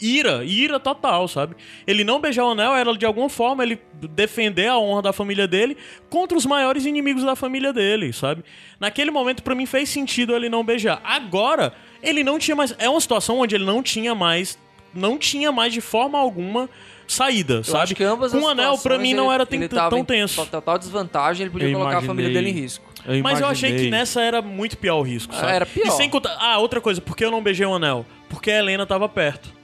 Speaker 1: Ira, ira total, sabe? Ele não beijar o anel era de alguma forma ele defender a honra da família dele contra os maiores inimigos da família dele, sabe? Naquele momento, pra mim, fez sentido ele não beijar. Agora, ele não tinha mais. É uma situação onde ele não tinha mais. Não tinha mais de forma alguma saída,
Speaker 3: Eu
Speaker 1: sabe?
Speaker 3: acho que ambas
Speaker 1: Com
Speaker 3: as
Speaker 1: o anel, pra
Speaker 3: situações
Speaker 1: mim,
Speaker 3: ele-
Speaker 1: não era
Speaker 3: ele
Speaker 1: ten-
Speaker 3: tava
Speaker 1: tão
Speaker 3: em
Speaker 1: tenso.
Speaker 3: Total desvantagem, ele podia
Speaker 2: Eu
Speaker 3: colocar a família dele
Speaker 2: imaginei.
Speaker 3: em risco.
Speaker 1: Mas eu achei que né,
Speaker 2: imaginei.
Speaker 1: nessa era muito pior o risco,
Speaker 3: Ah,
Speaker 1: sabe?
Speaker 3: era pior.
Speaker 1: E sem contar... Ah, outra coisa, por que eu não beijei o anel? Porque a Helena tava perto.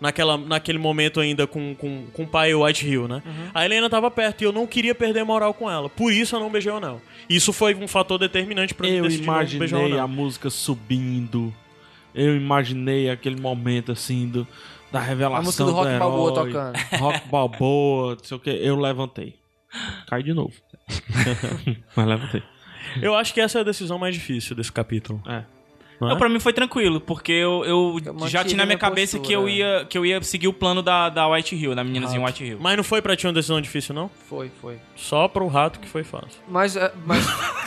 Speaker 1: Naquela, naquele momento ainda com, com, com o pai White Hill, né?
Speaker 3: Uhum.
Speaker 1: A Helena tava perto e eu não queria perder moral com ela. Por isso eu não beijei o anel. Isso foi um fator determinante pra mim
Speaker 2: Eu
Speaker 1: decidir não beijar o
Speaker 2: imaginei a
Speaker 1: anel.
Speaker 2: música subindo. Eu imaginei aquele momento assim do, da revelação.
Speaker 3: A música do Rock
Speaker 2: herói,
Speaker 3: Balboa tocando.
Speaker 2: Rock Balboa, não sei o que. Eu levantei. Cai de novo. Mas levantei.
Speaker 1: Eu acho que essa é a decisão mais difícil desse capítulo.
Speaker 2: É.
Speaker 1: Não é?
Speaker 4: Não, Então, pra mim foi tranquilo, porque eu, eu,
Speaker 3: Eu mantive
Speaker 4: já tinha na minha
Speaker 3: minha
Speaker 4: cabeça que, eu
Speaker 3: postura.
Speaker 4: ia, que eu ia seguir o plano da, da White Hill, da meninazinha White Hill.
Speaker 1: Mas não foi pra ti uma decisão difícil, não?
Speaker 3: Foi, foi.
Speaker 1: Só pro rato que foi fácil.
Speaker 3: Mas, é, mas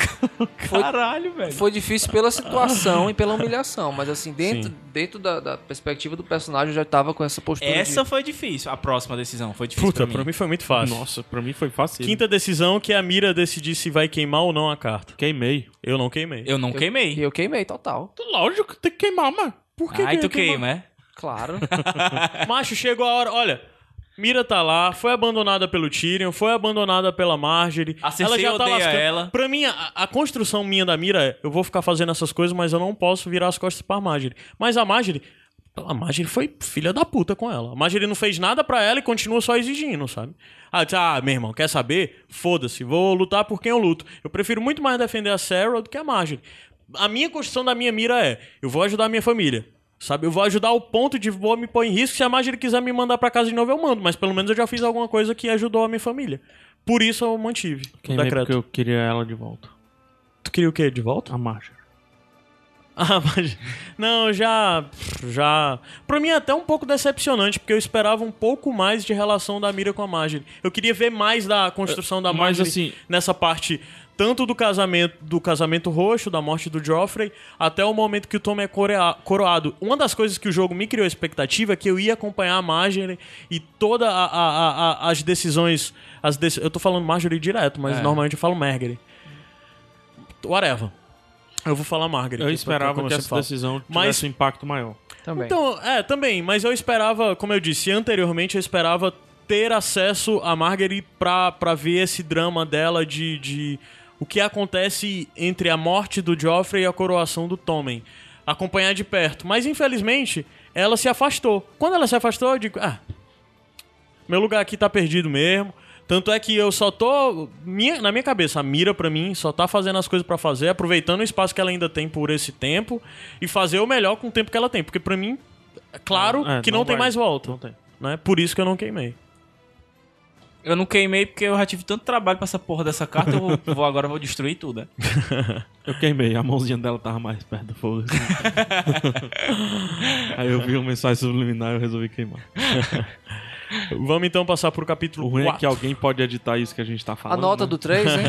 Speaker 3: foi-
Speaker 4: Caralho, velho.
Speaker 3: foi difícil pela situação e pela humilhação. Mas assim, dentro, dentro da, da perspectiva do personagem, eu já tava com essa postura. de-
Speaker 4: Essa foi difícil, a próxima decisão. Foi difícil.
Speaker 1: Puta,
Speaker 4: pra mim.
Speaker 1: pra mim foi muito fácil.
Speaker 2: Nossa, pra mim foi fácil.
Speaker 1: Quinta decisão que é a Mira decidir se vai queimar ou não a carta.
Speaker 2: Queimei.
Speaker 1: Eu não queimei.
Speaker 4: Eu não
Speaker 3: Eu- E
Speaker 4: queimei.
Speaker 3: eu queimei total.
Speaker 2: Lógico que tem que queimar, mano.
Speaker 1: Por
Speaker 4: Ai,
Speaker 1: eu
Speaker 4: tu
Speaker 1: ia queimar?
Speaker 4: queima, é?
Speaker 3: Claro.
Speaker 1: Macho, chegou a hora. Olha, Mira tá lá, foi abandonada pelo Tyrion, foi abandonada pela Marjorie. tá
Speaker 4: A Cersei odeia ela.
Speaker 1: Pra mim, a, a construção minha da Mira é: eu vou ficar fazendo essas coisas, mas eu não posso virar as costas pra Marjorie. Mas a Marjorie. A Marjorie foi filha da puta com ela. A Marjorie não fez nada pra ela e continua só exigindo, sabe? Ah, disse, ah, meu irmão, quer saber? Foda-se, vou lutar por quem eu luto. Eu prefiro muito mais defender a Sarah do que a Marjorie. A minha construção da minha mira é: eu vou ajudar a minha família. Sabe, eu vou ajudar ao ponto de vou me pôr em risco. Se a Marjorie quiser me mandar pra casa de novo, eu mando. Mas pelo menos eu já fiz alguma coisa que ajudou a minha família. Por isso eu mantive o
Speaker 2: Queimei
Speaker 1: decreto.
Speaker 2: porque eu queria ela de volta.
Speaker 1: Tu queria o quê? De volta?
Speaker 2: A marcha.
Speaker 1: Ah, mas... Não, já... Já... Pra mim é até um pouco decepcionante, porque eu esperava um pouco mais de relação da Mira com a Marjorie. Eu queria ver mais da construção da
Speaker 2: Mas
Speaker 1: Marjorie
Speaker 2: assim,
Speaker 1: nessa parte tanto do casamento do casamento roxo, da morte do Joffrey, até o momento que o Tom é corea- coroado. Uma das coisas que o jogo me criou expectativa é que eu ia acompanhar a Marjorie e todas as decisões. As deci- eu tô falando Marjorie direto, mas normalmente eu falo Margaery. Whatever. Eu vou falar Margaery.
Speaker 2: eu
Speaker 1: que é
Speaker 2: esperava
Speaker 1: como
Speaker 2: que
Speaker 1: eu
Speaker 2: essa
Speaker 1: sempre falo.
Speaker 2: decisão tivesse
Speaker 1: Mas-
Speaker 2: um impacto maior.
Speaker 3: Também.
Speaker 1: Então, é, também, mas eu esperava, como eu disse anteriormente, eu esperava ter acesso a Marguerite pra, pra ver esse drama dela de, de o que acontece entre a morte do Joffrey e a coroação do Tommen. Acompanhar de perto. Mas infelizmente, ela se afastou. Quando ela se afastou, eu digo, ah, meu lugar aqui tá perdido mesmo. Tanto é que eu só tô. minha- na minha cabeça, a mira pra mim só tá fazendo as coisas pra fazer, aproveitando o espaço que ela ainda tem por esse tempo e fazer o melhor com o tempo que ela tem. Porque pra mim, é claro
Speaker 2: É,
Speaker 1: que não,
Speaker 2: não
Speaker 1: tem
Speaker 2: vai.
Speaker 1: mais volta.
Speaker 2: Não tem.
Speaker 1: Né? Por isso que eu não queimei.
Speaker 4: Eu não queimei porque eu já tive tanto trabalho pra essa porra dessa carta, eu vou, vou- agora eu vou destruir tudo, né?
Speaker 2: Eu queimei, a mãozinha dela tava mais perto do fogo. assim. um Aí eu vi uma mensagem subliminar e eu resolvi queimar.
Speaker 1: Vamos então passar pro capítulo
Speaker 2: O ruim é que
Speaker 1: 4.
Speaker 2: alguém pode editar isso que a gente tá
Speaker 3: A
Speaker 2: falando.
Speaker 3: nota
Speaker 2: né?
Speaker 3: do 3, hein?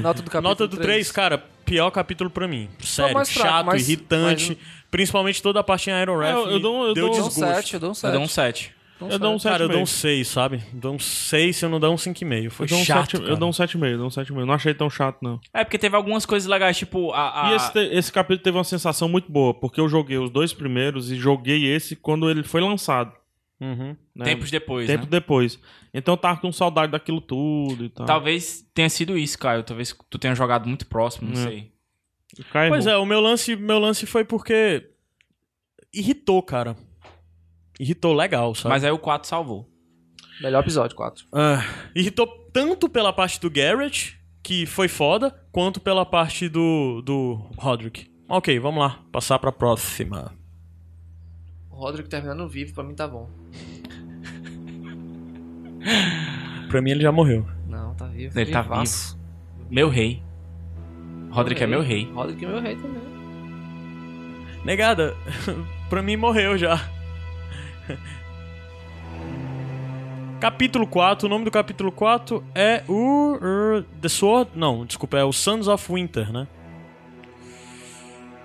Speaker 3: Nota do capítulo
Speaker 1: Nota do 3, cara, pior capítulo pra mim. Sério,
Speaker 3: mais fraco,
Speaker 1: chato,
Speaker 3: mas-
Speaker 1: irritante.
Speaker 3: mas
Speaker 1: Principalmente toda a parte em Iron Ref.
Speaker 2: É, eu- eu dou- eu
Speaker 1: deu
Speaker 2: dou-
Speaker 3: Eu dou um
Speaker 1: desgosto.
Speaker 3: 7, eu dou um 7.
Speaker 4: Eu dou um 7.
Speaker 2: Eu dou um
Speaker 1: Cara, eu dou um
Speaker 2: 7,5.
Speaker 1: 6, sabe? Eu dou um 6 se eu não dar um 5,5. Foi
Speaker 2: Eu dou um
Speaker 1: chato,
Speaker 2: sete-
Speaker 1: cara.
Speaker 2: Eu dou um 7,5, eu dou um 7,5. Não achei tão chato, não.
Speaker 4: É porque teve algumas coisas legais, tipo a. a-
Speaker 2: E esse, te- esse capítulo teve uma sensação muito boa, porque eu joguei os dois primeiros e joguei esse quando ele foi lançado.
Speaker 1: Uhum.
Speaker 2: né?
Speaker 4: tempos depois.
Speaker 2: Tempo
Speaker 4: né?
Speaker 2: depois. Então eu tava com saudade daquilo tudo e tal.
Speaker 4: Tá. Talvez tenha sido isso, Caio. Talvez tu tenha jogado muito próximo, não
Speaker 2: É.
Speaker 4: sei.
Speaker 2: O cara
Speaker 1: Pois
Speaker 2: errou.
Speaker 1: é, o meu lance, meu lance foi porque irritou, cara. Irritou legal, sabe?
Speaker 4: Mas aí o 4 salvou.
Speaker 3: Melhor episódio, 4.
Speaker 1: Ah, irritou tanto pela parte do Garrett, que foi foda, quanto pela parte do, do Roderick. Ok, vamos lá. Passar pra próxima.
Speaker 3: O Rodrigo terminando vivo, pra mim tá bom.
Speaker 1: Pra mim ele já morreu.
Speaker 3: Não, tá vivo.
Speaker 4: Ele tá
Speaker 3: Vivaço.
Speaker 4: Meu rei. Roderick é meu rei.
Speaker 3: Rodrigo é meu rei também.
Speaker 1: Negada, pra mim morreu já. capítulo 4, o nome do capítulo 4 é o er, The Sword, não, desculpa, é o Sons of Winter, né?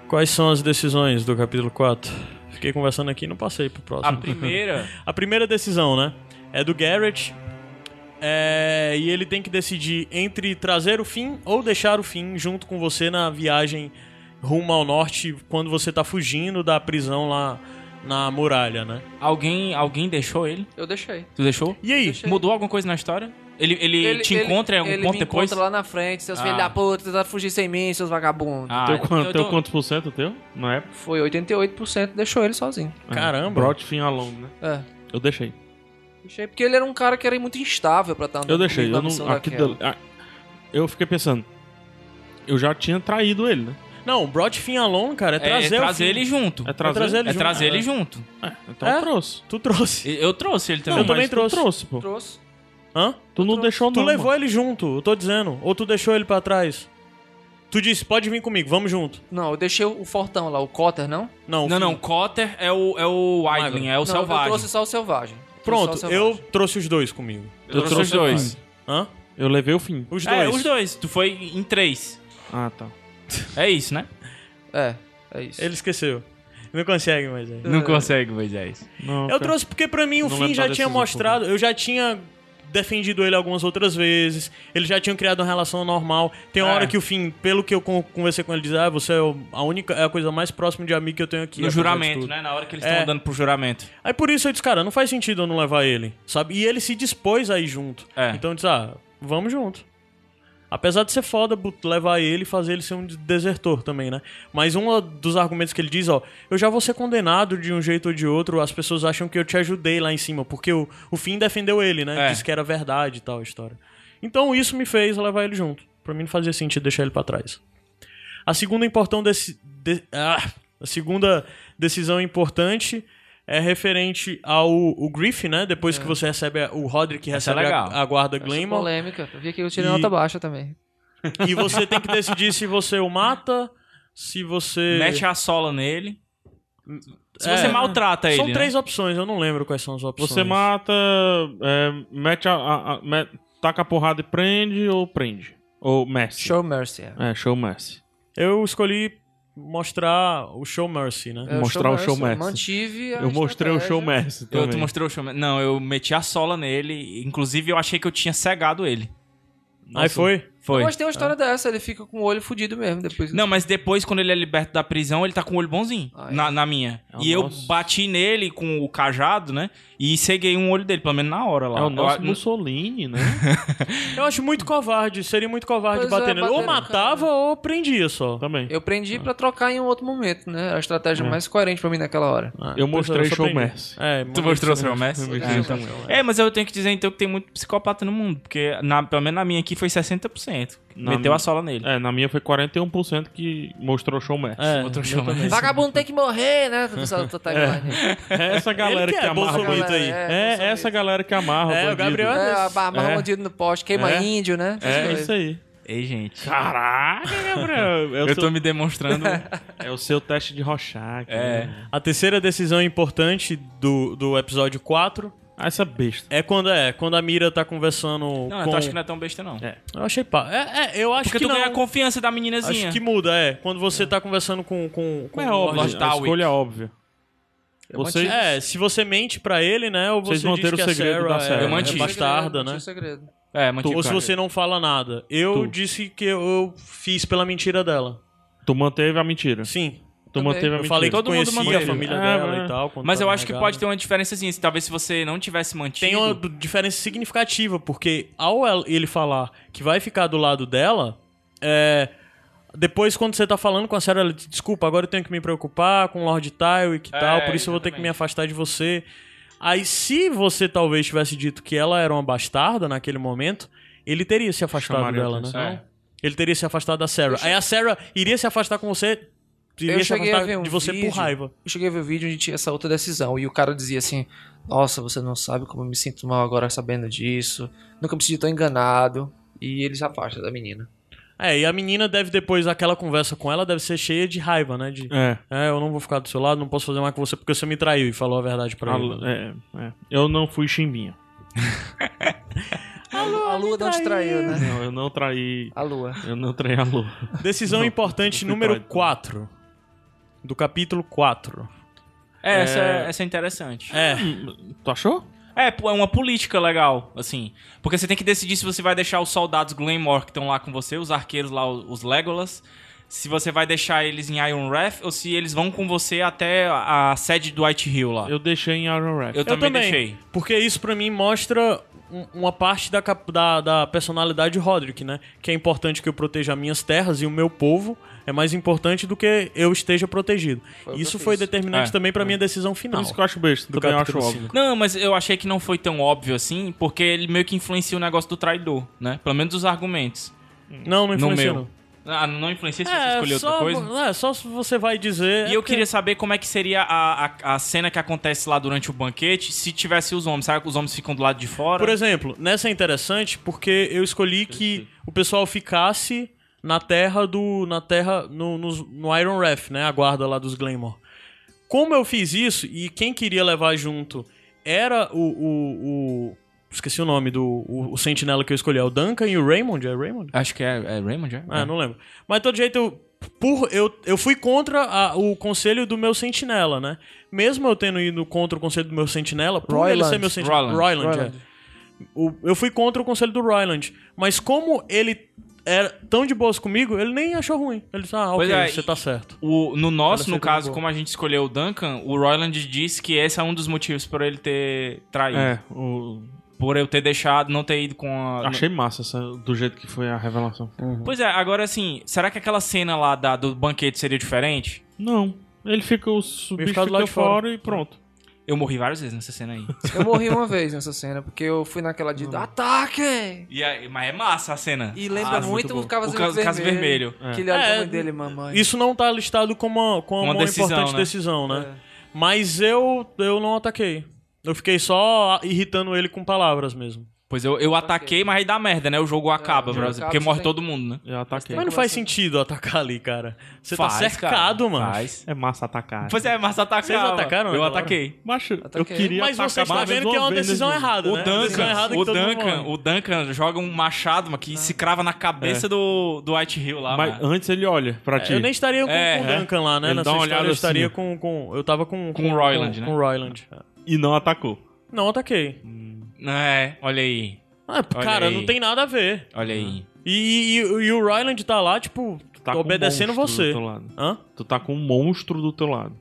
Speaker 1: Quais são as decisões do capítulo 4? Fiquei conversando aqui e não passei pro próximo.
Speaker 4: A primeira.
Speaker 1: A primeira decisão, né? É do Garrett. É, e ele tem que decidir entre trazer o fim ou deixar o fim junto com você na viagem rumo ao norte quando você tá fugindo da prisão lá na muralha, né?
Speaker 4: alguém, alguém deixou ele?
Speaker 3: Eu deixei.
Speaker 4: Tu deixou?
Speaker 1: E aí?
Speaker 3: Deixa- Deixei.
Speaker 4: Mudou alguma coisa na história? Ele, ele, te encontra em algum
Speaker 3: ele
Speaker 4: ponto
Speaker 3: me
Speaker 4: depois?
Speaker 3: encontra lá na frente, seus
Speaker 4: Ah.
Speaker 3: filhos da puta, tentaram fugir sem mim, seus vagabundos.
Speaker 4: Ah,
Speaker 2: Teu, quanto,
Speaker 4: eu
Speaker 2: teu
Speaker 4: tô-
Speaker 2: quantos por cento teu? Na época?
Speaker 3: Foi 88%, deixou ele sozinho.
Speaker 1: Caramba.
Speaker 2: Brought fim alone, né?
Speaker 3: É.
Speaker 2: Eu deixei.
Speaker 3: Deixei porque ele era um cara que era muito instável pra estar andando
Speaker 2: Eu deixei.
Speaker 3: comigo na
Speaker 2: Eu não.
Speaker 3: missão
Speaker 2: aqui
Speaker 3: daquela.
Speaker 2: dele- ah, eu fiquei pensando. Eu já tinha traído ele, né?
Speaker 1: Não, Brought Fim Alone, cara, é
Speaker 4: É, trazer,
Speaker 1: trazer, o fim.
Speaker 4: ele junto.
Speaker 2: É
Speaker 4: É,
Speaker 2: trazer,
Speaker 1: trazer ele
Speaker 2: ele.
Speaker 1: junto.
Speaker 4: trazer
Speaker 1: é.
Speaker 4: ele junto.
Speaker 2: Então
Speaker 1: É?
Speaker 2: eu trouxe.
Speaker 1: Tu trouxe.
Speaker 4: E- Eu trouxe ele
Speaker 1: eu
Speaker 4: também.
Speaker 1: também
Speaker 2: mas tu
Speaker 1: trouxe.
Speaker 2: trouxe, pô.
Speaker 3: Trouxe.
Speaker 1: Hã?
Speaker 2: Tu não deixou,
Speaker 1: Tu
Speaker 2: não.
Speaker 1: levou
Speaker 2: mano.
Speaker 1: ele junto, eu tô dizendo. Ou tu deixou ele pra trás. Tu disse, pode vir comigo, vamos junto.
Speaker 3: Não, eu deixei o fortão lá, o Cotter, não?
Speaker 1: Não, o
Speaker 4: Não,
Speaker 1: fim.
Speaker 4: não, Cotter é o, é o
Speaker 1: Magro.
Speaker 4: Wildling, é o
Speaker 3: não, Eu
Speaker 4: Selvagem.
Speaker 3: trouxe só o Selvagem. Trouxe só
Speaker 1: Pronto,
Speaker 3: o
Speaker 1: eu
Speaker 3: Selvagem.
Speaker 1: trouxe os dois comigo.
Speaker 4: Eu trouxe os dois.
Speaker 1: Hã?
Speaker 2: Eu levei o fim.
Speaker 1: Os dois.
Speaker 4: É, os dois. Tu foi em três.
Speaker 2: Ah, tá.
Speaker 4: É isso, né?
Speaker 3: É, é isso.
Speaker 1: Ele esqueceu. Não consegue mais. é.
Speaker 4: Não consegue, Moisés.
Speaker 2: Não,
Speaker 1: Eu
Speaker 2: cara.
Speaker 1: trouxe porque pra mim o
Speaker 2: Não
Speaker 1: fim
Speaker 2: lembro da
Speaker 1: já tinha
Speaker 2: decisão,
Speaker 1: mostrado, eu já tinha defendido ele algumas outras vezes. Eles já tinham criado uma relação normal. Tem uma
Speaker 4: É.
Speaker 1: hora que o fim, pelo que eu con- conversei com ele, diz: "Ah, você é o- a única é a coisa mais próxima de amigo que eu tenho aqui". é
Speaker 4: No
Speaker 1: apesar de
Speaker 4: juramento,
Speaker 1: tudo.
Speaker 4: né? Na hora que eles
Speaker 1: É.
Speaker 4: estão andando pro juramento.
Speaker 1: Aí por isso eu disse: "Cara, não faz sentido eu não levar ele". Sabe? E ele se dispôs a ir junto.
Speaker 4: É.
Speaker 1: Então eu disse: "Ah, vamos junto". Apesar de ser foda but- levar ele e fazer ele ser um desertor também, né? Mas um dos argumentos que ele diz, ó, eu já vou ser condenado de um jeito ou de outro, as pessoas acham que eu te ajudei lá em cima, porque o, o Finn defendeu ele, né?
Speaker 4: É.
Speaker 1: Disse que era verdade e tal a história. Então isso me fez levar ele junto. Pra mim não fazia sentido deixar ele pra trás. A segunda importante desse, de- ah, a segunda decisão importante é referente ao o Griffin, né? Depois que você recebe a- o Roderick
Speaker 4: Essa é
Speaker 1: recebe a,
Speaker 4: legal.
Speaker 1: a guarda
Speaker 3: Essa
Speaker 1: Glenmore.
Speaker 3: polêmica. Eu vi que eu tirei
Speaker 1: E-
Speaker 3: nota baixa também.
Speaker 1: E você tem que decidir se você o mata, se você.
Speaker 4: Mete a sola nele. Se
Speaker 1: É.
Speaker 4: você maltrata ele.
Speaker 1: São
Speaker 4: né?
Speaker 1: três opções, eu não lembro quais são as opções.
Speaker 2: Você mata. é, mete a. a- a- me- taca a porrada e prende ou prende? Ou mercy.
Speaker 3: Show Mercy. é.
Speaker 2: É, show mercy.
Speaker 1: Eu escolhi mostrar o show Mercy, né?
Speaker 3: É,
Speaker 2: Mostrar o show
Speaker 3: eu
Speaker 2: Mercy.
Speaker 3: Mantive a
Speaker 2: Eu mostrei o
Speaker 3: estratégia.
Speaker 2: show mercy
Speaker 4: Eu
Speaker 2: também.
Speaker 4: te mostrei o showman. Não, eu meti a sola nele. Inclusive, eu achei que eu tinha cegado ele.
Speaker 1: Aí foi.
Speaker 4: Foi.
Speaker 3: Mas tem uma história dessa, ele fica com o olho fudido mesmo depois.
Speaker 4: Não, mas depois, quando ele é liberto da prisão, ele tá com o olho bonzinho.
Speaker 3: Ah, é.
Speaker 4: na, na minha.
Speaker 2: É o
Speaker 4: e
Speaker 2: nosso-
Speaker 4: eu bati nele com o cajado, né? E ceguei um olho dele, pelo menos na hora lá.
Speaker 2: É o nosso
Speaker 4: Eu-
Speaker 2: Mussolini, né?
Speaker 1: Eu acho muito covarde, seria muito covarde
Speaker 3: Pois é,
Speaker 1: bater nele. Ou
Speaker 3: bater no
Speaker 1: matava ou prendia só.
Speaker 2: Também.
Speaker 3: Eu prendi
Speaker 2: Ah.
Speaker 3: pra trocar em um outro momento, né? Era a
Speaker 2: É.
Speaker 3: estratégia mais coerente pra mim naquela hora.
Speaker 1: Ah,
Speaker 2: Eu
Speaker 1: pois
Speaker 2: mostrei
Speaker 1: só
Speaker 2: show
Speaker 1: prendi.
Speaker 2: Mercy.
Speaker 1: É,
Speaker 4: Tu
Speaker 1: mostrei
Speaker 4: mostrou o
Speaker 1: show
Speaker 4: seu mestre?
Speaker 2: Mercy.
Speaker 4: Ah,
Speaker 2: Eu
Speaker 4: então.
Speaker 3: mostrei o seu
Speaker 4: É, mas eu tenho que dizer então que tem muito psicopata no mundo. Porque, na- pelo menos na minha aqui, foi 60%.
Speaker 2: Na
Speaker 4: Meteu
Speaker 2: minha-
Speaker 4: a sola nele.
Speaker 2: É, na minha foi 41% que mostrou show mercy.
Speaker 1: É,
Speaker 4: Outro
Speaker 1: eu
Speaker 4: show
Speaker 1: também.
Speaker 4: Mercy.
Speaker 3: Vagabundo tem que morrer, né? Pessoal, do timeline.
Speaker 2: É essa galera
Speaker 1: Ele
Speaker 2: que,
Speaker 1: que é
Speaker 2: amarra
Speaker 1: bolsominion.
Speaker 2: bandido.
Speaker 1: aí.
Speaker 2: É, essa galera que amarra
Speaker 1: É, o
Speaker 2: bandido.
Speaker 1: Gabriel
Speaker 3: É,
Speaker 1: é
Speaker 3: amarra
Speaker 2: É.
Speaker 3: o bandido no poste, queima
Speaker 2: É.
Speaker 3: índio, né?
Speaker 2: É, isso aí.
Speaker 4: Ei, gente.
Speaker 2: Caraca, Gabriel. É o,
Speaker 4: Eu
Speaker 2: seu,
Speaker 4: tô me demonstrando.
Speaker 2: é o seu teste de né? rochar.
Speaker 4: É.
Speaker 1: A terceira decisão importante do, do episódio 4
Speaker 2: Ah, essa besta.
Speaker 1: É quando é, quando a Mira tá conversando
Speaker 4: Não,
Speaker 1: com...
Speaker 4: eu acho que não é tão besta, não.
Speaker 2: É.
Speaker 1: Eu achei pá. É, é, eu acho
Speaker 4: Porque
Speaker 1: que
Speaker 4: tu
Speaker 1: não.
Speaker 4: ganha a confiança da meninazinha.
Speaker 1: Acho que muda, é. Quando você tá conversando com, com, com
Speaker 2: É
Speaker 1: o
Speaker 2: óbvio, a
Speaker 1: Lord Tal-
Speaker 4: Darwin.
Speaker 2: escolha é óbvia. Vocês,
Speaker 1: É, se você mente pra ele, né? Ou
Speaker 2: Vocês
Speaker 1: você
Speaker 2: manteram
Speaker 1: diz
Speaker 2: o
Speaker 1: que
Speaker 2: segredo
Speaker 1: a
Speaker 2: da
Speaker 1: Sarah
Speaker 2: Sarah,
Speaker 1: é,
Speaker 4: né?
Speaker 1: é
Speaker 4: Mantive.
Speaker 1: bastarda, né?
Speaker 3: Tinha segredo.
Speaker 4: É, mantive
Speaker 1: Ou se
Speaker 4: cara.
Speaker 1: você não fala nada. Eu
Speaker 2: Tu.
Speaker 1: disse que eu, eu fiz pela mentira dela.
Speaker 2: tu manteve a mentira.
Speaker 1: Sim.
Speaker 2: Tu
Speaker 3: Também.
Speaker 2: manteve a
Speaker 1: Eu
Speaker 2: mentira.
Speaker 1: falei que
Speaker 4: Todo mundo
Speaker 1: conhecia
Speaker 4: manteve.
Speaker 1: a família
Speaker 2: É,
Speaker 1: dela
Speaker 2: mas-
Speaker 1: e tal. quando
Speaker 4: Mas eu
Speaker 1: tava
Speaker 4: acho que
Speaker 1: negada.
Speaker 4: pode ter uma diferençazinha. se Talvez se você não tivesse mantido.
Speaker 1: tá Tem uma du- diferença significativa, porque ao el- ele falar que vai ficar do lado dela, é, depois quando você tá falando com a Sarah, ela diz, desculpa, agora eu tenho que me preocupar com o Lord Tywick e
Speaker 4: É,
Speaker 1: tal, por isso eu vou ter que
Speaker 4: exatamente.
Speaker 1: me afastar de você. Aí se você talvez tivesse dito que ela era uma bastarda naquele momento, ele teria se afastado
Speaker 2: Chamaria
Speaker 1: dela, né?
Speaker 2: atenção.
Speaker 4: É.
Speaker 1: Ele teria se afastado da Sarah. Aí a Sarah iria se afastar com você, iria se
Speaker 3: cheguei a
Speaker 1: afastar
Speaker 3: ver um
Speaker 1: de você
Speaker 3: vídeo.
Speaker 1: por raiva.
Speaker 3: Eu cheguei a ver o vídeo onde tinha essa outra decisão. E o cara dizia assim: Nossa, você não sabe como eu me sinto mal agora sabendo disso. Nunca me senti tão enganado. E ele se afasta da menina.
Speaker 1: É, e a menina deve depois, aquela conversa com ela deve ser cheia de raiva, né? De,
Speaker 2: É.
Speaker 1: É, eu não vou ficar do seu lado, não posso fazer mais com você porque você me traiu e falou a verdade pra
Speaker 2: A-
Speaker 1: ele.
Speaker 2: é, é. Eu não fui chimbinha.
Speaker 3: A lua, não te traiu, né?
Speaker 2: Não, eu não traí.
Speaker 3: A lua.
Speaker 2: Eu não traí a lua.
Speaker 1: Decisão importante
Speaker 2: não fui
Speaker 1: número
Speaker 2: traído.
Speaker 1: 4. Do capítulo 4.
Speaker 4: É, essa, é... essa é interessante.
Speaker 1: É,
Speaker 2: Hum, Tu achou?
Speaker 4: É, pô, é uma política legal, assim. Porque você tem que decidir se você vai deixar os soldados Glenmore que estão lá com você, os arqueiros lá, o- os Legolas, se você vai deixar eles em Iron Wrath ou se eles vão com você até a a sede do White Hill lá. Eu,
Speaker 2: Eu deixei em Iron Rap.
Speaker 4: também, deixei.
Speaker 1: Porque isso pra mim mostra um- uma parte da, cap- da, da personalidade de Roderick, né? Que é importante que eu proteja minhas terras e o meu povo. É mais importante do que eu esteja protegido.
Speaker 3: Foi o que eu
Speaker 1: isso foi
Speaker 3: fiz.
Speaker 1: determinante
Speaker 4: É,
Speaker 1: também pra minha decisão final.
Speaker 2: Por isso que eu acho besta.
Speaker 1: Do
Speaker 2: também eu acho
Speaker 1: capítulo
Speaker 2: óbvio.
Speaker 1: cinco.
Speaker 4: Não, mas eu achei que não foi tão óbvio assim, porque ele meio que influencia o negócio do traidor, né? Pelo menos os argumentos.
Speaker 1: Não, não
Speaker 4: No
Speaker 1: influenciou.
Speaker 4: meu. Ah, não influencia se você
Speaker 1: É,
Speaker 4: escolher
Speaker 1: só,
Speaker 4: outra coisa?
Speaker 1: é, só se você vai dizer.
Speaker 4: E
Speaker 1: é
Speaker 4: eu
Speaker 1: porque-
Speaker 4: queria saber como é que seria a, a, a cena que acontece lá durante o banquete se tivesse os homens. Sabe que os homens ficam do lado de fora?
Speaker 1: Por exemplo, nessa é interessante porque eu escolhi que o pessoal ficasse na terra do. na terra. no, nos- no Iron Ref, né? A guarda lá dos Glamour. Como eu fiz isso, e quem queria levar junto era o. o- o- esqueci o nome do. O, o sentinela que eu escolhi, é o Duncan e o Raymond, é Raymond?
Speaker 4: Acho que é, é Raymond, é?
Speaker 1: Ah, não lembro. Mas de todo jeito, eu, por, eu, eu fui contra a- o conselho do meu sentinela, né? Mesmo eu tendo ido contra o conselho do meu sentinela, por ele
Speaker 3: Roiland.
Speaker 1: ser meu sentinela.
Speaker 4: Roiland.
Speaker 1: Roiland, é. O- eu fui contra o conselho do Roiland. Mas como ele era tão de boas comigo, ele nem achou ruim. Ele disse, ah,
Speaker 4: Pois
Speaker 1: ok,
Speaker 4: é,
Speaker 1: você
Speaker 4: e-
Speaker 1: tá certo.
Speaker 4: O- no nosso,
Speaker 1: Ela
Speaker 4: no
Speaker 1: sempre
Speaker 4: caso,
Speaker 1: boa.
Speaker 4: como a gente escolheu o Duncan, o Royland disse que esse é um dos motivos por ele ter traído.
Speaker 2: É, o-
Speaker 4: Por eu ter deixado, Ah, não ter ido com a.
Speaker 2: achei massa essa- do jeito que foi a revelação.
Speaker 4: Pois é, agora assim, será que aquela cena lá da- do banquete seria diferente?
Speaker 2: Não. Ele fica, os bichos
Speaker 1: ficar do lado
Speaker 2: ficam fora,
Speaker 1: de fora.
Speaker 2: e pronto.
Speaker 4: Eu morri várias vezes nessa cena aí.
Speaker 3: Eu morri uma vez nessa cena, porque eu fui naquela de ataque!
Speaker 4: E aí- mas é massa a cena.
Speaker 3: E lembra
Speaker 4: Ah,
Speaker 3: muito o Cavaleiro
Speaker 4: O Ca- Caso Vermelho.
Speaker 3: Que ele olha pra
Speaker 1: É,
Speaker 3: mãe dele, mamãe.
Speaker 1: Isso não tá listado como uma, como
Speaker 4: Uma
Speaker 1: uma,
Speaker 4: decisão,
Speaker 1: importante
Speaker 4: né?
Speaker 1: decisão, né? Mas eu, eu não ataquei. Eu fiquei só irritando ele com palavras mesmo.
Speaker 4: Pois eu, eu ataquei, mas aí dá merda, né? O jogo acaba,
Speaker 3: É, o jogo
Speaker 4: brother.
Speaker 3: acaba,
Speaker 4: porque
Speaker 3: você
Speaker 4: morre
Speaker 3: tem-
Speaker 4: todo mundo, né?
Speaker 2: Eu ataquei.
Speaker 1: Mas não faz sentido atacar ali, cara. Você tá
Speaker 4: Faz,
Speaker 1: cercado,
Speaker 4: cara,
Speaker 1: mano.
Speaker 4: Faz.
Speaker 2: É massa atacar.
Speaker 4: Pois é, mas atacar.
Speaker 1: Vocês atacaram né,
Speaker 4: Eu
Speaker 1: naquela hora?
Speaker 4: ataquei.
Speaker 2: Macho, eu
Speaker 3: Ataquei.
Speaker 2: queria
Speaker 1: Mas você
Speaker 2: atacar
Speaker 1: está
Speaker 2: mais
Speaker 1: vendo que é uma
Speaker 2: vez
Speaker 1: decisão
Speaker 2: nesse-
Speaker 1: errada,
Speaker 4: O
Speaker 1: né? Decisão errada
Speaker 4: Duncan,
Speaker 1: que
Speaker 4: o
Speaker 1: todo mundo
Speaker 4: Duncan,
Speaker 1: morre.
Speaker 4: o Duncan joga um machado mano, que se crava na cabeça do, do White Hill lá.
Speaker 2: Mas
Speaker 4: mano.
Speaker 2: antes ele olha pra ti.
Speaker 1: Ah. Eu nem estaria com,
Speaker 4: É,
Speaker 1: com
Speaker 4: é.
Speaker 1: o Duncan lá, né?
Speaker 2: Ele
Speaker 1: Nessa
Speaker 2: dá uma
Speaker 1: história
Speaker 2: olhada
Speaker 1: eu estaria
Speaker 2: assim.
Speaker 1: com, com... Eu tava com...
Speaker 4: Com o Roiland,
Speaker 1: com,
Speaker 4: né?
Speaker 1: Com o Roiland.
Speaker 2: E não atacou.
Speaker 1: Não ataquei.
Speaker 4: É, olha aí.
Speaker 1: Ah, cara,
Speaker 4: aí.
Speaker 1: não tem nada a ver.
Speaker 4: Olha aí.
Speaker 1: Ah. E, e- e o Roiland tá lá, tipo,
Speaker 2: Tu tá com um
Speaker 1: obedecendo
Speaker 2: monstro
Speaker 1: você.
Speaker 2: Do teu lado.
Speaker 1: Hã?
Speaker 2: Tu tá com um monstro do teu lado.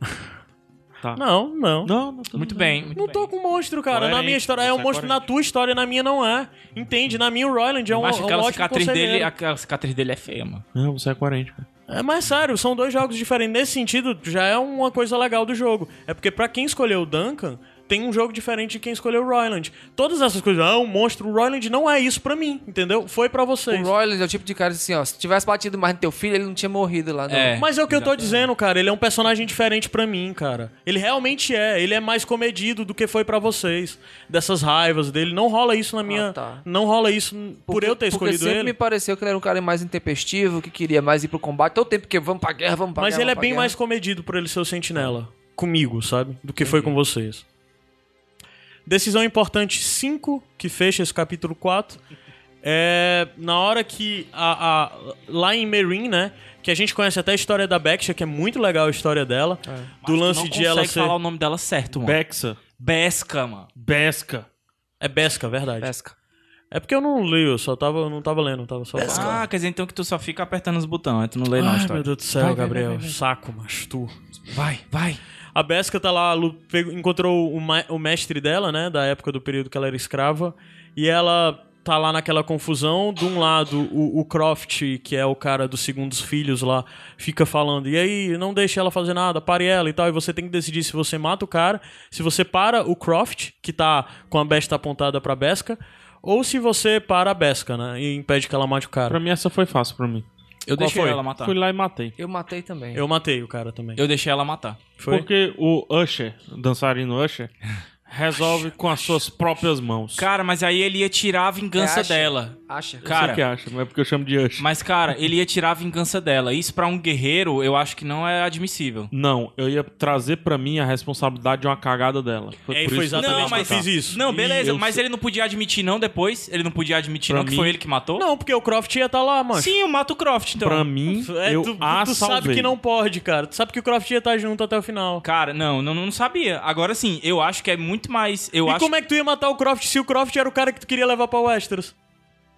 Speaker 2: Tá.
Speaker 1: Não, não.
Speaker 2: Não, não, tudo
Speaker 4: Muito bem. Muito
Speaker 1: Não
Speaker 4: bem.
Speaker 1: tô com monstro, cara.
Speaker 2: Coerente,
Speaker 1: na minha história é um
Speaker 2: você é
Speaker 1: monstro, na
Speaker 2: coerente.
Speaker 1: tua história, na minha não é. Entende? Na minha o Roiland é um, é
Speaker 4: Mas
Speaker 1: um
Speaker 4: aquela
Speaker 1: ótimo
Speaker 4: cicatriz
Speaker 1: conselheiro.
Speaker 4: dele, aquela cicatriz dele é feia, mano.
Speaker 2: Não, você é coerente, cara.
Speaker 1: É, mas sério, são dois jogos diferentes. Nesse sentido, já é uma coisa legal do jogo. É porque pra quem escolheu o Duncan, tem um jogo diferente de quem escolheu o Roiland. Todas essas coisas, ah, um monstro, o Roiland não é isso pra mim, entendeu? Foi pra
Speaker 3: O
Speaker 1: vocês.
Speaker 3: Royland é o tipo de cara assim, ó. Se tivesse batido mais no teu filho, ele não tinha morrido lá. No...
Speaker 4: É.
Speaker 1: Mas é o que eu tô dizendo, cara. Ele é um personagem diferente pra mim, cara. Ele realmente é. Ele é mais comedido do que foi pra vocês. Dessas raivas dele. Não rola isso na minha.
Speaker 3: tá.
Speaker 1: Não rola isso por
Speaker 3: Porque-
Speaker 1: eu ter
Speaker 3: Porque
Speaker 1: escolhido
Speaker 3: sempre
Speaker 1: ele.
Speaker 3: me pareceu que ele era um cara mais intempestivo, que queria mais ir pro combate. Todo tempo que vamos pra guerra, vamos pra
Speaker 1: Mas
Speaker 3: guerra.
Speaker 1: ele é
Speaker 3: vamos pra
Speaker 1: bem
Speaker 3: guerra.
Speaker 1: mais comedido por ele ser o sentinela. Comigo, sabe? Do que foi com vocês. Decisão importante 5, que fecha esse capítulo 4. É, na hora que a, a- lá em Merin, né, que a gente conhece até a história da Baksha, que é muito legal a história dela, do lance de ela ser
Speaker 4: falar o nome dela certo, mano.
Speaker 2: Bexa.
Speaker 4: Besca, mano.
Speaker 2: Besca.
Speaker 1: é Besca, verdade.
Speaker 3: Pesca.
Speaker 1: É porque eu não leio, eu só tava, eu não tava lendo, eu tava só
Speaker 4: Ah, quer dizer então que tu só fica apertando os botões, né? tu não lê não a
Speaker 1: Ai,
Speaker 4: história.
Speaker 1: meu Deus do céu, Gabriel. Saco, macho, tu.
Speaker 4: Vai, vai.
Speaker 1: A Besca tá lá, lu- pegou- encontrou o, ma- o mestre dela, né? Da época do período que ela era escrava. E ela tá lá naquela confusão. De um lado, o, o Croft, que é o cara dos segundos filhos lá, fica falando: e aí, não deixe ela fazer nada, pare ela e tal. E você tem que decidir se você mata o cara, se você para o Croft, que tá com a besta apontada pra Besca, ou se você para a Besca, né? E impede que ela mate o
Speaker 2: Pra
Speaker 1: cara.
Speaker 2: mim essa foi fácil pra mim.
Speaker 4: Eu
Speaker 2: Qual
Speaker 4: deixei
Speaker 2: foi?
Speaker 1: Ah,
Speaker 4: ela
Speaker 1: tá.
Speaker 4: matar.
Speaker 2: Fui lá e matei.
Speaker 3: Eu matei também.
Speaker 1: Eu matei o cara também.
Speaker 4: Eu deixei ela matar.
Speaker 1: Foi?
Speaker 2: Porque o Usher, o dançarino Usher, resolve com as suas próprias mãos.
Speaker 4: Cara, mas aí ele ia tirar a vingança
Speaker 3: Acha?
Speaker 4: dela.
Speaker 3: Acha?
Speaker 2: Não sei
Speaker 4: Cara,
Speaker 2: o que acha, mas é porque eu chamo de Usher.
Speaker 4: Mas, cara, ele ia tirar a vingança dela. Isso pra um guerreiro, eu acho que não é admissível.
Speaker 2: Não, eu ia trazer pra mim a responsabilidade de uma cagada dela.
Speaker 1: É, e
Speaker 2: por
Speaker 1: foi
Speaker 2: isso-
Speaker 1: exatamente
Speaker 4: Não,
Speaker 1: o que eu
Speaker 4: mas-
Speaker 1: fiz isso.
Speaker 4: Não, beleza,
Speaker 2: eu
Speaker 4: mas ele não podia admitir não depois. Ele não podia admitir
Speaker 2: Pra
Speaker 4: não que foi
Speaker 2: mim-
Speaker 4: ele que matou.
Speaker 1: Não, porque o Croft ia tá lá, mano.
Speaker 4: Sim, eu mato o Croft, então.
Speaker 2: Pra mim,
Speaker 1: É,
Speaker 2: eu
Speaker 1: tu,
Speaker 2: a
Speaker 1: tu sabe
Speaker 2: salvei.
Speaker 1: que não pode, cara. Tu sabe que o Croft ia estar junto até o final.
Speaker 4: Cara, não, não, não sabia. Agora sim, eu acho que é muito mais. Eu
Speaker 1: e
Speaker 4: acho
Speaker 1: como é que tu ia matar o Croft se o Croft era o cara que tu queria levar pra Westeros?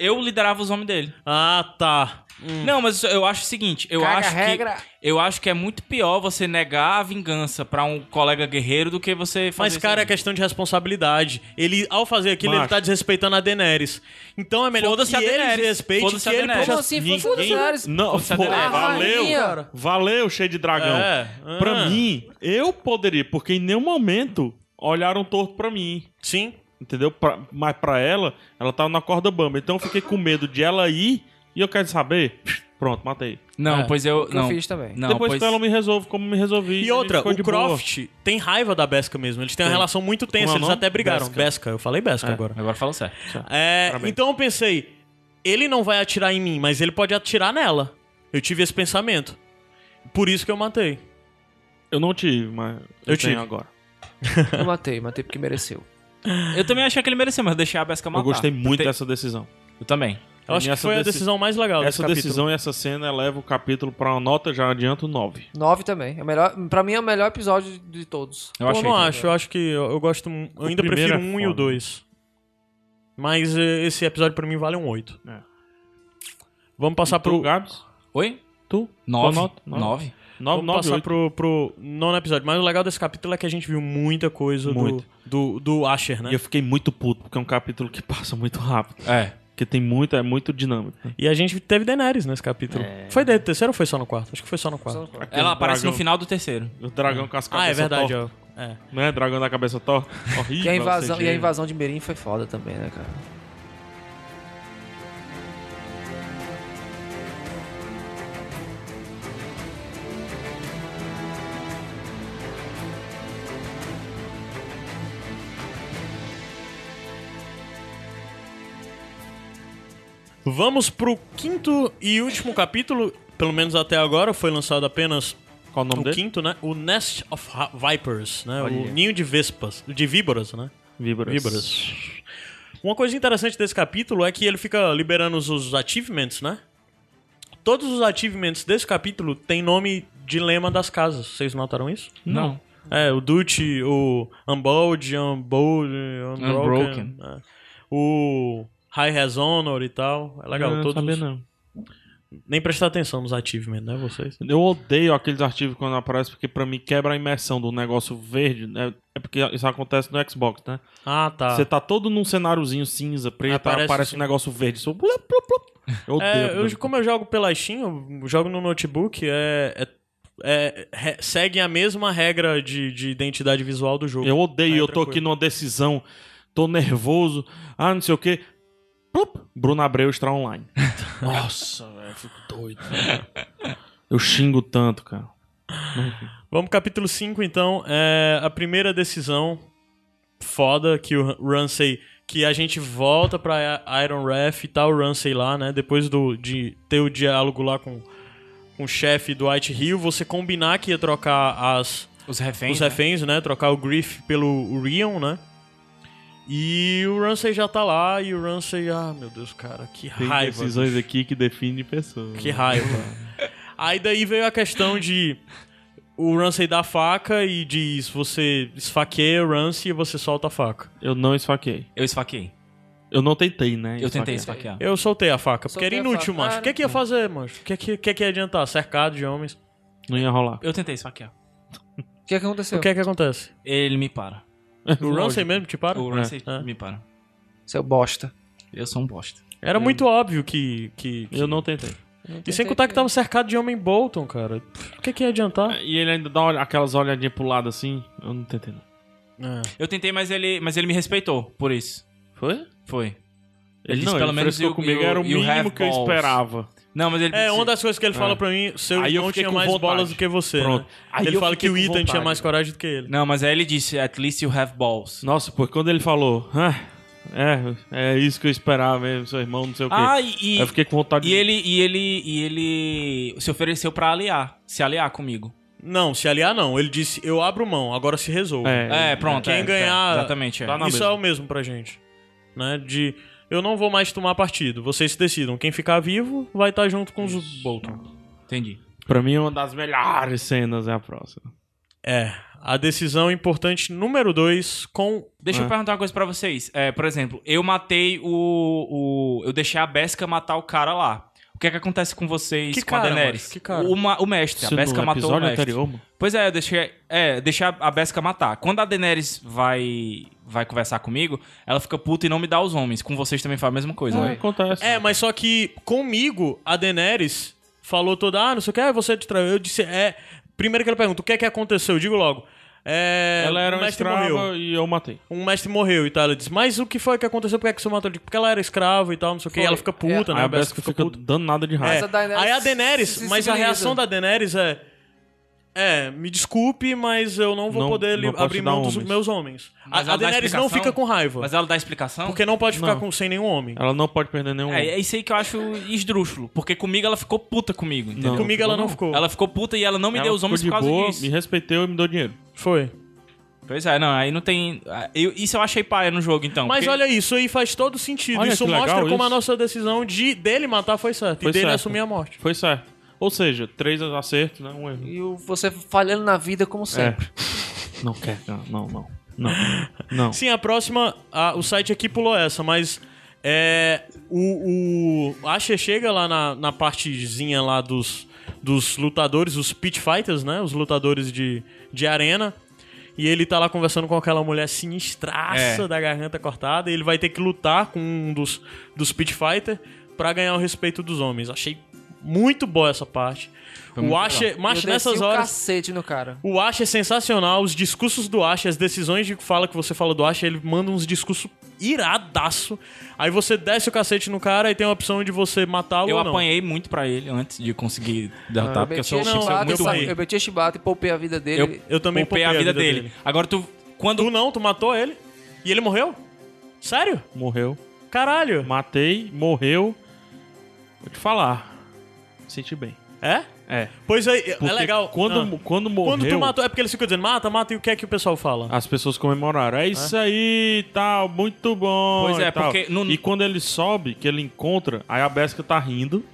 Speaker 4: eu liderava os homens dele.
Speaker 1: Ah, tá.
Speaker 4: Não, mas eu acho o seguinte, eu
Speaker 3: Caga
Speaker 4: acho
Speaker 3: a regra.
Speaker 4: que eu acho que é muito pior você negar a vingança pra um colega guerreiro do que você fazer
Speaker 1: Mas, cara, é
Speaker 4: isso.
Speaker 1: questão de responsabilidade. Ele, ao fazer aquilo, ele
Speaker 2: Macho.
Speaker 1: tá desrespeitando a Daenerys. Então é melhor
Speaker 4: Foda-se
Speaker 1: que
Speaker 4: a
Speaker 1: ele
Speaker 4: Daenerys.
Speaker 1: respeite
Speaker 4: Foda-se
Speaker 1: que
Speaker 4: a
Speaker 1: ele...
Speaker 4: Daenerys.
Speaker 1: possa-
Speaker 3: Como assim?
Speaker 2: Ninguém-
Speaker 3: Foram funcionários.
Speaker 2: Não,
Speaker 4: Você é
Speaker 2: pô,
Speaker 4: delirante.
Speaker 2: valeu,
Speaker 3: Rainha. Cara.
Speaker 2: valeu, cheio de dragão.
Speaker 1: É, ah.
Speaker 2: Pra mim, eu poderia, porque em nenhum momento olharam torto pra mim.
Speaker 1: Sim.
Speaker 2: Entendeu? Pra- mas pra ela, ela tava na corda bamba. Então eu fiquei com medo de ela ir e eu quero saber. Pronto, matei.
Speaker 4: Não,
Speaker 1: É,
Speaker 4: pois eu
Speaker 3: que eu
Speaker 4: não.
Speaker 3: fiz também.
Speaker 4: Não,
Speaker 2: Depois
Speaker 4: pois...
Speaker 2: que ela me resolve como me resolvi.
Speaker 1: E
Speaker 2: a
Speaker 1: outra,
Speaker 2: gente ficou
Speaker 1: o
Speaker 2: de boa.
Speaker 1: Croft tem raiva da Besca mesmo. Eles têm uma
Speaker 2: Tem.
Speaker 1: relação muito
Speaker 2: Como
Speaker 1: tensa,
Speaker 2: é o
Speaker 1: eles
Speaker 2: nome?
Speaker 1: até brigaram.
Speaker 2: Besca.
Speaker 1: Besca, eu falei Besca agora.
Speaker 4: Agora fala sério.
Speaker 1: É,
Speaker 2: Parabéns.
Speaker 1: então eu pensei, ele não vai atirar em mim, mas ele pode atirar nela. Eu tive esse pensamento. Por isso que eu matei.
Speaker 2: Eu não tive, mas eu,
Speaker 1: Eu
Speaker 2: tenho
Speaker 1: tive.
Speaker 2: agora.
Speaker 3: Eu matei, matei porque mereceu.
Speaker 4: Eu também achei que ele merecia, mas eu deixei a Besca matar.
Speaker 2: Eu gostei muito
Speaker 4: Tem-
Speaker 2: dessa decisão.
Speaker 4: Eu também.
Speaker 1: Eu acho que
Speaker 2: Essa
Speaker 1: foi a
Speaker 2: deci-
Speaker 1: decisão mais legal desse
Speaker 2: Essa
Speaker 1: capítulo.
Speaker 2: decisão e essa cena eleva o capítulo pra uma nota, já adianto 9.
Speaker 3: Nove também. É o melhor, pra mim é o melhor episódio de todos.
Speaker 4: Eu
Speaker 1: Eu,
Speaker 4: achei.
Speaker 1: não
Speaker 4: também.
Speaker 1: acho, eu acho que eu, eu gosto. mu- Eu
Speaker 2: O
Speaker 1: ainda
Speaker 2: primeiro
Speaker 1: prefiro
Speaker 2: é
Speaker 1: um e o
Speaker 2: foda.
Speaker 1: dois. Mas eh, esse episódio pra mim vale um oito.
Speaker 2: É.
Speaker 1: Vamos passar Tá pro.
Speaker 2: Gabs?
Speaker 4: Oi?
Speaker 2: Tu?
Speaker 4: Nove.
Speaker 2: Qual nota? Nove.
Speaker 4: Nove?
Speaker 2: Nove,
Speaker 1: Vamos
Speaker 2: nove,
Speaker 1: passar
Speaker 2: oito.
Speaker 1: pro, pro nono episódio. Mas o legal desse capítulo é que a gente viu muita coisa do,
Speaker 2: Muito.
Speaker 1: do, do Asher, né?
Speaker 2: E eu fiquei muito puto, porque é um capítulo que passa muito rápido.
Speaker 4: É.
Speaker 2: Porque tem muito, é muito dinâmico.
Speaker 1: E a gente teve Daenerys nesse capítulo.
Speaker 2: É.
Speaker 1: Foi dentro do terceiro ou foi só no quarto? Acho que foi só no quarto.
Speaker 2: Aquele
Speaker 4: Ela aparece
Speaker 2: dragão-
Speaker 4: no final do terceiro.
Speaker 2: O dragão com as
Speaker 1: Ah, é
Speaker 2: cabeças
Speaker 1: verdade,
Speaker 2: tortas,
Speaker 1: ó. É.
Speaker 2: Né? Dragão da cabeça torta. Horrível.
Speaker 3: E a, invasão,
Speaker 2: CG.
Speaker 3: e a invasão de Merim foi foda também, né, cara?
Speaker 1: Vamos pro quinto e último capítulo, pelo menos até agora, foi lançado apenas
Speaker 2: Qual o nome
Speaker 1: o
Speaker 2: dele?
Speaker 1: quinto, né? O Nest of Ha- Vipers, né?
Speaker 2: Olha.
Speaker 1: O ninho de vespas, de víboras, né?
Speaker 2: Víboras.
Speaker 1: Víboras. Uma coisa interessante desse capítulo é que ele fica liberando os, os achievements, né? Todos os achievements desse capítulo têm nome de lema das casas. Vocês notaram isso?
Speaker 4: Não.
Speaker 1: É, o Duty, o Unbold, Unbold, Unbroken.
Speaker 4: Unbroken.
Speaker 1: né? O High Res Honor e tal. É legal.
Speaker 2: Não, não
Speaker 1: todos...
Speaker 2: sabia não.
Speaker 1: Nem prestar atenção nos achievements, né, vocês?
Speaker 2: Eu odeio aqueles artigos quando aparecem, porque pra mim quebra a imersão do negócio verde. né? É porque isso acontece no Xbox, né?
Speaker 1: Ah, tá.
Speaker 2: Você tá todo num cenáriozinho cinza, preto,
Speaker 1: Aparece
Speaker 2: aparece,
Speaker 1: assim.
Speaker 2: um negócio verde. Só... blup, blup, blup. Eu odeio.
Speaker 1: É,
Speaker 2: aquilo.
Speaker 1: eu, como eu jogo pela Steam, eu jogo no notebook, é, é, é- re- segue a mesma regra de, de identidade visual do jogo.
Speaker 2: Eu odeio,
Speaker 1: Aí,
Speaker 2: eu tô
Speaker 1: tranquilo.
Speaker 2: aqui numa decisão, tô nervoso, ah, não sei o quê. Plup, Bruno Abreu está online. Nossa, velho, eu fico doido. Eu xingo tanto, cara.
Speaker 1: Vamos pro capítulo 5, então. É a primeira decisão foda que o Ramsey... Que a gente volta pra I- Iron Ref e tal, o Ramsey lá, né? Depois do, de ter o diálogo lá com, com o chefe do White Hill, você combinar que ia trocar as...
Speaker 4: Os reféns.
Speaker 1: né? os reféns, né? Trocar o Griff pelo Rion, né? E o Ramsey já tá lá, e o Ramsey, ah, meu Deus, cara, que
Speaker 2: Tem
Speaker 1: raiva.
Speaker 2: decisões né? aqui que definem pessoas.
Speaker 1: Que raiva. Aí daí veio a questão de o Ramsey dá a faca e diz: você esfaqueia o Ramsey e você solta a faca.
Speaker 2: Eu não esfaquei.
Speaker 4: Eu esfaquei.
Speaker 2: Eu não tentei, né?
Speaker 4: Eu tentei
Speaker 3: Esfaquear.
Speaker 4: esfaquear.
Speaker 1: Eu soltei a faca, porque
Speaker 3: Soltei
Speaker 1: era
Speaker 3: a
Speaker 1: inútil,
Speaker 3: faca.
Speaker 1: macho.
Speaker 3: Ah,
Speaker 1: O que é que ia fazer, macho? O que é que, o que é que ia adiantar? Cercado de homens.
Speaker 2: Não ia rolar.
Speaker 4: Eu tentei esfaquear.
Speaker 3: O que, é que aconteceu?
Speaker 1: O que é que acontece?
Speaker 4: Ele me para.
Speaker 1: O Ramsey mesmo te para?
Speaker 4: O Ramsey
Speaker 1: É.
Speaker 4: me para.
Speaker 3: Seu bosta.
Speaker 4: Eu sou um bosta.
Speaker 1: Era muito óbvio que. que, que-
Speaker 2: Eu não tentei.
Speaker 1: E sem contar que tá- tava cercado de homem Bolton, cara. Pff, O que é que ia adiantar?
Speaker 2: E ele ainda dá olha- aquelas olhadinhas pro lado assim. Eu não tentei, não.
Speaker 1: É.
Speaker 4: Eu tentei, mas ele, mas ele me respeitou por isso.
Speaker 2: Foi?
Speaker 4: Foi.
Speaker 2: Ele,
Speaker 4: disse,
Speaker 2: não,
Speaker 4: pelo
Speaker 2: ele
Speaker 4: menos
Speaker 2: frescou
Speaker 4: you-
Speaker 2: comigo.
Speaker 4: you-
Speaker 2: era o
Speaker 4: you
Speaker 2: mínimo
Speaker 4: have
Speaker 2: que eu
Speaker 4: balls.
Speaker 2: esperava.
Speaker 4: Não, mas ele
Speaker 1: É,
Speaker 4: disse-
Speaker 1: uma das coisas que ele fala pra mim, seu
Speaker 2: Aí eu
Speaker 1: irmão
Speaker 2: fiquei
Speaker 1: tinha
Speaker 2: com
Speaker 1: mais
Speaker 2: vontade.
Speaker 1: bolas do que você.
Speaker 2: Pronto.
Speaker 1: né?
Speaker 2: Aí
Speaker 1: ele
Speaker 2: eu
Speaker 1: fala que
Speaker 2: fiquei
Speaker 1: o
Speaker 2: com
Speaker 1: Ethan tinha
Speaker 2: vontade.
Speaker 1: mais coragem do que ele.
Speaker 4: Não, mas aí ele disse, at least you have balls.
Speaker 2: Nossa, pô, quando ele falou, "Ah, é, é isso que eu esperava mesmo, seu irmão, não sei o quê.
Speaker 4: Ah, e,
Speaker 2: Aí eu fiquei com vontade
Speaker 4: e
Speaker 2: de...
Speaker 4: ele e ele e ele se ofereceu pra aliar, se aliar comigo.
Speaker 1: Não, se aliar não. Ele disse, eu abro mão, agora se resolve.
Speaker 4: É, pronto.
Speaker 1: Quem
Speaker 4: é,
Speaker 1: ganhar-
Speaker 4: é, exatamente. É.
Speaker 2: Tá na
Speaker 1: Isso
Speaker 2: mesma.
Speaker 1: é o mesmo pra gente. Né? De, eu não vou mais tomar partido. Vocês se decidam. Quem ficar vivo vai estar junto com os Bolton.
Speaker 4: Entendi.
Speaker 2: Pra mim, é uma das melhores cenas é a próxima.
Speaker 1: É, a decisão importante número dois com...
Speaker 4: Deixa
Speaker 2: É.
Speaker 4: eu perguntar uma coisa pra vocês. É, por exemplo, eu matei o, o. Eu deixei a Besca matar o cara lá. O que é que acontece com vocês
Speaker 1: Que
Speaker 4: com a
Speaker 1: cara,
Speaker 4: Daenerys?
Speaker 1: macho? Que cara?
Speaker 4: O, ma- o mestre.
Speaker 2: Isso
Speaker 4: a Besca
Speaker 2: no
Speaker 4: matou o
Speaker 2: um episódio
Speaker 4: mestre.
Speaker 2: anterior, mano.
Speaker 4: Pois é, eu deixei, é, deixei a- a Besca matar. Quando a Daenerys vai vai conversar comigo, ela fica puta e não me dá os homens. Com vocês também faz a mesma coisa,
Speaker 2: É,
Speaker 4: né?
Speaker 2: acontece.
Speaker 1: É, mas só que comigo, a Daenerys falou toda, ah, não sei o que, ah, você te traiu. Eu disse, é... Primeiro que ele pergunta, o que é que aconteceu? Eu digo logo. É,
Speaker 2: Ela era
Speaker 1: o
Speaker 2: uma
Speaker 1: mestre
Speaker 2: escrava
Speaker 1: morreu.
Speaker 2: e eu matei.
Speaker 1: um mestre morreu e tal. Ela diz, mas o que foi que aconteceu? Por que, é que você matou? Eu digo, Porque ela era escrava e tal, não sei o que.
Speaker 3: Foi.
Speaker 1: Ela fica puta,
Speaker 3: É.
Speaker 1: né?
Speaker 2: Aí a Besca Ah, fica danada de
Speaker 1: É.
Speaker 2: raiva.
Speaker 3: Mas a Daenerys
Speaker 1: Aí a Daenerys,
Speaker 3: se
Speaker 1: mas a
Speaker 3: civiliza.
Speaker 1: reação da Daenerys é... É, me desculpe, mas eu não vou
Speaker 2: Não-
Speaker 1: poder li-
Speaker 2: não posso
Speaker 1: abrir
Speaker 2: te dar
Speaker 1: mão dos
Speaker 2: homens."
Speaker 1: meus homens. a a
Speaker 4: Mas ela dá
Speaker 1: Daenerys não
Speaker 4: explicação?
Speaker 1: fica com raiva.
Speaker 4: Mas ela dá explicação?
Speaker 1: Porque não pode ficar
Speaker 2: Não.
Speaker 1: com, sem nenhum homem.
Speaker 2: Ela não pode perder nenhum.
Speaker 4: É, é isso aí que eu acho esdrúxulo. Porque comigo ela ficou puta comigo, entendeu?
Speaker 2: Não.
Speaker 1: Comigo ela não ficou.
Speaker 4: Ela ficou puta e ela não me
Speaker 2: Ela
Speaker 4: deu os
Speaker 2: ficou
Speaker 4: homens
Speaker 2: de
Speaker 4: por causa
Speaker 2: boa,
Speaker 4: disso.
Speaker 2: Me respeitou e me deu dinheiro.
Speaker 1: Foi.
Speaker 4: Pois é, não, aí não tem. ah, eu- isso eu achei paia no jogo, então.
Speaker 1: Mas
Speaker 4: porque-
Speaker 1: olha, isso aí faz todo sentido.
Speaker 2: Olha
Speaker 1: isso
Speaker 2: que legal
Speaker 1: mostra como
Speaker 2: isso.
Speaker 1: a nossa decisão de dele matar foi certa.
Speaker 2: Foi
Speaker 1: e dele
Speaker 2: certa.
Speaker 1: assumir a morte.
Speaker 2: Foi certo. Ou seja, três acertos, né? Um erro.
Speaker 3: E o- você falhando na vida como sempre.
Speaker 2: É. Não quer. Não, não, não. Não. não.
Speaker 1: Sim, a próxima. a- o site aqui pulou essa, mas. É, o, o Asher chega lá na, na partezinha lá dos, dos lutadores, os pit fighters, né? Os lutadores de, de arena. E ele tá lá conversando com aquela mulher sinistraça
Speaker 4: É.
Speaker 1: da garganta cortada. E ele vai ter que lutar com um dos, dos pit fighter pra ganhar o respeito dos homens. Achei muito boa essa parte. o Asher,
Speaker 3: Eu
Speaker 1: mas
Speaker 3: desci
Speaker 1: nessas
Speaker 3: um
Speaker 1: horas.
Speaker 3: cacete no cara.
Speaker 1: O Ash é sensacional, os discursos do Ash, as decisões de fala que você fala do Ash, ele manda uns discursos iradaço. Aí você desce o cacete no cara e tem a opção de você matá-lo
Speaker 4: Eu
Speaker 1: ou não.
Speaker 4: apanhei muito pra ele antes de conseguir derrotar,
Speaker 3: eu
Speaker 4: porque eu
Speaker 3: meti
Speaker 4: sou
Speaker 3: a
Speaker 4: eu
Speaker 1: Ah, não, Tá, eu um
Speaker 4: sou
Speaker 3: chibata,
Speaker 4: muito
Speaker 1: não
Speaker 3: sabe?
Speaker 4: ruim.
Speaker 1: sabia.
Speaker 3: eu meti a chibata e poupei a vida dele.
Speaker 1: Eu também
Speaker 4: Poupei a vida dele. Agora tu. Quando.
Speaker 1: Tu não, tu matou ele. E ele morreu? Sério?
Speaker 2: Morreu.
Speaker 1: Caralho.
Speaker 2: Matei, morreu. Vou te falar. Senti bem.
Speaker 1: É?
Speaker 2: É.
Speaker 1: Pois aí, é
Speaker 2: Porque
Speaker 1: legal.
Speaker 2: Quando,
Speaker 1: Ah.
Speaker 2: quando morreu,
Speaker 1: Quando tu matou, é porque eles ficam dizendo, mata, mata, e o que é que o pessoal fala?
Speaker 2: as pessoas comemoraram. É isso aí, tal, muito bom.
Speaker 4: Pois é,
Speaker 2: e tal.
Speaker 4: porque no-
Speaker 2: E quando ele sobe, que ele encontra, aí a Besca tá rindo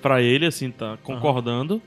Speaker 2: pra ele, assim, tá concordando,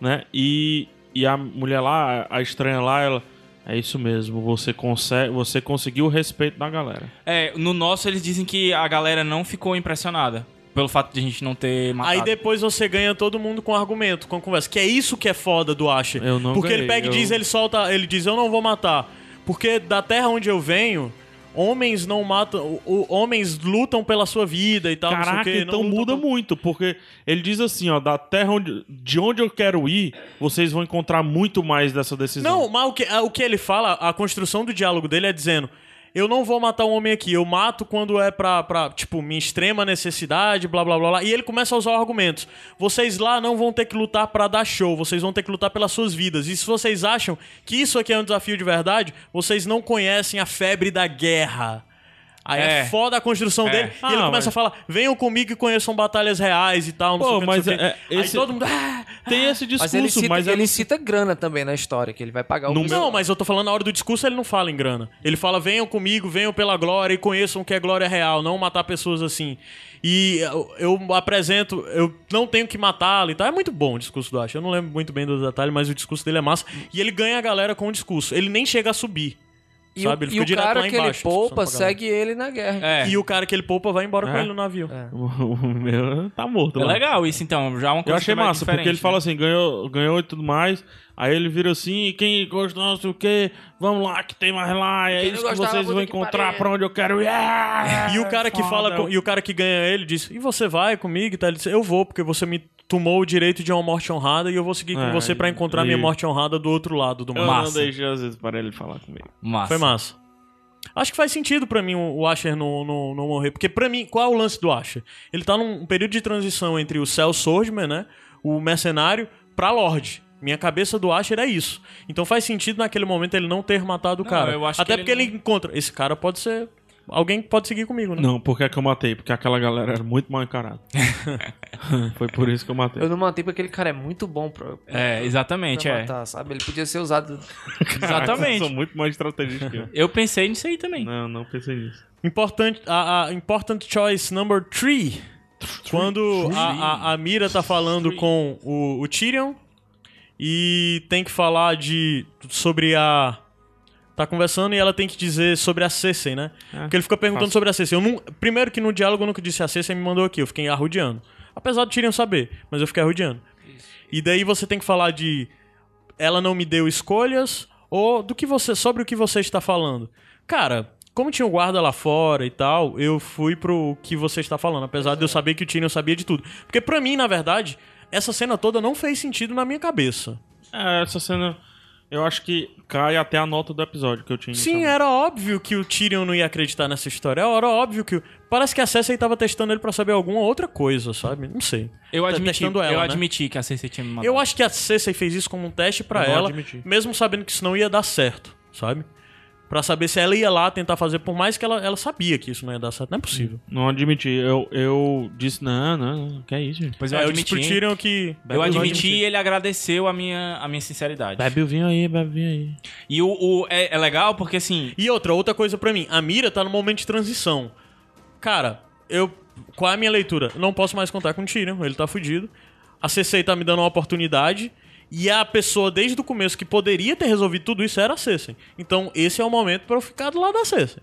Speaker 2: né? E, e a mulher lá, a estranha lá, ela. É isso mesmo, você, consegue, você conseguiu o respeito da galera.
Speaker 4: É, no nosso eles dizem que a galera não ficou impressionada pelo fato de a gente não ter matado.
Speaker 1: Aí depois você ganha todo mundo com argumento, com conversa. Que é isso que é foda do Asher.
Speaker 2: Eu não
Speaker 1: Porque ele
Speaker 2: ganhei,
Speaker 1: pega e
Speaker 2: eu-
Speaker 1: diz, ele solta, ele diz, eu não vou matar. Porque da terra onde eu venho, homens não matam, o- o- homens lutam pela sua vida e tal, não
Speaker 2: Caraca,
Speaker 1: sei o quê.
Speaker 2: então
Speaker 1: não tá lutam
Speaker 2: muda
Speaker 1: por-
Speaker 2: muito, porque ele diz assim, ó, da terra onde, de onde eu quero ir, vocês vão encontrar muito mais dessa decisão.
Speaker 1: Não, mas o que, é, o que ele fala, a construção do diálogo dele é dizendo: Eu não vou matar um homem aqui, eu mato quando é pra, pra tipo, minha extrema necessidade, blá blá blá blá. E ele começa a usar argumentos. Vocês lá não vão ter que lutar pra dar show, vocês vão ter que lutar pelas suas vidas. E se vocês acham que isso aqui é um desafio de verdade, vocês não conhecem a febre da guerra. Aí é,
Speaker 4: É.
Speaker 1: foda a construção
Speaker 4: É.
Speaker 1: dele
Speaker 2: Ah,
Speaker 1: e ele
Speaker 2: não,
Speaker 1: começa
Speaker 2: mas-
Speaker 1: a falar: venham comigo e conheçam batalhas reais e tal. Não
Speaker 2: Pô,
Speaker 1: sei o que, não
Speaker 2: mas
Speaker 1: sei o que.
Speaker 2: é- é-
Speaker 1: Aí
Speaker 2: esse-
Speaker 1: todo mundo. "Ah!"
Speaker 2: Tem esse discurso,
Speaker 3: Mas
Speaker 2: mas,
Speaker 1: é
Speaker 3: ele cita,
Speaker 2: é eu
Speaker 3: ele
Speaker 1: um
Speaker 2: não-
Speaker 3: cita grana também na história, que ele vai pagar o
Speaker 1: Não, mas eu tô falando na hora do discurso, ele não fala em grana. Ele fala: venham comigo, venham pela glória e conheçam o que é glória real, não matar pessoas assim. E eu, eu apresento, eu não tenho que matá-lo e tal. É muito bom o discurso do Ash. Eu não lembro muito bem dos detalhes, mas o discurso dele é massa. E ele ganha a galera com o discurso. Ele nem chega a subir.
Speaker 3: E,
Speaker 1: sabe,
Speaker 3: o,
Speaker 1: ele
Speaker 3: e
Speaker 1: fica
Speaker 3: o
Speaker 1: direto
Speaker 3: cara
Speaker 1: lá
Speaker 3: que
Speaker 1: embaixo, tipo,
Speaker 3: ele poupa
Speaker 1: discussão pra galera.
Speaker 3: segue ele na guerra.
Speaker 4: É.
Speaker 1: E o cara que ele poupa vai embora com
Speaker 2: É.
Speaker 1: ele no navio.
Speaker 2: O meu tá morto.
Speaker 4: É
Speaker 2: lá.
Speaker 4: legal isso, então. Já é uma coisa
Speaker 2: Eu achei
Speaker 4: que vai
Speaker 2: massa,
Speaker 4: diferente,
Speaker 2: porque ele
Speaker 4: né?
Speaker 2: fala assim, ganhou, ganhou e tudo mais. Aí ele vira assim, quem gosta não sei o quê, vamos lá que tem mais lá, é
Speaker 3: Quem não
Speaker 2: isso que
Speaker 3: gostava,
Speaker 2: vocês vão
Speaker 3: puta que
Speaker 2: encontrar
Speaker 3: pariu.
Speaker 2: pra onde eu quero ir. Ah,
Speaker 1: E o cara que fala
Speaker 2: foda.
Speaker 1: com- e o cara que ganha ele diz: "E você vai comigo?" e tal. Ele diz: "Eu vou porque você me tomou o direito de uma morte honrada e eu vou seguir
Speaker 2: É,
Speaker 1: com você pra encontrar
Speaker 2: e-
Speaker 1: minha morte honrada do outro lado do
Speaker 2: Eu
Speaker 1: mar."
Speaker 2: não deixei às vezes para ele falar comigo.
Speaker 4: Massa.
Speaker 1: Foi massa. Acho que faz sentido pra mim o o Asher não, não, não morrer, porque pra mim, qual é o lance do Asher? Ele tá num período de transição entre o Cell Swordman, né, o mercenário pra Lorde. Minha cabeça do Asher é isso. Então faz sentido naquele momento ele não ter matado o
Speaker 4: Não,
Speaker 1: cara.
Speaker 4: eu acho
Speaker 1: Até
Speaker 4: que ele
Speaker 1: porque ele encontra, esse cara pode ser alguém que pode seguir comigo, né?
Speaker 2: Não, por que, que eu matei? Porque aquela galera era muito mal encarada. Foi por isso que eu matei.
Speaker 3: Eu não mantei porque aquele cara é muito bom pra, pra
Speaker 4: É, exatamente, é.
Speaker 3: matar, sabe? Ele podia ser usado.
Speaker 2: Eu sou
Speaker 4: Exatamente.
Speaker 2: muito Né? mais estrategista que eu.
Speaker 4: Eu pensei nisso aí também.
Speaker 2: Não, não pensei nisso.
Speaker 1: Important, a, a important choice number 3. Quando a, a, a Mira tá falando com o, o Tyrion e tem que falar de sobre a tá conversando e ela tem que dizer sobre a Cersei, né?
Speaker 2: É,
Speaker 1: Porque ele fica perguntando
Speaker 2: fácil.
Speaker 1: sobre a Cersei. Eu nun- primeiro que no diálogo eu nunca disse a Cersei me mandou aqui, eu fiquei arrudeando. Apesar do Tyrion saber, mas eu fiquei arrudeando. E daí você tem que falar de ela não me deu escolhas ou do que você sobre o que você está falando. Cara, como tinha o guarda lá fora e tal, eu fui pro que você está falando, apesar de eu saber que o Tyrion sabia de tudo. Porque pra mim, na verdade, essa cena toda não fez sentido na minha cabeça.
Speaker 2: É, essa cena, eu acho que cai até a nota do episódio que eu tinha.
Speaker 1: Sim,
Speaker 4: Então.
Speaker 2: inicialmente.
Speaker 1: era óbvio que o Tyrion não ia acreditar nessa história. Era óbvio que. o- Parece que a Cersei tava testando ele pra saber alguma outra coisa, sabe? Não sei.
Speaker 4: Eu
Speaker 1: Tá
Speaker 4: admiti,
Speaker 1: testando ela,
Speaker 4: eu
Speaker 1: né?
Speaker 4: admiti que a Cersei tinha me mandado.
Speaker 1: Eu acho que a Cersei fez isso como um teste pra
Speaker 2: Eu vou
Speaker 1: ela,
Speaker 2: admitir.
Speaker 1: mesmo sabendo que isso não ia dar certo, sabe? Pra saber se ela ia lá tentar fazer, por mais que ela, ela sabia que isso não ia dar certo. Não é possível.
Speaker 4: Hum.
Speaker 2: Não admiti. Eu, eu disse, não, não, não, que é isso, gente.
Speaker 4: Pois eu
Speaker 1: É, eu disse
Speaker 4: admiti.
Speaker 1: pro Tyrion que.
Speaker 4: Eu admiti e ele agradeceu a minha, a minha sinceridade.
Speaker 2: Bebe o vinho aí, bebe o vinho aí.
Speaker 4: E o, o- é, é legal porque assim.
Speaker 1: E outra, outra coisa pra mim, a Mira tá no momento de transição. Cara, eu. Qual é a minha leitura? Não posso mais contar com o Tyrion, ele tá fudido. A CC tá me dando uma oportunidade. E a pessoa desde o começo que poderia ter resolvido tudo isso era a Cersei. Então esse é o momento pra eu ficar do lado da Cersei.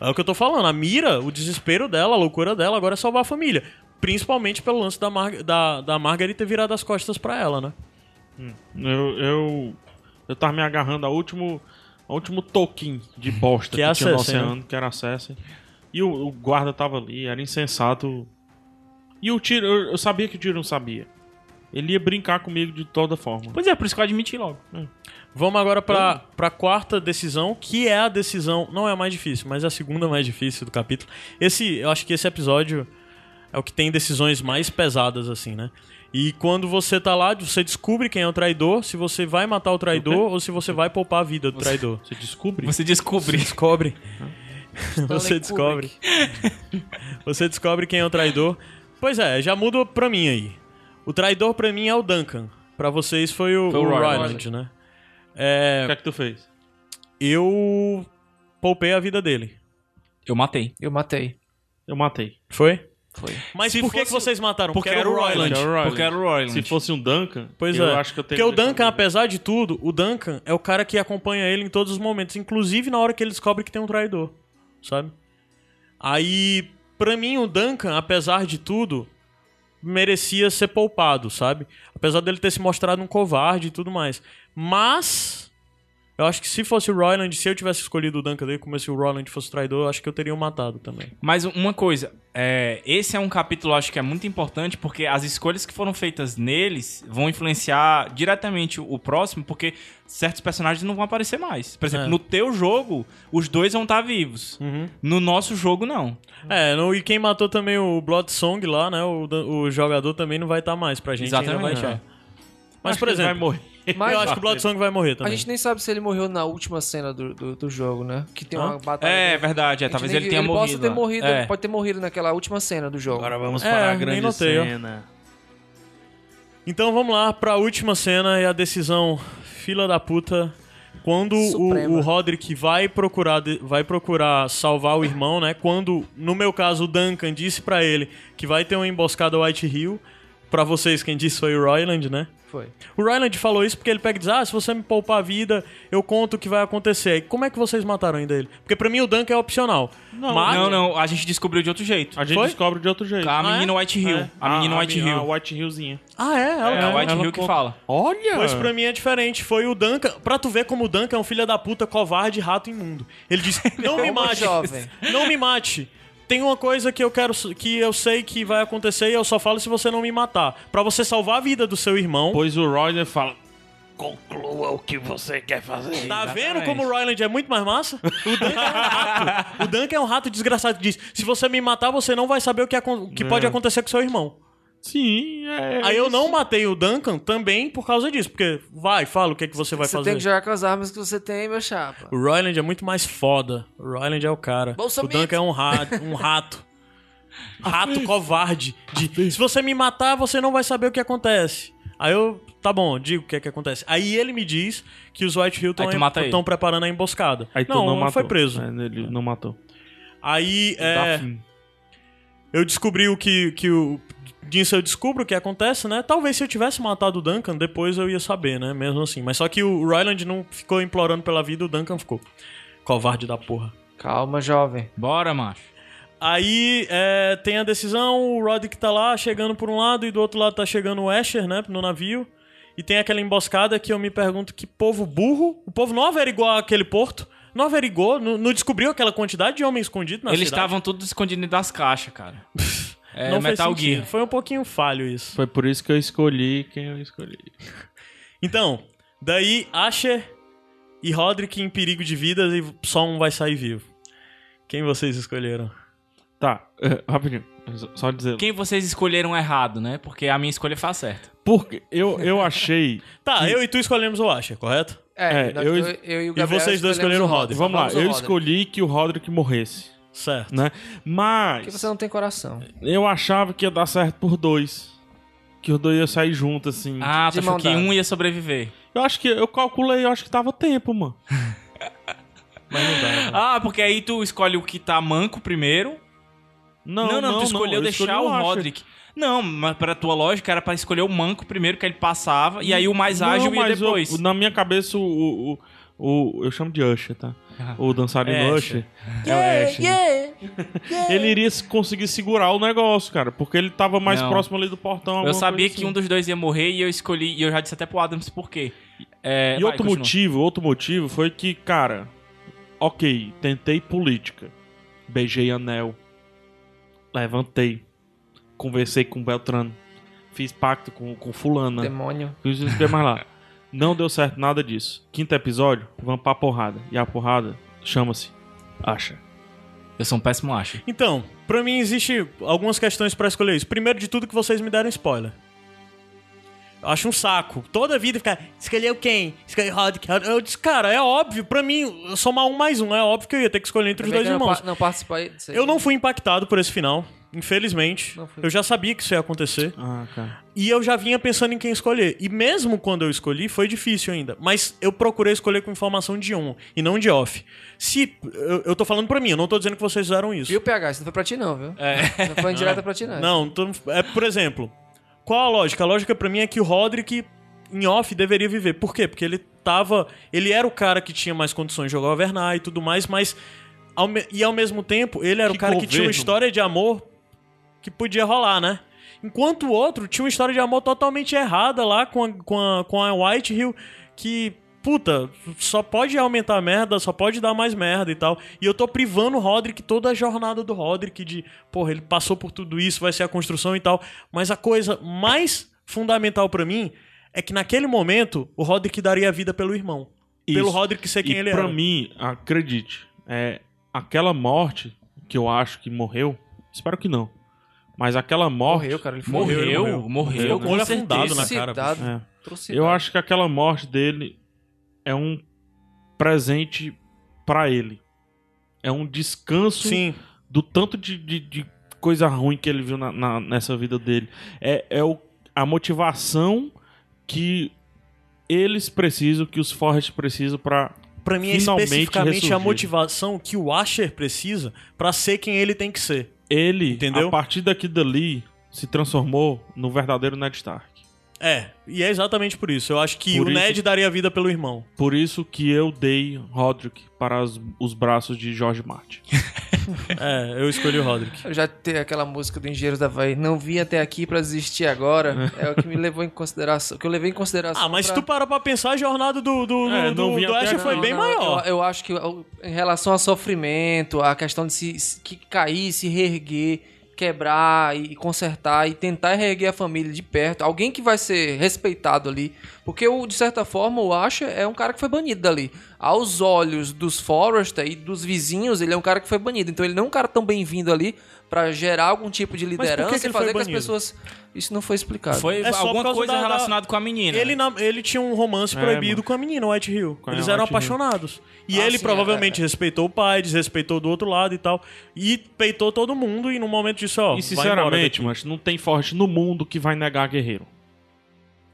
Speaker 1: É o que eu tô falando. A mira, o desespero dela, a loucura dela agora é salvar a família. Principalmente pelo lance da, Mar da, da Margaret ter virado as costas pra ela, né?
Speaker 2: Eu, eu, eu tava me agarrando ao último, ao último toquinho de bosta que,
Speaker 1: Que é a
Speaker 2: tinha no
Speaker 1: Cersei, né?
Speaker 2: oceano, que era a Cersei. E o, o guarda tava ali, era insensato. E o tiro, eu, eu sabia que o tiro não sabia. Ele ia brincar comigo de toda forma.
Speaker 4: Pois é, por isso que eu admiti logo. Hum,
Speaker 1: Vamos agora pra, pra quarta decisão, que é a decisão, não é a mais difícil, mas é a segunda mais difícil do capítulo. Esse, eu acho que esse episódio é o que tem decisões mais pesadas, assim, né? E quando você tá lá, você descobre quem é o traidor, se você vai matar o traidor ou se você vai poupar a vida do traidor.
Speaker 2: Você descobre?
Speaker 4: Você descobriu.
Speaker 1: Descobre.
Speaker 3: Stanley
Speaker 1: Você descobre. Você descobre quem é o traidor. Pois é, já muda pra mim aí. O traidor pra mim é o Duncan. Pra vocês foi o,
Speaker 4: Foi o
Speaker 1: o
Speaker 4: Ryland.
Speaker 1: Ryland, né? É,
Speaker 2: O que é que tu fez?
Speaker 1: eu poupei a vida dele.
Speaker 4: Eu matei.
Speaker 3: Eu matei.
Speaker 2: Eu matei.
Speaker 1: Foi?
Speaker 3: Foi.
Speaker 1: Mas
Speaker 4: Se
Speaker 1: por que,
Speaker 4: fosse-
Speaker 1: que vocês mataram?
Speaker 4: Porque era o Royland.
Speaker 2: Porque era o Royland.
Speaker 4: Porque era o Royland.
Speaker 2: Se fosse um Duncan,
Speaker 1: Pois
Speaker 2: eu
Speaker 1: é.
Speaker 2: acho que eu
Speaker 1: Porque o
Speaker 2: teria.
Speaker 1: Duncan,
Speaker 2: deixado ele.
Speaker 1: apesar de tudo, o Duncan é o cara que acompanha ele em todos os momentos, inclusive na hora que ele descobre que tem um traidor, sabe? Aí, pra mim, o Duncan, apesar de tudo, merecia ser poupado, sabe? Apesar dele ter se mostrado um covarde e tudo mais. Mas, eu acho que se fosse o Royland, se eu tivesse escolhido o Duncan dele, como se o Royland fosse traidor, eu acho que eu teria o matado também.
Speaker 4: Mas uma coisa, é, esse é um capítulo acho que é muito importante porque as escolhas que foram feitas neles vão influenciar diretamente o, o próximo, porque certos personagens não vão aparecer mais. Por exemplo,
Speaker 1: É.
Speaker 4: no teu jogo, os dois vão estar vivos.
Speaker 1: Uhum.
Speaker 4: No nosso jogo, não.
Speaker 1: É, no- e quem matou também o Bloodsong lá, né? O, dan- o jogador também não vai estar mais pra gente. ainda vai
Speaker 4: Exatamente,
Speaker 1: estar.
Speaker 4: é.
Speaker 1: Mas,
Speaker 2: Acho
Speaker 1: por
Speaker 2: que ele
Speaker 1: exemplo,
Speaker 2: Vai morrer.
Speaker 3: Mas-
Speaker 1: Eu acho que o Blood Song vai morrer
Speaker 3: A
Speaker 1: também.
Speaker 3: gente nem sabe se ele morreu na última cena do, do, do jogo, né? Que tem uma batalha.
Speaker 4: É,
Speaker 3: dele.
Speaker 4: verdade. É,
Speaker 3: A gente
Speaker 4: talvez
Speaker 3: nem-
Speaker 4: ele tenha
Speaker 3: ele
Speaker 4: morrido.
Speaker 3: Possa ter
Speaker 4: lá.
Speaker 3: morrido
Speaker 4: É.
Speaker 3: Ele pode ter morrido naquela última cena do jogo.
Speaker 2: Agora vamos
Speaker 1: É,
Speaker 2: para a
Speaker 1: nem
Speaker 2: grande
Speaker 1: notei, ó.
Speaker 2: cena.
Speaker 1: Então vamos lá pra última cena e a decisão fila da puta. Quando o,
Speaker 3: Suprema.
Speaker 1: o Roderick vai procurar, de- vai procurar salvar o irmão, né? Quando, no meu caso, o Duncan disse pra ele que vai ter uma emboscada White Hill. Pra vocês, quem disse foi o Royland, né?
Speaker 3: Foi.
Speaker 1: O Ryland falou isso porque ele pega e diz: Ah, se você me poupar a vida, eu conto o que vai acontecer. Aí, como é que vocês mataram ainda ele? Porque pra mim o Dunk é opcional. Não,
Speaker 4: Não, não. A gente descobriu de outro jeito.
Speaker 2: A gente
Speaker 1: Foi?
Speaker 2: descobre de outro jeito.
Speaker 4: A
Speaker 1: é?
Speaker 4: menina White Hill.
Speaker 2: É.
Speaker 4: A menina White
Speaker 2: A
Speaker 4: Hill.
Speaker 2: White Hillzinha.
Speaker 1: Ah, é? Ela
Speaker 4: É a
Speaker 1: não.
Speaker 4: White
Speaker 2: ela
Speaker 4: Hill que
Speaker 2: conta.
Speaker 4: fala.
Speaker 2: Olha!
Speaker 1: Mas pra mim é diferente. Foi o Duncan. Pra tu ver como o Duncan é um filho da puta, covarde, rato imundo. Ele disse: Não me
Speaker 3: Como
Speaker 1: mate.
Speaker 3: jovem.
Speaker 1: Não me mate. Tem uma coisa que eu quero que eu sei que vai acontecer e eu só falo se você não me matar. Pra você salvar a vida do seu irmão.
Speaker 2: Pois o Royler fala...
Speaker 5: Conclua o que você quer fazer.
Speaker 1: Tá vendo
Speaker 4: Exatamente.
Speaker 1: como o Royland é muito mais massa? O Duncan é um rato. O Duncan é um rato desgraçado que diz: se você me matar, você não vai saber o que, acon- o que pode acontecer com seu irmão.
Speaker 2: Sim, é...
Speaker 1: Aí eu não matei o Duncan também por causa disso, porque vai, fala o que, é que você vai
Speaker 3: você
Speaker 1: fazer.
Speaker 3: tem que jogar com as armas que você tem, meu chapa.
Speaker 1: O Royland é muito mais foda. O Royland é o cara.
Speaker 3: Bolsomito.
Speaker 1: O Duncan é um, ra um rato. Rato covarde. De, se você me matar, você não vai saber o que acontece. Aí eu, tá bom, digo o que é que acontece. Aí ele me diz que os White Hill
Speaker 4: Aí tu mata ele.
Speaker 1: estão preparando a emboscada.
Speaker 2: Aí tu
Speaker 1: não, um
Speaker 2: não, matou.
Speaker 1: foi preso.
Speaker 2: É, ele não matou.
Speaker 1: Aí
Speaker 2: Dá
Speaker 4: tá
Speaker 1: é,
Speaker 2: fim.
Speaker 1: eu descobri o que, que o. Disso eu descubro o que acontece, né? Talvez se eu tivesse matado o Duncan, depois eu ia saber, né? Mesmo assim. Mas só que o Ryland não ficou implorando pela vida, o Duncan ficou. Covarde da porra.
Speaker 3: Calma, jovem.
Speaker 4: Bora, macho.
Speaker 1: Aí é, tem a decisão, o Roddick tá lá chegando por um lado e do outro lado tá chegando o Asher, né, no navio. E tem aquela emboscada que eu me pergunto que povo burro, o povo não averigou aquele porto, não averigou, não, não descobriu aquela quantidade de homem escondido na
Speaker 4: Eles
Speaker 1: cidade.
Speaker 4: estavam todos escondidos das caixas, cara. É,
Speaker 1: não fez
Speaker 4: Metal
Speaker 1: sentido.
Speaker 4: Gear.
Speaker 1: Foi um pouquinho falho isso.
Speaker 2: Foi por isso que eu escolhi quem eu escolhi.
Speaker 1: Então, daí Asher e Roderick em perigo de vida e só um vai sair vivo. Quem vocês escolheram?
Speaker 2: Tá, é, rapidinho. Só- Só dizer.
Speaker 4: Quem vocês escolheram errado, né? Porque a minha escolha foi a certa.
Speaker 2: Porque eu, eu achei.
Speaker 1: Tá, eu e tu escolhemos o Asher, correto?
Speaker 3: É,
Speaker 2: É,
Speaker 3: nós
Speaker 2: eu-
Speaker 3: dois- eu e o Gabriel.
Speaker 1: vocês dois
Speaker 3: escolhemos
Speaker 1: escolheram o Roder.
Speaker 3: Roder.
Speaker 2: Vamos lá,
Speaker 3: ao
Speaker 2: eu
Speaker 3: Roder.
Speaker 2: escolhi que o Roderick morresse,
Speaker 1: Certo.
Speaker 2: né?
Speaker 3: Porque
Speaker 2: Mas
Speaker 3: você não tem coração.
Speaker 2: eu achava que ia dar certo por dois. Que os dois iam sair juntos, assim.
Speaker 4: Ah,
Speaker 3: De
Speaker 4: tu achou
Speaker 3: mão
Speaker 4: que
Speaker 3: dada.
Speaker 4: um ia sobreviver.
Speaker 2: Eu acho que. Eu calculei, eu acho que tava tempo, mano.
Speaker 4: Ah, porque aí tu escolhe o que tá manco primeiro.
Speaker 2: Não,
Speaker 4: Não,
Speaker 2: não,
Speaker 4: não, tu escolheu
Speaker 2: eu
Speaker 4: deixar
Speaker 2: escolhi
Speaker 4: o
Speaker 2: Asher.
Speaker 4: Roderick. Não, mas pra tua lógica era pra escolher o manco primeiro, que ele passava, e aí o mais
Speaker 2: Não,
Speaker 4: ágil ia
Speaker 2: mas eu-
Speaker 4: depois.
Speaker 2: na minha cabeça, o. o, o- eu chamo de Usher, tá? O dançarino
Speaker 1: É,
Speaker 2: Usher. É o Asher. Ele iria se- conseguir segurar o negócio, cara. Porque ele tava mais
Speaker 4: Não.
Speaker 2: próximo ali do portão. alguma
Speaker 4: Eu sabia
Speaker 2: coisa
Speaker 4: que
Speaker 2: assim.
Speaker 4: um dos dois ia morrer e eu escolhi, e eu já disse até pro Adams por quê. É,
Speaker 2: E
Speaker 4: vai,
Speaker 2: outro
Speaker 4: continua.
Speaker 2: motivo, outro motivo foi que, cara, ok, tentei política. Beijei anel. Levantei. Conversei com Beltrano. Fiz pacto com, com fulana.
Speaker 3: Demônio.
Speaker 2: Fiz isso que mais lá. Não deu certo nada disso. Quinto episódio, vamos pra porrada. E a porrada chama-se Acha.
Speaker 4: Eu sou um péssimo acho.
Speaker 1: Então, pra mim existe algumas questões pra escolher isso. Primeiro de tudo que vocês me deram spoiler. Eu acho um saco. Toda vida ficar, escolheu quem? Escolheu Roderick. Roderick." Eu disse, cara, é óbvio, pra mim, somar um mais um, é óbvio que eu ia ter que escolher entre os
Speaker 3: Também
Speaker 1: dois
Speaker 3: que eu não
Speaker 1: irmãos.
Speaker 3: pa- Não participei disso aí.
Speaker 1: Eu não fui impactado por esse final, infelizmente.
Speaker 3: Não fui.
Speaker 1: Eu já sabia que isso ia acontecer.
Speaker 2: Ah, cara.
Speaker 1: E eu já vinha pensando em quem escolher. E mesmo quando eu escolhi, foi difícil ainda. Mas eu procurei escolher com informação de on e não de off. Se. Eu, eu tô falando pra mim, eu não tô dizendo que vocês fizeram isso.
Speaker 3: Viu, PH? Isso não foi pra ti, não, viu?
Speaker 4: É.
Speaker 3: Não foi indireta pra ti, não.
Speaker 1: Não, então, é, por exemplo, qual a lógica? A lógica pra mim é que o Roderick em off deveria viver. Por quê? Porque ele tava, ele era o cara que tinha mais condições de jogar overnight e tudo mais, mas ao me- e ao mesmo tempo, ele era
Speaker 2: Que
Speaker 1: o cara que tinha uma
Speaker 2: governo.
Speaker 1: história de amor que podia rolar, né? Enquanto o outro tinha uma história de amor totalmente errada lá com a, com a, com a White Hill, que, puta, só pode aumentar a merda, só pode dar mais merda e tal. E eu tô privando o Roderick, toda a jornada do Roderick, de, porra, ele passou por tudo isso, vai ser a construção e tal. Mas a coisa mais fundamental pra mim é que naquele momento o Roderick daria a vida pelo irmão. Pelo
Speaker 2: Isso.
Speaker 1: Roderick ser quem
Speaker 2: e
Speaker 1: ele
Speaker 2: pra
Speaker 1: era.
Speaker 2: mim, acredite, é aquela morte que eu acho que morreu. Espero que não. Mas aquela morte.
Speaker 3: Morreu, cara. Ele foi.
Speaker 4: Morreu,
Speaker 1: Morreu,
Speaker 4: morreu,
Speaker 1: morreu. Ficou né? com o olho
Speaker 4: com certeza.
Speaker 1: afundado na cara.
Speaker 3: Suicidado.
Speaker 2: É.
Speaker 3: Atrocidade.
Speaker 2: Eu acho que aquela morte dele é um presente pra ele. É um descanso
Speaker 1: Sim.
Speaker 2: do tanto de, de- de coisa ruim que ele viu na- na- nessa vida dele. É, é o- a motivação que eles precisam, que os Forrest precisam pra.
Speaker 1: Pra mim é
Speaker 2: Finalmente
Speaker 1: especificamente a
Speaker 2: ressurgir.
Speaker 1: motivação que o Asher precisa pra ser quem ele tem que ser.
Speaker 2: Ele,
Speaker 1: Entendeu?
Speaker 2: a partir daqui dali, se transformou no verdadeiro Ned Stark.
Speaker 1: É, e é exatamente por isso. Eu acho que
Speaker 2: Por
Speaker 1: o
Speaker 2: isso-
Speaker 1: Ned daria a vida pelo irmão.
Speaker 2: Por isso que eu dei Roderick para as- os braços de George Martin.
Speaker 1: É, eu escolhi o Roderick.
Speaker 3: Eu já tenho aquela música do Engenheiro da Havaí, não vim até aqui pra desistir agora. É o que me levou em consideração, o que eu levei em consideração.
Speaker 1: Ah, mas se
Speaker 3: pra-
Speaker 1: tu parar pra pensar, a jornada do, do,
Speaker 2: É,
Speaker 1: do,
Speaker 2: não
Speaker 1: do,
Speaker 2: vim até
Speaker 1: Asher
Speaker 2: aqui.
Speaker 1: foi
Speaker 3: Não,
Speaker 1: bem
Speaker 3: não,
Speaker 1: maior.
Speaker 3: Eu, eu acho que eu- em relação a sofrimento, a questão de se, se- que cair, se reerguer, quebrar e consertar e tentar reerguer a família de perto, alguém que vai ser respeitado ali, porque o, de certa forma o Asher é um cara que foi banido dali. Aos olhos dos Forrester e dos vizinhos, ele é um cara que foi banido, então ele não é um cara tão bem-vindo ali pra gerar algum tipo de
Speaker 1: por que
Speaker 3: liderança
Speaker 1: que
Speaker 3: e
Speaker 1: ele
Speaker 3: fazer
Speaker 1: foi
Speaker 3: com as
Speaker 1: banido?
Speaker 3: pessoas. Isso não foi explicado.
Speaker 4: Foi
Speaker 1: É só por
Speaker 4: alguma
Speaker 1: causa
Speaker 4: coisa
Speaker 1: da- da-
Speaker 4: relacionada com a menina.
Speaker 1: Ele,
Speaker 4: né?
Speaker 1: na- ele tinha um romance
Speaker 2: É,
Speaker 1: proibido
Speaker 2: mano.
Speaker 1: com a menina, White Hill.
Speaker 2: Com a
Speaker 1: Eles
Speaker 2: White
Speaker 1: eram
Speaker 2: Hill.
Speaker 1: apaixonados. E
Speaker 3: Ah,
Speaker 1: ele
Speaker 3: sim,
Speaker 1: provavelmente
Speaker 3: é,
Speaker 1: respeitou o pai, desrespeitou do outro lado e tal. E peitou todo mundo e num momento disse, ó, vai
Speaker 2: E
Speaker 1: embora
Speaker 2: sinceramente, mas não tem Forrest no mundo que vai negar guerreiro.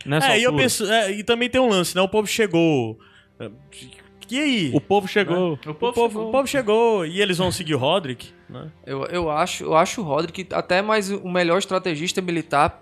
Speaker 2: Nessa
Speaker 1: É, e, eu
Speaker 2: altura,
Speaker 1: penso, é, e também tem um lance, né? O povo chegou. é, E aí?
Speaker 2: O povo chegou.
Speaker 1: É. O povo, chegou. o povo chegou e eles vão seguir o Roderick, né?
Speaker 3: Eu, eu, acho, eu acho o Roderick até mais o melhor estrategista militar.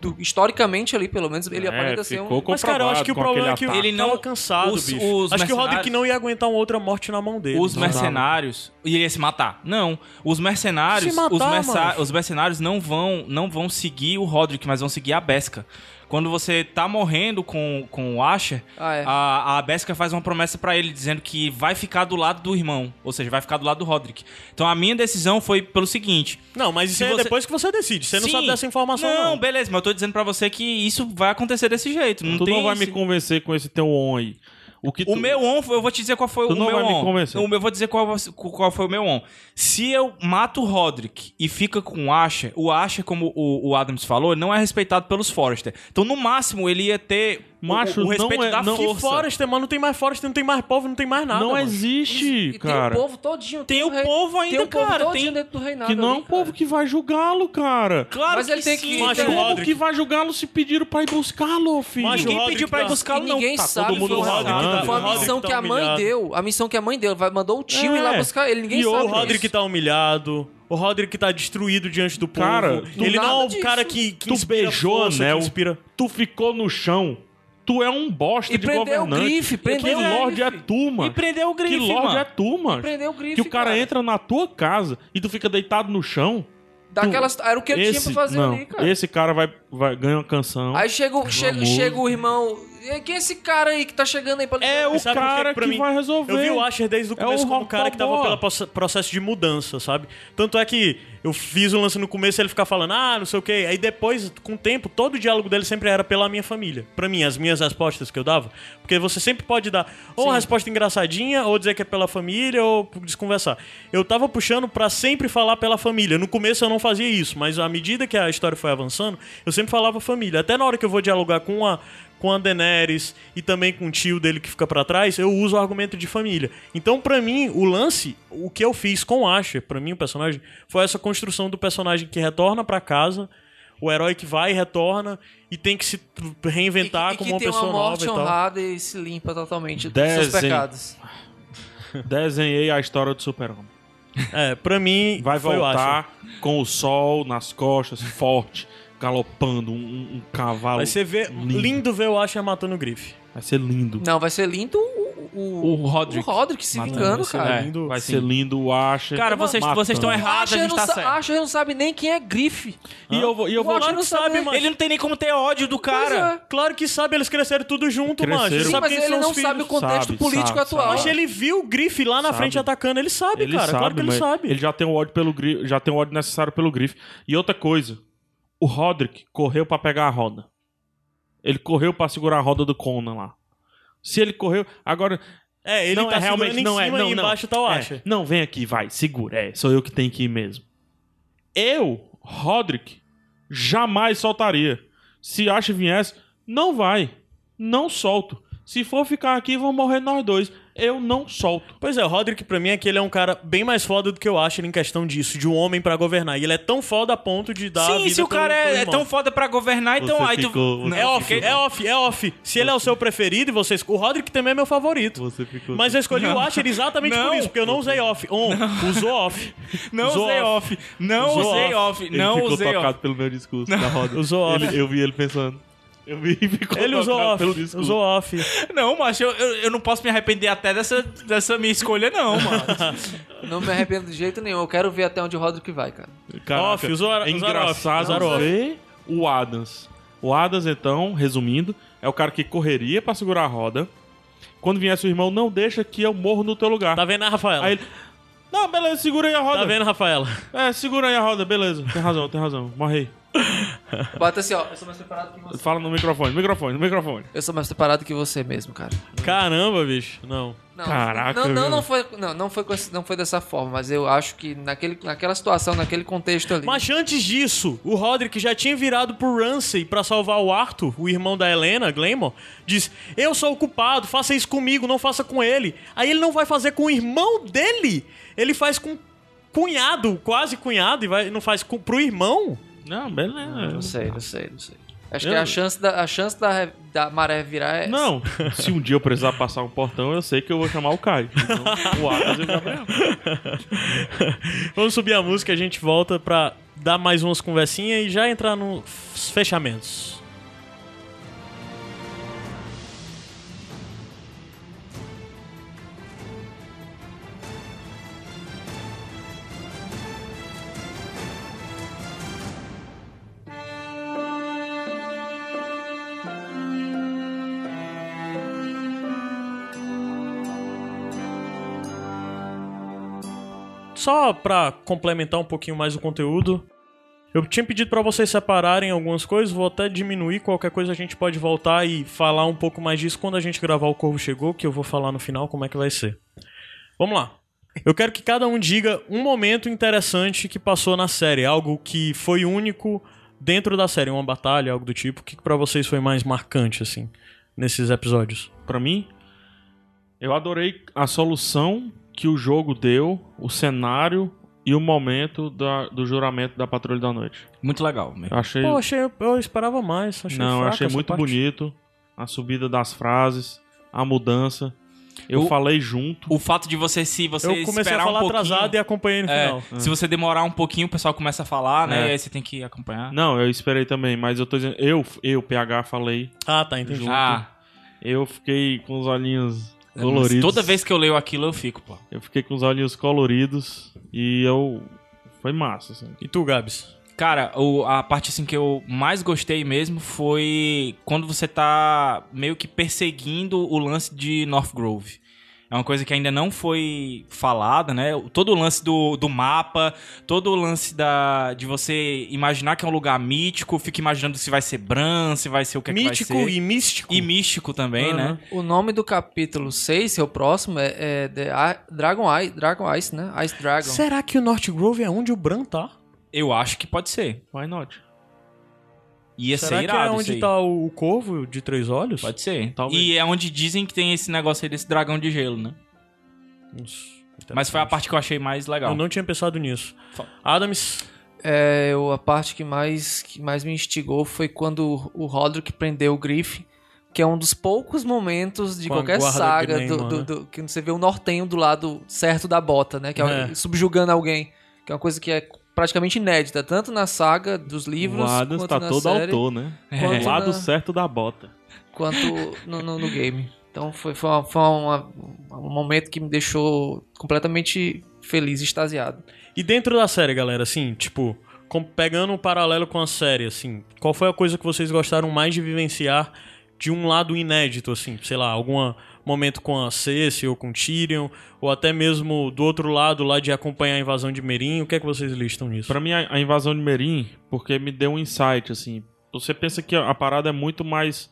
Speaker 3: do- historicamente ali, pelo menos, ele
Speaker 2: É,
Speaker 3: aparenta ser
Speaker 2: ficou
Speaker 3: um.
Speaker 1: Mas, cara, eu acho que o
Speaker 2: comprovado com
Speaker 1: problema é que
Speaker 2: aquele
Speaker 1: ele
Speaker 4: ataque.
Speaker 1: tava
Speaker 4: Ele não-
Speaker 1: cansado,
Speaker 4: os-
Speaker 1: bicho.
Speaker 4: os
Speaker 1: acho que o Roderick
Speaker 4: mercenários-
Speaker 1: não ia aguentar uma outra morte na mão dele.
Speaker 4: Os
Speaker 1: Não.
Speaker 4: mercenários iria se matar. Não, os mercenários,
Speaker 1: Se matar,
Speaker 4: os, merce-
Speaker 1: mano.
Speaker 4: os mercenários não vão, não vão seguir o Roderick, mas vão seguir a Besca. Quando você tá morrendo com, com o Asher,
Speaker 3: Ah, é.
Speaker 4: a, a Besca faz uma promessa pra ele dizendo que vai ficar do lado do irmão, ou seja, vai ficar do lado do Roderick. Então a minha decisão foi pelo seguinte:
Speaker 1: Não, mas isso
Speaker 4: Se
Speaker 1: é
Speaker 4: você-
Speaker 1: depois que você decide. Você não
Speaker 4: Sim.
Speaker 1: sabe dessa informação,
Speaker 4: não,
Speaker 1: não.
Speaker 4: beleza, mas eu tô dizendo pra você que isso vai acontecer desse jeito. Não
Speaker 2: tu
Speaker 4: tem
Speaker 2: não vai
Speaker 4: esse-
Speaker 2: me convencer com esse teu on aí. O, que
Speaker 4: O
Speaker 2: tu-
Speaker 4: meu on, eu vou te dizer qual foi
Speaker 2: Tu
Speaker 4: o
Speaker 2: não
Speaker 4: meu
Speaker 2: vai me
Speaker 4: on.
Speaker 2: convencer.
Speaker 4: O meu- Eu vou dizer qual, você- qual foi o meu on. Se eu mato o Roderick e fica com o Asher, o Asher, como o, o Adams falou, não é respeitado pelos Forrester. Então, no máximo, ele ia ter o-
Speaker 2: Macho,
Speaker 4: o,
Speaker 2: não
Speaker 4: respeito
Speaker 2: é-
Speaker 4: da
Speaker 2: não-
Speaker 1: Que
Speaker 4: força.
Speaker 1: Forrester, mano? Não tem mais Forrester, não tem mais povo, não tem mais nada.
Speaker 2: não
Speaker 1: mano.
Speaker 2: existe,
Speaker 3: E
Speaker 2: cara.
Speaker 3: tem o povo todinho.
Speaker 4: Tem o
Speaker 3: rei-
Speaker 4: povo
Speaker 3: tem
Speaker 4: ainda,
Speaker 3: o povo
Speaker 4: cara.
Speaker 3: todinho
Speaker 4: Tem...
Speaker 3: dentro do reinado.
Speaker 2: que não é
Speaker 3: ali,
Speaker 2: um povo
Speaker 3: cara.
Speaker 2: que vai julgá-lo, cara.
Speaker 4: Claro
Speaker 3: Mas
Speaker 4: que
Speaker 3: ele tem
Speaker 4: sim,
Speaker 3: que-
Speaker 4: cara.
Speaker 1: Macho,
Speaker 2: Como
Speaker 1: Roderick.
Speaker 2: que vai julgá-lo se pediram pra ir buscá-lo, filho?
Speaker 1: Macho,
Speaker 4: Ninguém
Speaker 1: Roderick
Speaker 4: pediu pra ir
Speaker 1: tá-
Speaker 4: buscá-lo,
Speaker 3: E
Speaker 4: não.
Speaker 3: ninguém
Speaker 4: Tá
Speaker 3: sabe
Speaker 2: todo mundo
Speaker 3: foi, uma-
Speaker 2: rodado.
Speaker 3: foi
Speaker 2: O
Speaker 3: a
Speaker 2: Roderick
Speaker 3: missão
Speaker 1: tá
Speaker 3: que a mãe
Speaker 1: humilhado.
Speaker 3: deu. A missão que a mãe deu. Vai, mandou o time
Speaker 2: É.
Speaker 3: lá buscar ele. Ninguém
Speaker 2: E
Speaker 3: sabe.
Speaker 2: o
Speaker 1: O Roderick
Speaker 3: disso.
Speaker 1: tá humilhado. O Roderick tá destruído diante do povo.
Speaker 2: Cara, do
Speaker 1: ele não é um
Speaker 3: nada
Speaker 1: cara
Speaker 3: disso.
Speaker 1: que, que
Speaker 2: Tu
Speaker 1: inspira
Speaker 2: beijou o
Speaker 1: força, que
Speaker 2: anel.
Speaker 1: inspira-
Speaker 2: Tu ficou no chão. Tu é um bosta
Speaker 3: E
Speaker 2: de
Speaker 3: prendeu o
Speaker 2: governante.
Speaker 3: grife, prendeu
Speaker 2: que
Speaker 3: o
Speaker 2: lorde é
Speaker 3: grife.
Speaker 2: tu,
Speaker 4: E
Speaker 2: mano.
Speaker 4: prendeu o grife,
Speaker 2: Que lorde
Speaker 4: mano.
Speaker 2: é tu, mano.
Speaker 3: Prendeu o grife.
Speaker 2: Que o cara, entra na tua casa e tu fica deitado no chão.
Speaker 3: Daquelas... Era o que ele tinha pra fazer
Speaker 2: não,
Speaker 3: ali, cara.
Speaker 2: Esse cara vai, vai ganhar uma canção.
Speaker 3: Aí chega, o- chega,
Speaker 2: amor.
Speaker 3: chega o irmão. "E Quem é esse cara aí que tá chegando aí pra
Speaker 2: É o
Speaker 1: Sabe por que
Speaker 2: cara
Speaker 1: que pra
Speaker 2: que
Speaker 1: mim-
Speaker 2: vai resolver.
Speaker 1: Eu vi o Asher desde o
Speaker 2: É
Speaker 1: começo
Speaker 2: o
Speaker 1: como um
Speaker 2: Rock
Speaker 1: cara que tava
Speaker 2: Balboa.
Speaker 1: pelo proce- processo de mudança, sabe? Tanto é que eu fiz um lance no começo ele ficar falando, ah, não sei o quê. Aí depois, com o tempo, todo o diálogo dele sempre era pela minha família. Pra mim, as minhas respostas que eu dava. Porque você sempre pode dar ou uma resposta engraçadinha, ou dizer que é pela família, ou desconversar. Eu tava puxando pra sempre falar pela família. No começo eu não fazia isso, mas à medida que a história foi avançando, eu sempre falava família. Até na hora que eu vou dialogar com a com a Daenerys e também com o tio dele que fica pra trás, eu uso o argumento de família. Então, pra mim, o lance, o que eu fiz com o Asher, pra mim o personagem, foi essa construção do personagem que retorna pra casa, o herói que vai e retorna e tem que se reinventar
Speaker 3: e, que-
Speaker 1: como
Speaker 3: e que
Speaker 1: uma
Speaker 3: tem
Speaker 1: pessoa
Speaker 3: uma
Speaker 1: nova
Speaker 3: morte
Speaker 1: e tal.
Speaker 3: honrada e se limpa totalmente dos seus
Speaker 2: Dezem.
Speaker 3: pecados.
Speaker 2: Desenhei a história do super-homem.
Speaker 1: É, pra mim
Speaker 2: Vai
Speaker 1: foi o Asher.
Speaker 2: voltar com o sol nas costas, forte, galopando, um- um, um cavalo.
Speaker 1: Vai ser ver, lindo.
Speaker 2: lindo.
Speaker 1: ver o Asher matando o Griff.
Speaker 2: Vai ser lindo.
Speaker 3: Não, vai ser lindo o, o,
Speaker 4: O Roderick.
Speaker 3: o Roderick se
Speaker 4: Matando
Speaker 3: vingando,
Speaker 4: esse
Speaker 3: cara.
Speaker 4: velho.
Speaker 1: lindo.
Speaker 2: Vai
Speaker 4: Sim.
Speaker 2: ser lindo o Asher.
Speaker 4: Cara, vocês-
Speaker 2: matando.
Speaker 4: vocês estão errados. Errado,
Speaker 3: Asher
Speaker 4: a gente
Speaker 3: não
Speaker 4: tá
Speaker 3: sa-
Speaker 4: certo.
Speaker 3: Asher não sabe nem quem é Griff.
Speaker 2: E eu vou. E eu
Speaker 3: O
Speaker 2: vou...
Speaker 3: Asher não sabe,
Speaker 1: mano.
Speaker 4: Ele não tem nem como ter ódio do
Speaker 3: Pois
Speaker 4: cara.
Speaker 3: é.
Speaker 1: Claro que sabe, eles cresceram tudo junto,
Speaker 2: Cresceram.
Speaker 1: mano. Você
Speaker 2: Sim,
Speaker 1: sabe
Speaker 3: mas
Speaker 1: quem
Speaker 3: ele
Speaker 1: são os
Speaker 3: não
Speaker 1: filhos.
Speaker 3: sabe o contexto
Speaker 2: Sabe,
Speaker 3: político
Speaker 2: sabe,
Speaker 3: atual.
Speaker 1: Mas ele viu o Griff lá na
Speaker 2: Sabe.
Speaker 1: frente atacando, ele sabe,
Speaker 2: Ele
Speaker 1: cara.
Speaker 2: sabe,
Speaker 1: claro que ele
Speaker 2: mas
Speaker 1: sabe.
Speaker 2: Ele já tem o ódio pelo grifo, já tem o ódio necessário pelo grifo. E outra coisa, o Roderick correu pra pegar a roda. Ele correu pra segurar a roda do Conan lá. Se ele correu, agora
Speaker 1: É, ele
Speaker 2: não
Speaker 1: tá
Speaker 2: é realmente
Speaker 1: segurando
Speaker 2: não
Speaker 1: em
Speaker 2: é,
Speaker 1: cima
Speaker 2: não,
Speaker 1: e
Speaker 2: não.
Speaker 1: embaixo tá o
Speaker 2: É,
Speaker 1: Asher.
Speaker 2: não, vem aqui, vai, segura. É, sou eu que tenho que ir mesmo. Eu, Roderick, jamais soltaria. Se Asher viesse, não vai. não solto. Se for ficar aqui, vão morrer nós dois. Eu não solto.
Speaker 1: Pois é, o Roderick, pra mim, é que ele é um cara bem mais foda do que eu acho ele em questão disso, de um homem pra governar. E ele é tão foda a ponto de dar. a
Speaker 4: Sim,
Speaker 1: vida
Speaker 4: se o
Speaker 1: pelo-
Speaker 4: cara
Speaker 1: pelo
Speaker 4: é, é
Speaker 1: irmão.
Speaker 4: tão foda pra governar, então
Speaker 2: Você
Speaker 4: aí tu.
Speaker 2: ficou- você
Speaker 1: É
Speaker 4: Não,
Speaker 1: off,
Speaker 4: fiquei-
Speaker 1: é off, é off. Se ele é o seu preferido e você. esco- O Roderick também é meu favorito.
Speaker 2: Você ficou.
Speaker 1: Mas eu escolhi o Asher exatamente por
Speaker 4: Não.
Speaker 1: isso, porque eu não usei off. On, usou off.
Speaker 4: Não
Speaker 1: Usou
Speaker 4: usei off. Não
Speaker 1: Usou
Speaker 4: usei
Speaker 1: off.
Speaker 4: off.
Speaker 2: ele
Speaker 4: Não
Speaker 2: ficou
Speaker 4: usei
Speaker 2: tocado
Speaker 4: off.
Speaker 2: pelo meu discurso na roda.
Speaker 1: Usou off.
Speaker 2: Ele- eu vi ele pensando. Eu vi e ficou
Speaker 1: Ele usou
Speaker 2: tocado
Speaker 1: off.
Speaker 2: pelo discurso.
Speaker 1: Usou off.
Speaker 4: Não, macho, eu, eu, eu não posso me arrepender até dessa, dessa minha escolha, não, mano.
Speaker 3: Não me arrependo de jeito nenhum. Eu quero ver até onde o Roderick vai, cara.
Speaker 2: Caraca,
Speaker 1: Off, usou-
Speaker 2: é
Speaker 1: usaram
Speaker 2: engraçado
Speaker 1: off, usaram
Speaker 2: ver o Adams. O Adams, então, resumindo, é o cara que correria pra segurar a roda. Quando viesse o irmão, não deixa que eu morro no teu lugar.
Speaker 1: Tá vendo, Rafaela?
Speaker 2: Aí ele... Não, beleza, segura aí a roda.
Speaker 1: Tá vendo, Rafaela?
Speaker 2: É, segura aí a roda, beleza. Tem razão, tem razão. Morre aí.
Speaker 3: Bota assim, ó. Eu sou mais preparado que você.
Speaker 2: Fala no microfone, microfone, microfone.
Speaker 3: Eu sou mais preparado que você mesmo, cara.
Speaker 1: Caramba, bicho. Não.
Speaker 3: Não,
Speaker 2: Caraca,
Speaker 3: Não, não,
Speaker 2: viu?
Speaker 3: não foi, não, não foi, com esse- não foi dessa forma, mas eu acho que naquele, naquela situação, naquele contexto ali.
Speaker 1: Mas antes disso, o Roderick já tinha virado pro Ramsey pra salvar o Arthur, o irmão da Helena, Glamour. Diz: Eu sou o culpado, faça isso comigo, não faça com ele. Aí ele não vai fazer com o irmão dele, ele faz com cunhado, quase cunhado, e vai- não faz com, pro irmão.
Speaker 2: Não, beleza.
Speaker 3: Não sei, não sei, não sei. Acho
Speaker 2: Eu-
Speaker 3: que a chance, da, a chance da, re- da maré virar é.
Speaker 2: Não, se um dia eu precisar passar um portão, eu sei que eu vou chamar o Caio. Então, o Adams e o Gabriel.
Speaker 1: Vamos subir a música, a gente volta pra dar mais umas conversinhas e já entrar nos fechamentos. Só pra complementar um pouquinho mais o conteúdo, eu tinha pedido pra vocês separarem algumas coisas, vou até diminuir, qualquer coisa a gente pode voltar e falar um pouco mais disso quando a gente gravar o Corvo Chegou, que eu vou falar no final como é que vai ser. Vamos lá. Eu quero que cada um diga um momento interessante que passou na série, algo que foi único dentro da série, uma batalha, algo do tipo, o que pra vocês foi mais marcante assim nesses episódios.
Speaker 2: Pra mim, eu adorei a solução que o jogo deu, o cenário e o momento da- do juramento da Patrulha da Noite.
Speaker 4: Muito legal mesmo.
Speaker 2: Eu achei,
Speaker 1: Pô, achei, eu esperava mais, achei
Speaker 2: não, eu
Speaker 1: fraca
Speaker 2: achei
Speaker 1: essa
Speaker 2: muito
Speaker 1: parte.
Speaker 2: bonito a subida das frases, a mudança. Eu
Speaker 4: O-
Speaker 2: falei junto.
Speaker 4: O fato de você, se você
Speaker 1: Eu comecei a
Speaker 4: esperar
Speaker 1: falar
Speaker 4: um pouquinho...
Speaker 1: atrasado e acompanhei no
Speaker 4: É,
Speaker 1: final.
Speaker 4: Se você demorar um pouquinho, o pessoal começa a falar, né?
Speaker 2: É.
Speaker 4: E aí você tem que acompanhar.
Speaker 2: Não, eu esperei também, mas eu tô dizendo, eu, eu PH falei,
Speaker 1: Ah, tá, entendi.
Speaker 4: Ah,
Speaker 2: eu fiquei com os
Speaker 3: É,
Speaker 2: olhinhos coloridos.
Speaker 4: toda vez que eu leio aquilo, eu fico, pô.
Speaker 2: eu fiquei com os olhinhos coloridos e eu foi massa assim.
Speaker 1: E tu, Gabs?
Speaker 4: Cara, o- a parte assim que eu mais gostei mesmo foi quando você tá meio que perseguindo o lance de North Grove. É uma coisa que ainda não foi falada, né? Todo o lance do, do mapa, todo o lance da, de você imaginar que é um lugar mítico, fica imaginando se vai ser Bran, se vai ser o que é
Speaker 1: Mítico
Speaker 4: que vai ser.
Speaker 1: e místico.
Speaker 4: E místico também, né?
Speaker 3: O nome do capítulo 6, que é o próximo, é, é The I- Dragon Ice, Dragon Ice, né? Ice Dragon.
Speaker 1: Será que o North Grove é onde o Bran tá?
Speaker 4: Eu acho que pode ser.
Speaker 2: Why not?
Speaker 4: Ia
Speaker 1: Será
Speaker 4: ser
Speaker 1: que
Speaker 4: irado
Speaker 1: é
Speaker 4: isso
Speaker 1: onde
Speaker 4: aí.
Speaker 1: tá o, o corvo de três olhos?
Speaker 4: Pode ser.
Speaker 2: Talvez.
Speaker 4: E é onde dizem que tem esse negócio aí desse dragão de gelo, né?
Speaker 1: Isso,
Speaker 4: Mas foi a
Speaker 1: interessante.
Speaker 4: parte que eu achei mais legal.
Speaker 1: Eu não tinha pensado nisso.
Speaker 4: Fala.
Speaker 1: Adams,
Speaker 3: É, eu- a parte que mais, que mais me instigou foi quando o Roderick prendeu o Griffin, que é um dos poucos momentos de
Speaker 1: Com a
Speaker 3: qualquer
Speaker 1: guarda
Speaker 3: saga
Speaker 1: Gnaiman,
Speaker 3: do, do-
Speaker 1: né?
Speaker 3: do- que você vê o nortenho do lado certo da bota, né? Que é,
Speaker 1: É.
Speaker 3: subjugando alguém. Que é uma coisa que é praticamente inédita, tanto na saga dos livros,
Speaker 2: o Adams
Speaker 3: quanto
Speaker 2: tá
Speaker 3: na
Speaker 2: todo
Speaker 3: série, É.
Speaker 2: autor, né?
Speaker 3: Quanto
Speaker 2: O lado
Speaker 3: na-
Speaker 2: certo da bota.
Speaker 3: quanto no, no- no game. Então foi, foi, uma- foi uma- um momento que me deixou completamente feliz, extasiado.
Speaker 1: e dentro da série, galera, assim, tipo, com- pegando um paralelo com a série, assim, qual foi a coisa que vocês gostaram mais de vivenciar de um lado inédito, assim, sei lá, algum momento com a Cersei ou com Tyrion, ou até mesmo do outro lado lá de acompanhar a invasão de Merim, o que é que vocês listam nisso?
Speaker 2: Pra mim a, a invasão de Merim, porque me deu um insight assim. Você pensa que a parada é muito mais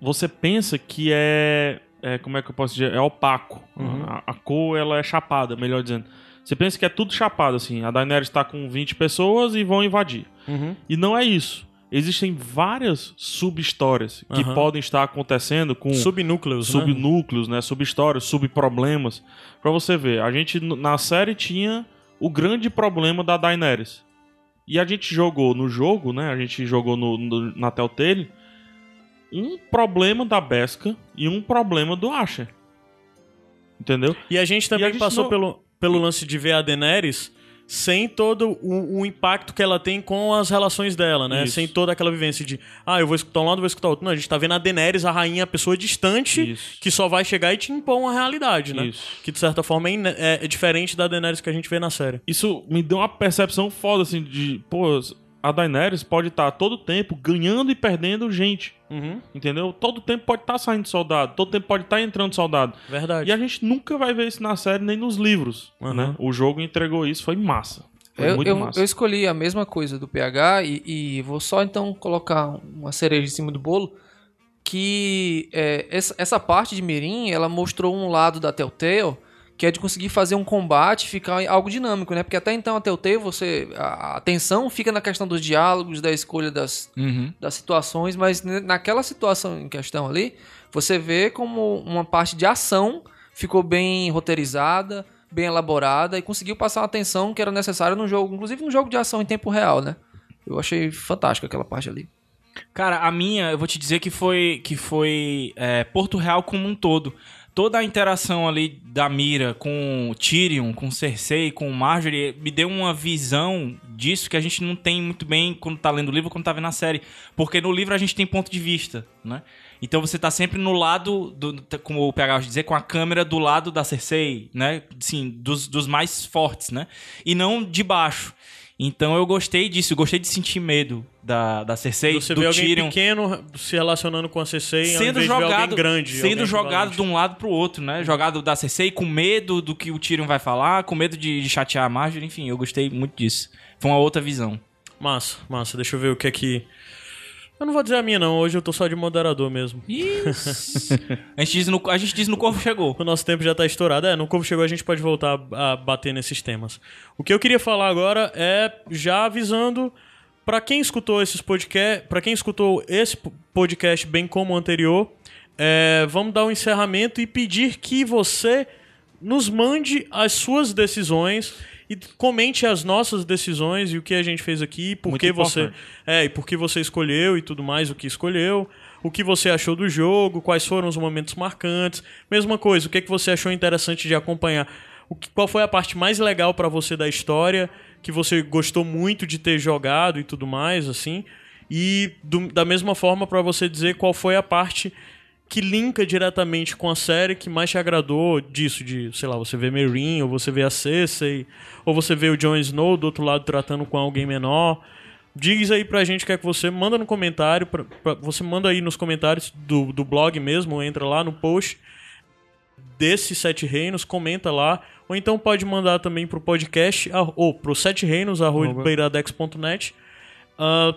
Speaker 2: você pensa que é, é- como é que eu posso dizer, é opaco. A, a cor ela é chapada, melhor dizendo. Você pensa que é tudo chapado assim. A Daenerys tá com 20 pessoas e vão invadir.
Speaker 1: Uhum.
Speaker 2: E não é isso. existem várias sub-histórias que
Speaker 1: Aham.
Speaker 2: podem estar acontecendo com
Speaker 1: Subnúcleos, né?
Speaker 2: um, subnúcleos, né? Subhistórias, subproblemas. Pra você ver, a gente n- na série tinha o grande problema da Daenerys. E a gente jogou no jogo, né? A gente jogou no, no, na Telltale um problema da Besca e um problema do Asher. Entendeu?
Speaker 1: E a gente também
Speaker 2: E a gente
Speaker 1: passou
Speaker 2: não-
Speaker 1: pelo, pelo lance de ver a Daenerys sem todo o, o impacto que ela tem com as relações dela, né?
Speaker 2: Isso.
Speaker 1: Sem toda aquela vivência de, ah, eu vou escutar um lado, eu vou escutar outro. Não, a gente tá vendo a Daenerys, a rainha, a pessoa distante,
Speaker 2: Isso.
Speaker 1: que só vai chegar e te impor uma realidade, né?
Speaker 2: Isso.
Speaker 1: Que de certa forma é, ine- é- é diferente da Daenerys que a gente vê na série.
Speaker 2: isso me deu uma percepção foda, assim, de, pô, a Daenerys pode estar todo tempo ganhando e perdendo gente, entendeu? Todo tempo pode estar saindo soldado, todo tempo pode estar entrando soldado.
Speaker 1: Verdade.
Speaker 2: E a gente nunca vai ver isso na série nem nos livros,
Speaker 1: Uhum.
Speaker 2: né? O jogo entregou isso, foi massa. Foi
Speaker 3: Eu,
Speaker 2: muito
Speaker 3: eu-
Speaker 2: massa.
Speaker 3: eu escolhi a mesma coisa do PH e, e vou só então colocar uma cereja em cima do bolo. Que é, essa, essa parte de Mirim, ela mostrou um lado da Telltale, que é de conseguir fazer um combate ficar algo dinâmico, né? Porque até então a Telltale, você, a, a atenção fica na questão dos diálogos, da escolha das,
Speaker 4: Uhum.
Speaker 3: das situações, mas ne- naquela situação em questão ali, você vê como uma parte de ação ficou bem roteirizada, bem elaborada e conseguiu passar uma atenção que era necessária no jogo, inclusive no jogo de ação em tempo real, né? Eu achei fantástico aquela parte ali.
Speaker 4: Cara, a minha, eu vou te dizer que foi, que foi é, Porto Real como um todo. Toda a interação ali da Mira com o Tyrion, com o Cersei, com o Marjorie, me deu uma visão disso que a gente não tem muito bem quando tá lendo o livro ou quando tá vendo a série. Porque no livro a gente tem ponto de vista, né? Então você tá sempre no lado, do, como o PH gosta de dizer, com a câmera do lado da Cersei, né? Sim, dos, dos mais fortes, né? E não de baixo. Então eu gostei disso, eu gostei de sentir medo da, da Cersei,
Speaker 1: Você
Speaker 4: do
Speaker 1: vê alguém
Speaker 4: Tyrion
Speaker 1: pequeno se relacionando com a CC e ao
Speaker 4: sendo
Speaker 1: invés de ver
Speaker 4: jogado
Speaker 1: alguém grande.
Speaker 4: sendo
Speaker 1: alguém
Speaker 4: jogado
Speaker 1: equivalente.
Speaker 4: de um lado pro outro, né? Jogado da CC com medo do que o Tyrion vai falar, com medo de, de chatear a Marjorie, enfim, eu gostei muito disso. Foi uma outra visão.
Speaker 1: Massa, massa. Deixa eu ver o que é que... Eu não vou dizer a minha, não. Hoje eu tô só de moderador mesmo.
Speaker 4: Isso. a gente diz no a gente diz no corpo chegou.
Speaker 1: O nosso tempo já tá estourado. É, no Corvo Chegou a gente pode voltar a bater nesses temas. O que eu queria falar agora é já avisando pra quem escutou esses podcast, para quem escutou esse po- podcast bem como o anterior, é, vamos dar um encerramento e pedir que você nos mande as suas decisões e comente as nossas decisões e o que a gente fez aqui, e por
Speaker 2: Muito
Speaker 1: que você
Speaker 2: importante.
Speaker 1: é, e por que você escolheu e tudo mais, o que escolheu, o que você achou do jogo, quais foram os momentos marcantes. Mesma coisa, o que, que você achou interessante de acompanhar? O que- qual foi a parte mais legal pra você da história, que você gostou muito de ter jogado e tudo mais, assim? E do- da mesma forma pra você dizer qual foi a parte que linka diretamente com a série que mais te agradou disso, de, sei lá, você vê Meereen, ou você vê a Cersei, ou você vê o Jon Snow do outro lado tratando com alguém menor. Diz aí pra gente o que é que você manda no comentário, pra- pra- você manda aí nos comentários do, do blog mesmo, ou entra lá no post desses Sete Reinos, comenta lá, ou então pode mandar também pro podcast, ar- ou pro Sete Reinos, arroba beiradex.net. Ah,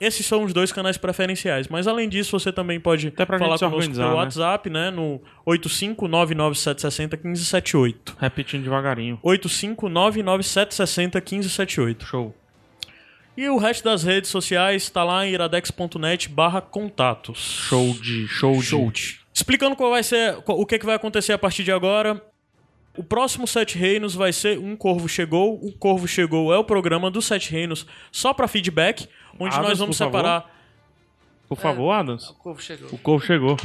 Speaker 1: esses são os dois canais preferenciais, mas além disso você também pode
Speaker 2: Até pra
Speaker 1: falar
Speaker 2: gente se
Speaker 1: conosco
Speaker 2: organizar,
Speaker 1: pelo
Speaker 2: né?
Speaker 1: WhatsApp, né, no 85997601578.
Speaker 2: Repetindo devagarinho.
Speaker 1: 85997601578.
Speaker 2: Show.
Speaker 1: E o resto das redes sociais tá lá em iradex.net barra contatos.
Speaker 2: Show de, show de.
Speaker 1: Explicando qual vai ser, qual- o que, que vai acontecer a partir de agora. O próximo Sete Reinos vai ser Um Corvo Chegou. O Corvo Chegou é o programa do Sete Reinos só pra feedback, onde
Speaker 2: Adams,
Speaker 1: nós vamos
Speaker 2: por favor.
Speaker 1: separar...
Speaker 2: Por favor, Adams.
Speaker 3: corvo chegou.
Speaker 2: O corvo chegou.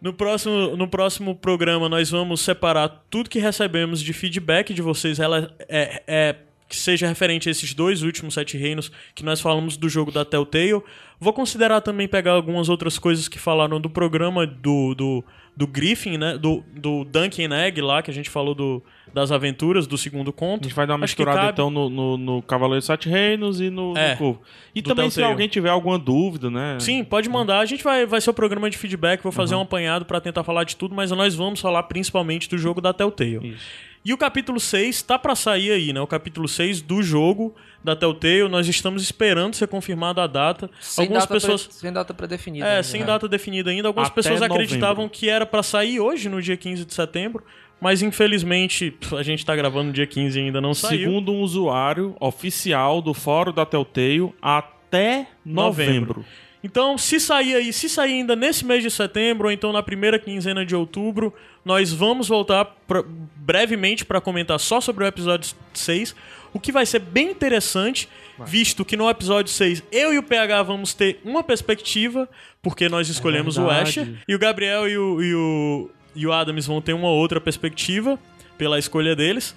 Speaker 1: No próximo, no próximo programa, nós vamos separar tudo que recebemos de feedback de vocês, ela é, é- que seja referente a esses dois últimos sete reinos que nós falamos do jogo da Telltale. Vou considerar também pegar algumas outras coisas que falaram do programa do, do, do Griffin, né? Do, do Duncan Egg lá, que a gente falou do, das aventuras do segundo
Speaker 2: A
Speaker 1: conto.
Speaker 2: gente vai dar uma
Speaker 1: Acho que
Speaker 2: misturada
Speaker 1: cabe.
Speaker 2: então no, no, no Cavaleiro dos Sete Reinos e no,
Speaker 1: É,
Speaker 2: no Corvo. E
Speaker 1: do
Speaker 2: também se
Speaker 1: Telltale.
Speaker 2: alguém tiver alguma dúvida,
Speaker 3: É.
Speaker 2: né?
Speaker 1: Sim, pode mandar. A gente vai, vai ser o programa de feedback, vou
Speaker 3: Uhum.
Speaker 1: fazer um apanhado pra tentar falar de tudo, mas nós vamos falar principalmente do jogo da Telltale.
Speaker 2: Isso.
Speaker 1: E o capítulo 6 tá pra sair aí, né? O capítulo 6 do jogo da Telltale. Nós estamos esperando ser confirmada a data.
Speaker 3: Sem
Speaker 1: Algumas
Speaker 3: data
Speaker 1: pessoas.
Speaker 3: pré- sem data pré-definida.
Speaker 1: É,
Speaker 3: ainda,
Speaker 1: sem
Speaker 3: né?
Speaker 1: data definida ainda. Algumas
Speaker 2: Até
Speaker 1: pessoas acreditavam
Speaker 2: novembro.
Speaker 1: que era pra sair hoje, no dia 15 de setembro. mas infelizmente pff, a gente tá gravando no dia 15 e ainda não saiu.
Speaker 2: Segundo um usuário oficial do fórum da Telltale, até novembro.
Speaker 1: Novembro. Então, se sair aí, se sair ainda nesse mês de setembro, ou então na primeira quinzena de outubro, nós vamos voltar pra- brevemente para comentar só sobre o episódio 6, o que vai ser bem interessante, visto que no episódio 6 eu e o PH vamos ter uma perspectiva, porque nós escolhemos o
Speaker 2: verdade.
Speaker 1: Asher, e o Gabriel e o, e, o, e o Adams vão ter uma outra perspectiva pela escolha deles.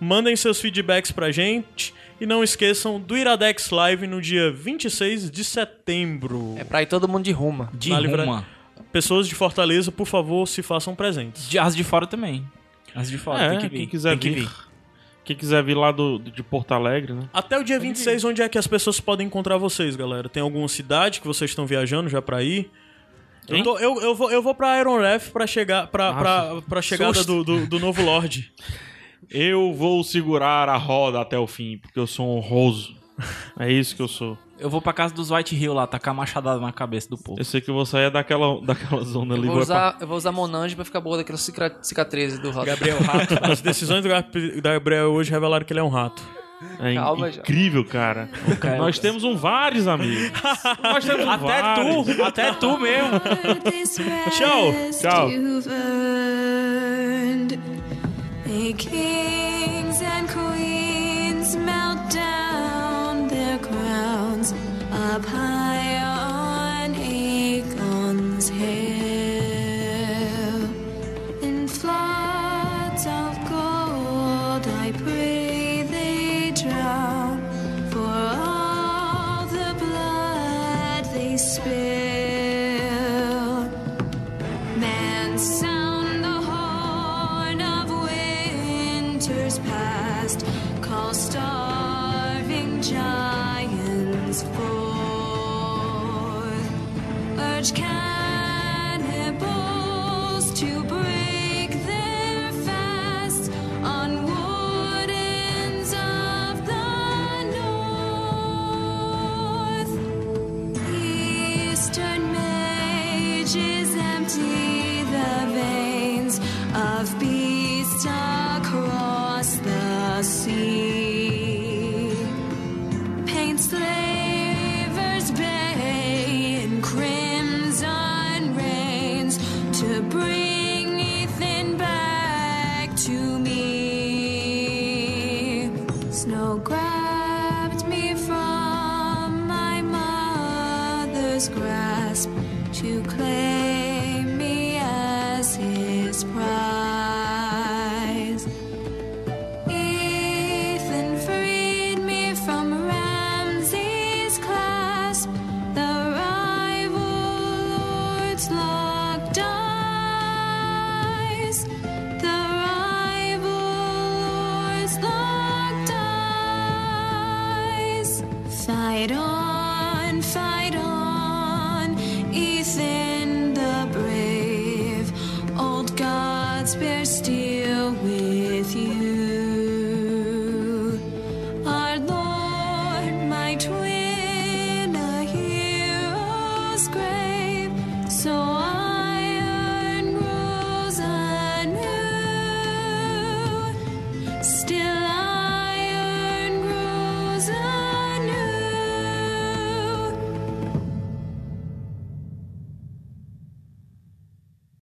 Speaker 1: Mandem seus feedbacks pra gente e não esqueçam do Iradex Live no dia 26 de setembro.
Speaker 3: É pra ir todo mundo de ruma.
Speaker 4: De
Speaker 1: Na livra-
Speaker 4: Roma.
Speaker 1: Pessoas de Fortaleza, por favor, se façam presentes.
Speaker 4: De, as de fora também. As de fora,
Speaker 2: É,
Speaker 4: tem que vir.
Speaker 2: quem quiser
Speaker 4: tem que
Speaker 2: vir.
Speaker 4: vir.
Speaker 2: Quem quiser vir lá do, de Porto Alegre, né?
Speaker 1: Até o dia 26, onde é que as pessoas podem encontrar vocês, galera? Tem alguma cidade que vocês estão viajando já pra ir? Eu,
Speaker 2: Hein?
Speaker 1: tô- eu, eu vou, eu vou pra Iron Ref pra, chegar, pra, pra, pra chegada do, do, do novo Lorde.
Speaker 2: Eu vou segurar a roda até o fim, porque eu sou honroso. É isso que eu sou.
Speaker 4: Eu vou pra casa dos White Hill lá, tacar machadada na cabeça do povo.
Speaker 2: Eu sei que eu vou sair daquela, daquela zona
Speaker 3: Eu
Speaker 2: ali.
Speaker 3: vou,
Speaker 2: vou pra-
Speaker 3: usar, eu vou usar Monange pra ficar boa daquela cicra- cicatriz do Rock.
Speaker 1: Gabriel Rato. As decisões do Gab- Gabriel hoje revelaram que ele é um rato.
Speaker 2: É in-
Speaker 3: Calma, já.
Speaker 2: incrível, cara. Nós temos um vários, amigos. Nós temos um vários.
Speaker 4: Até tu, até tu mesmo.
Speaker 1: Tchau,
Speaker 2: tchau.
Speaker 6: You've earned. May kings and queens melt down their crowns up high on Aegon's hill. In floods of gold, I pray they drown. For all the blood they spill. Man, sound the horn of winter's past. Call starving giants forth. Urge cannibals to break their fast on wardens of the north. Eastern mages empty the veins of beasts across the sea. Paint slavers' bay in crimson rains to bring Ethan back to me. Snow grabbed me from my mother's grasp to claim me as his prize. Ethan freed me from Ramsay's clasp. The rival lords locked eyes. The rival lords locked eyes. Fight on, fight on, Ethan the brave. Old gods bear steel.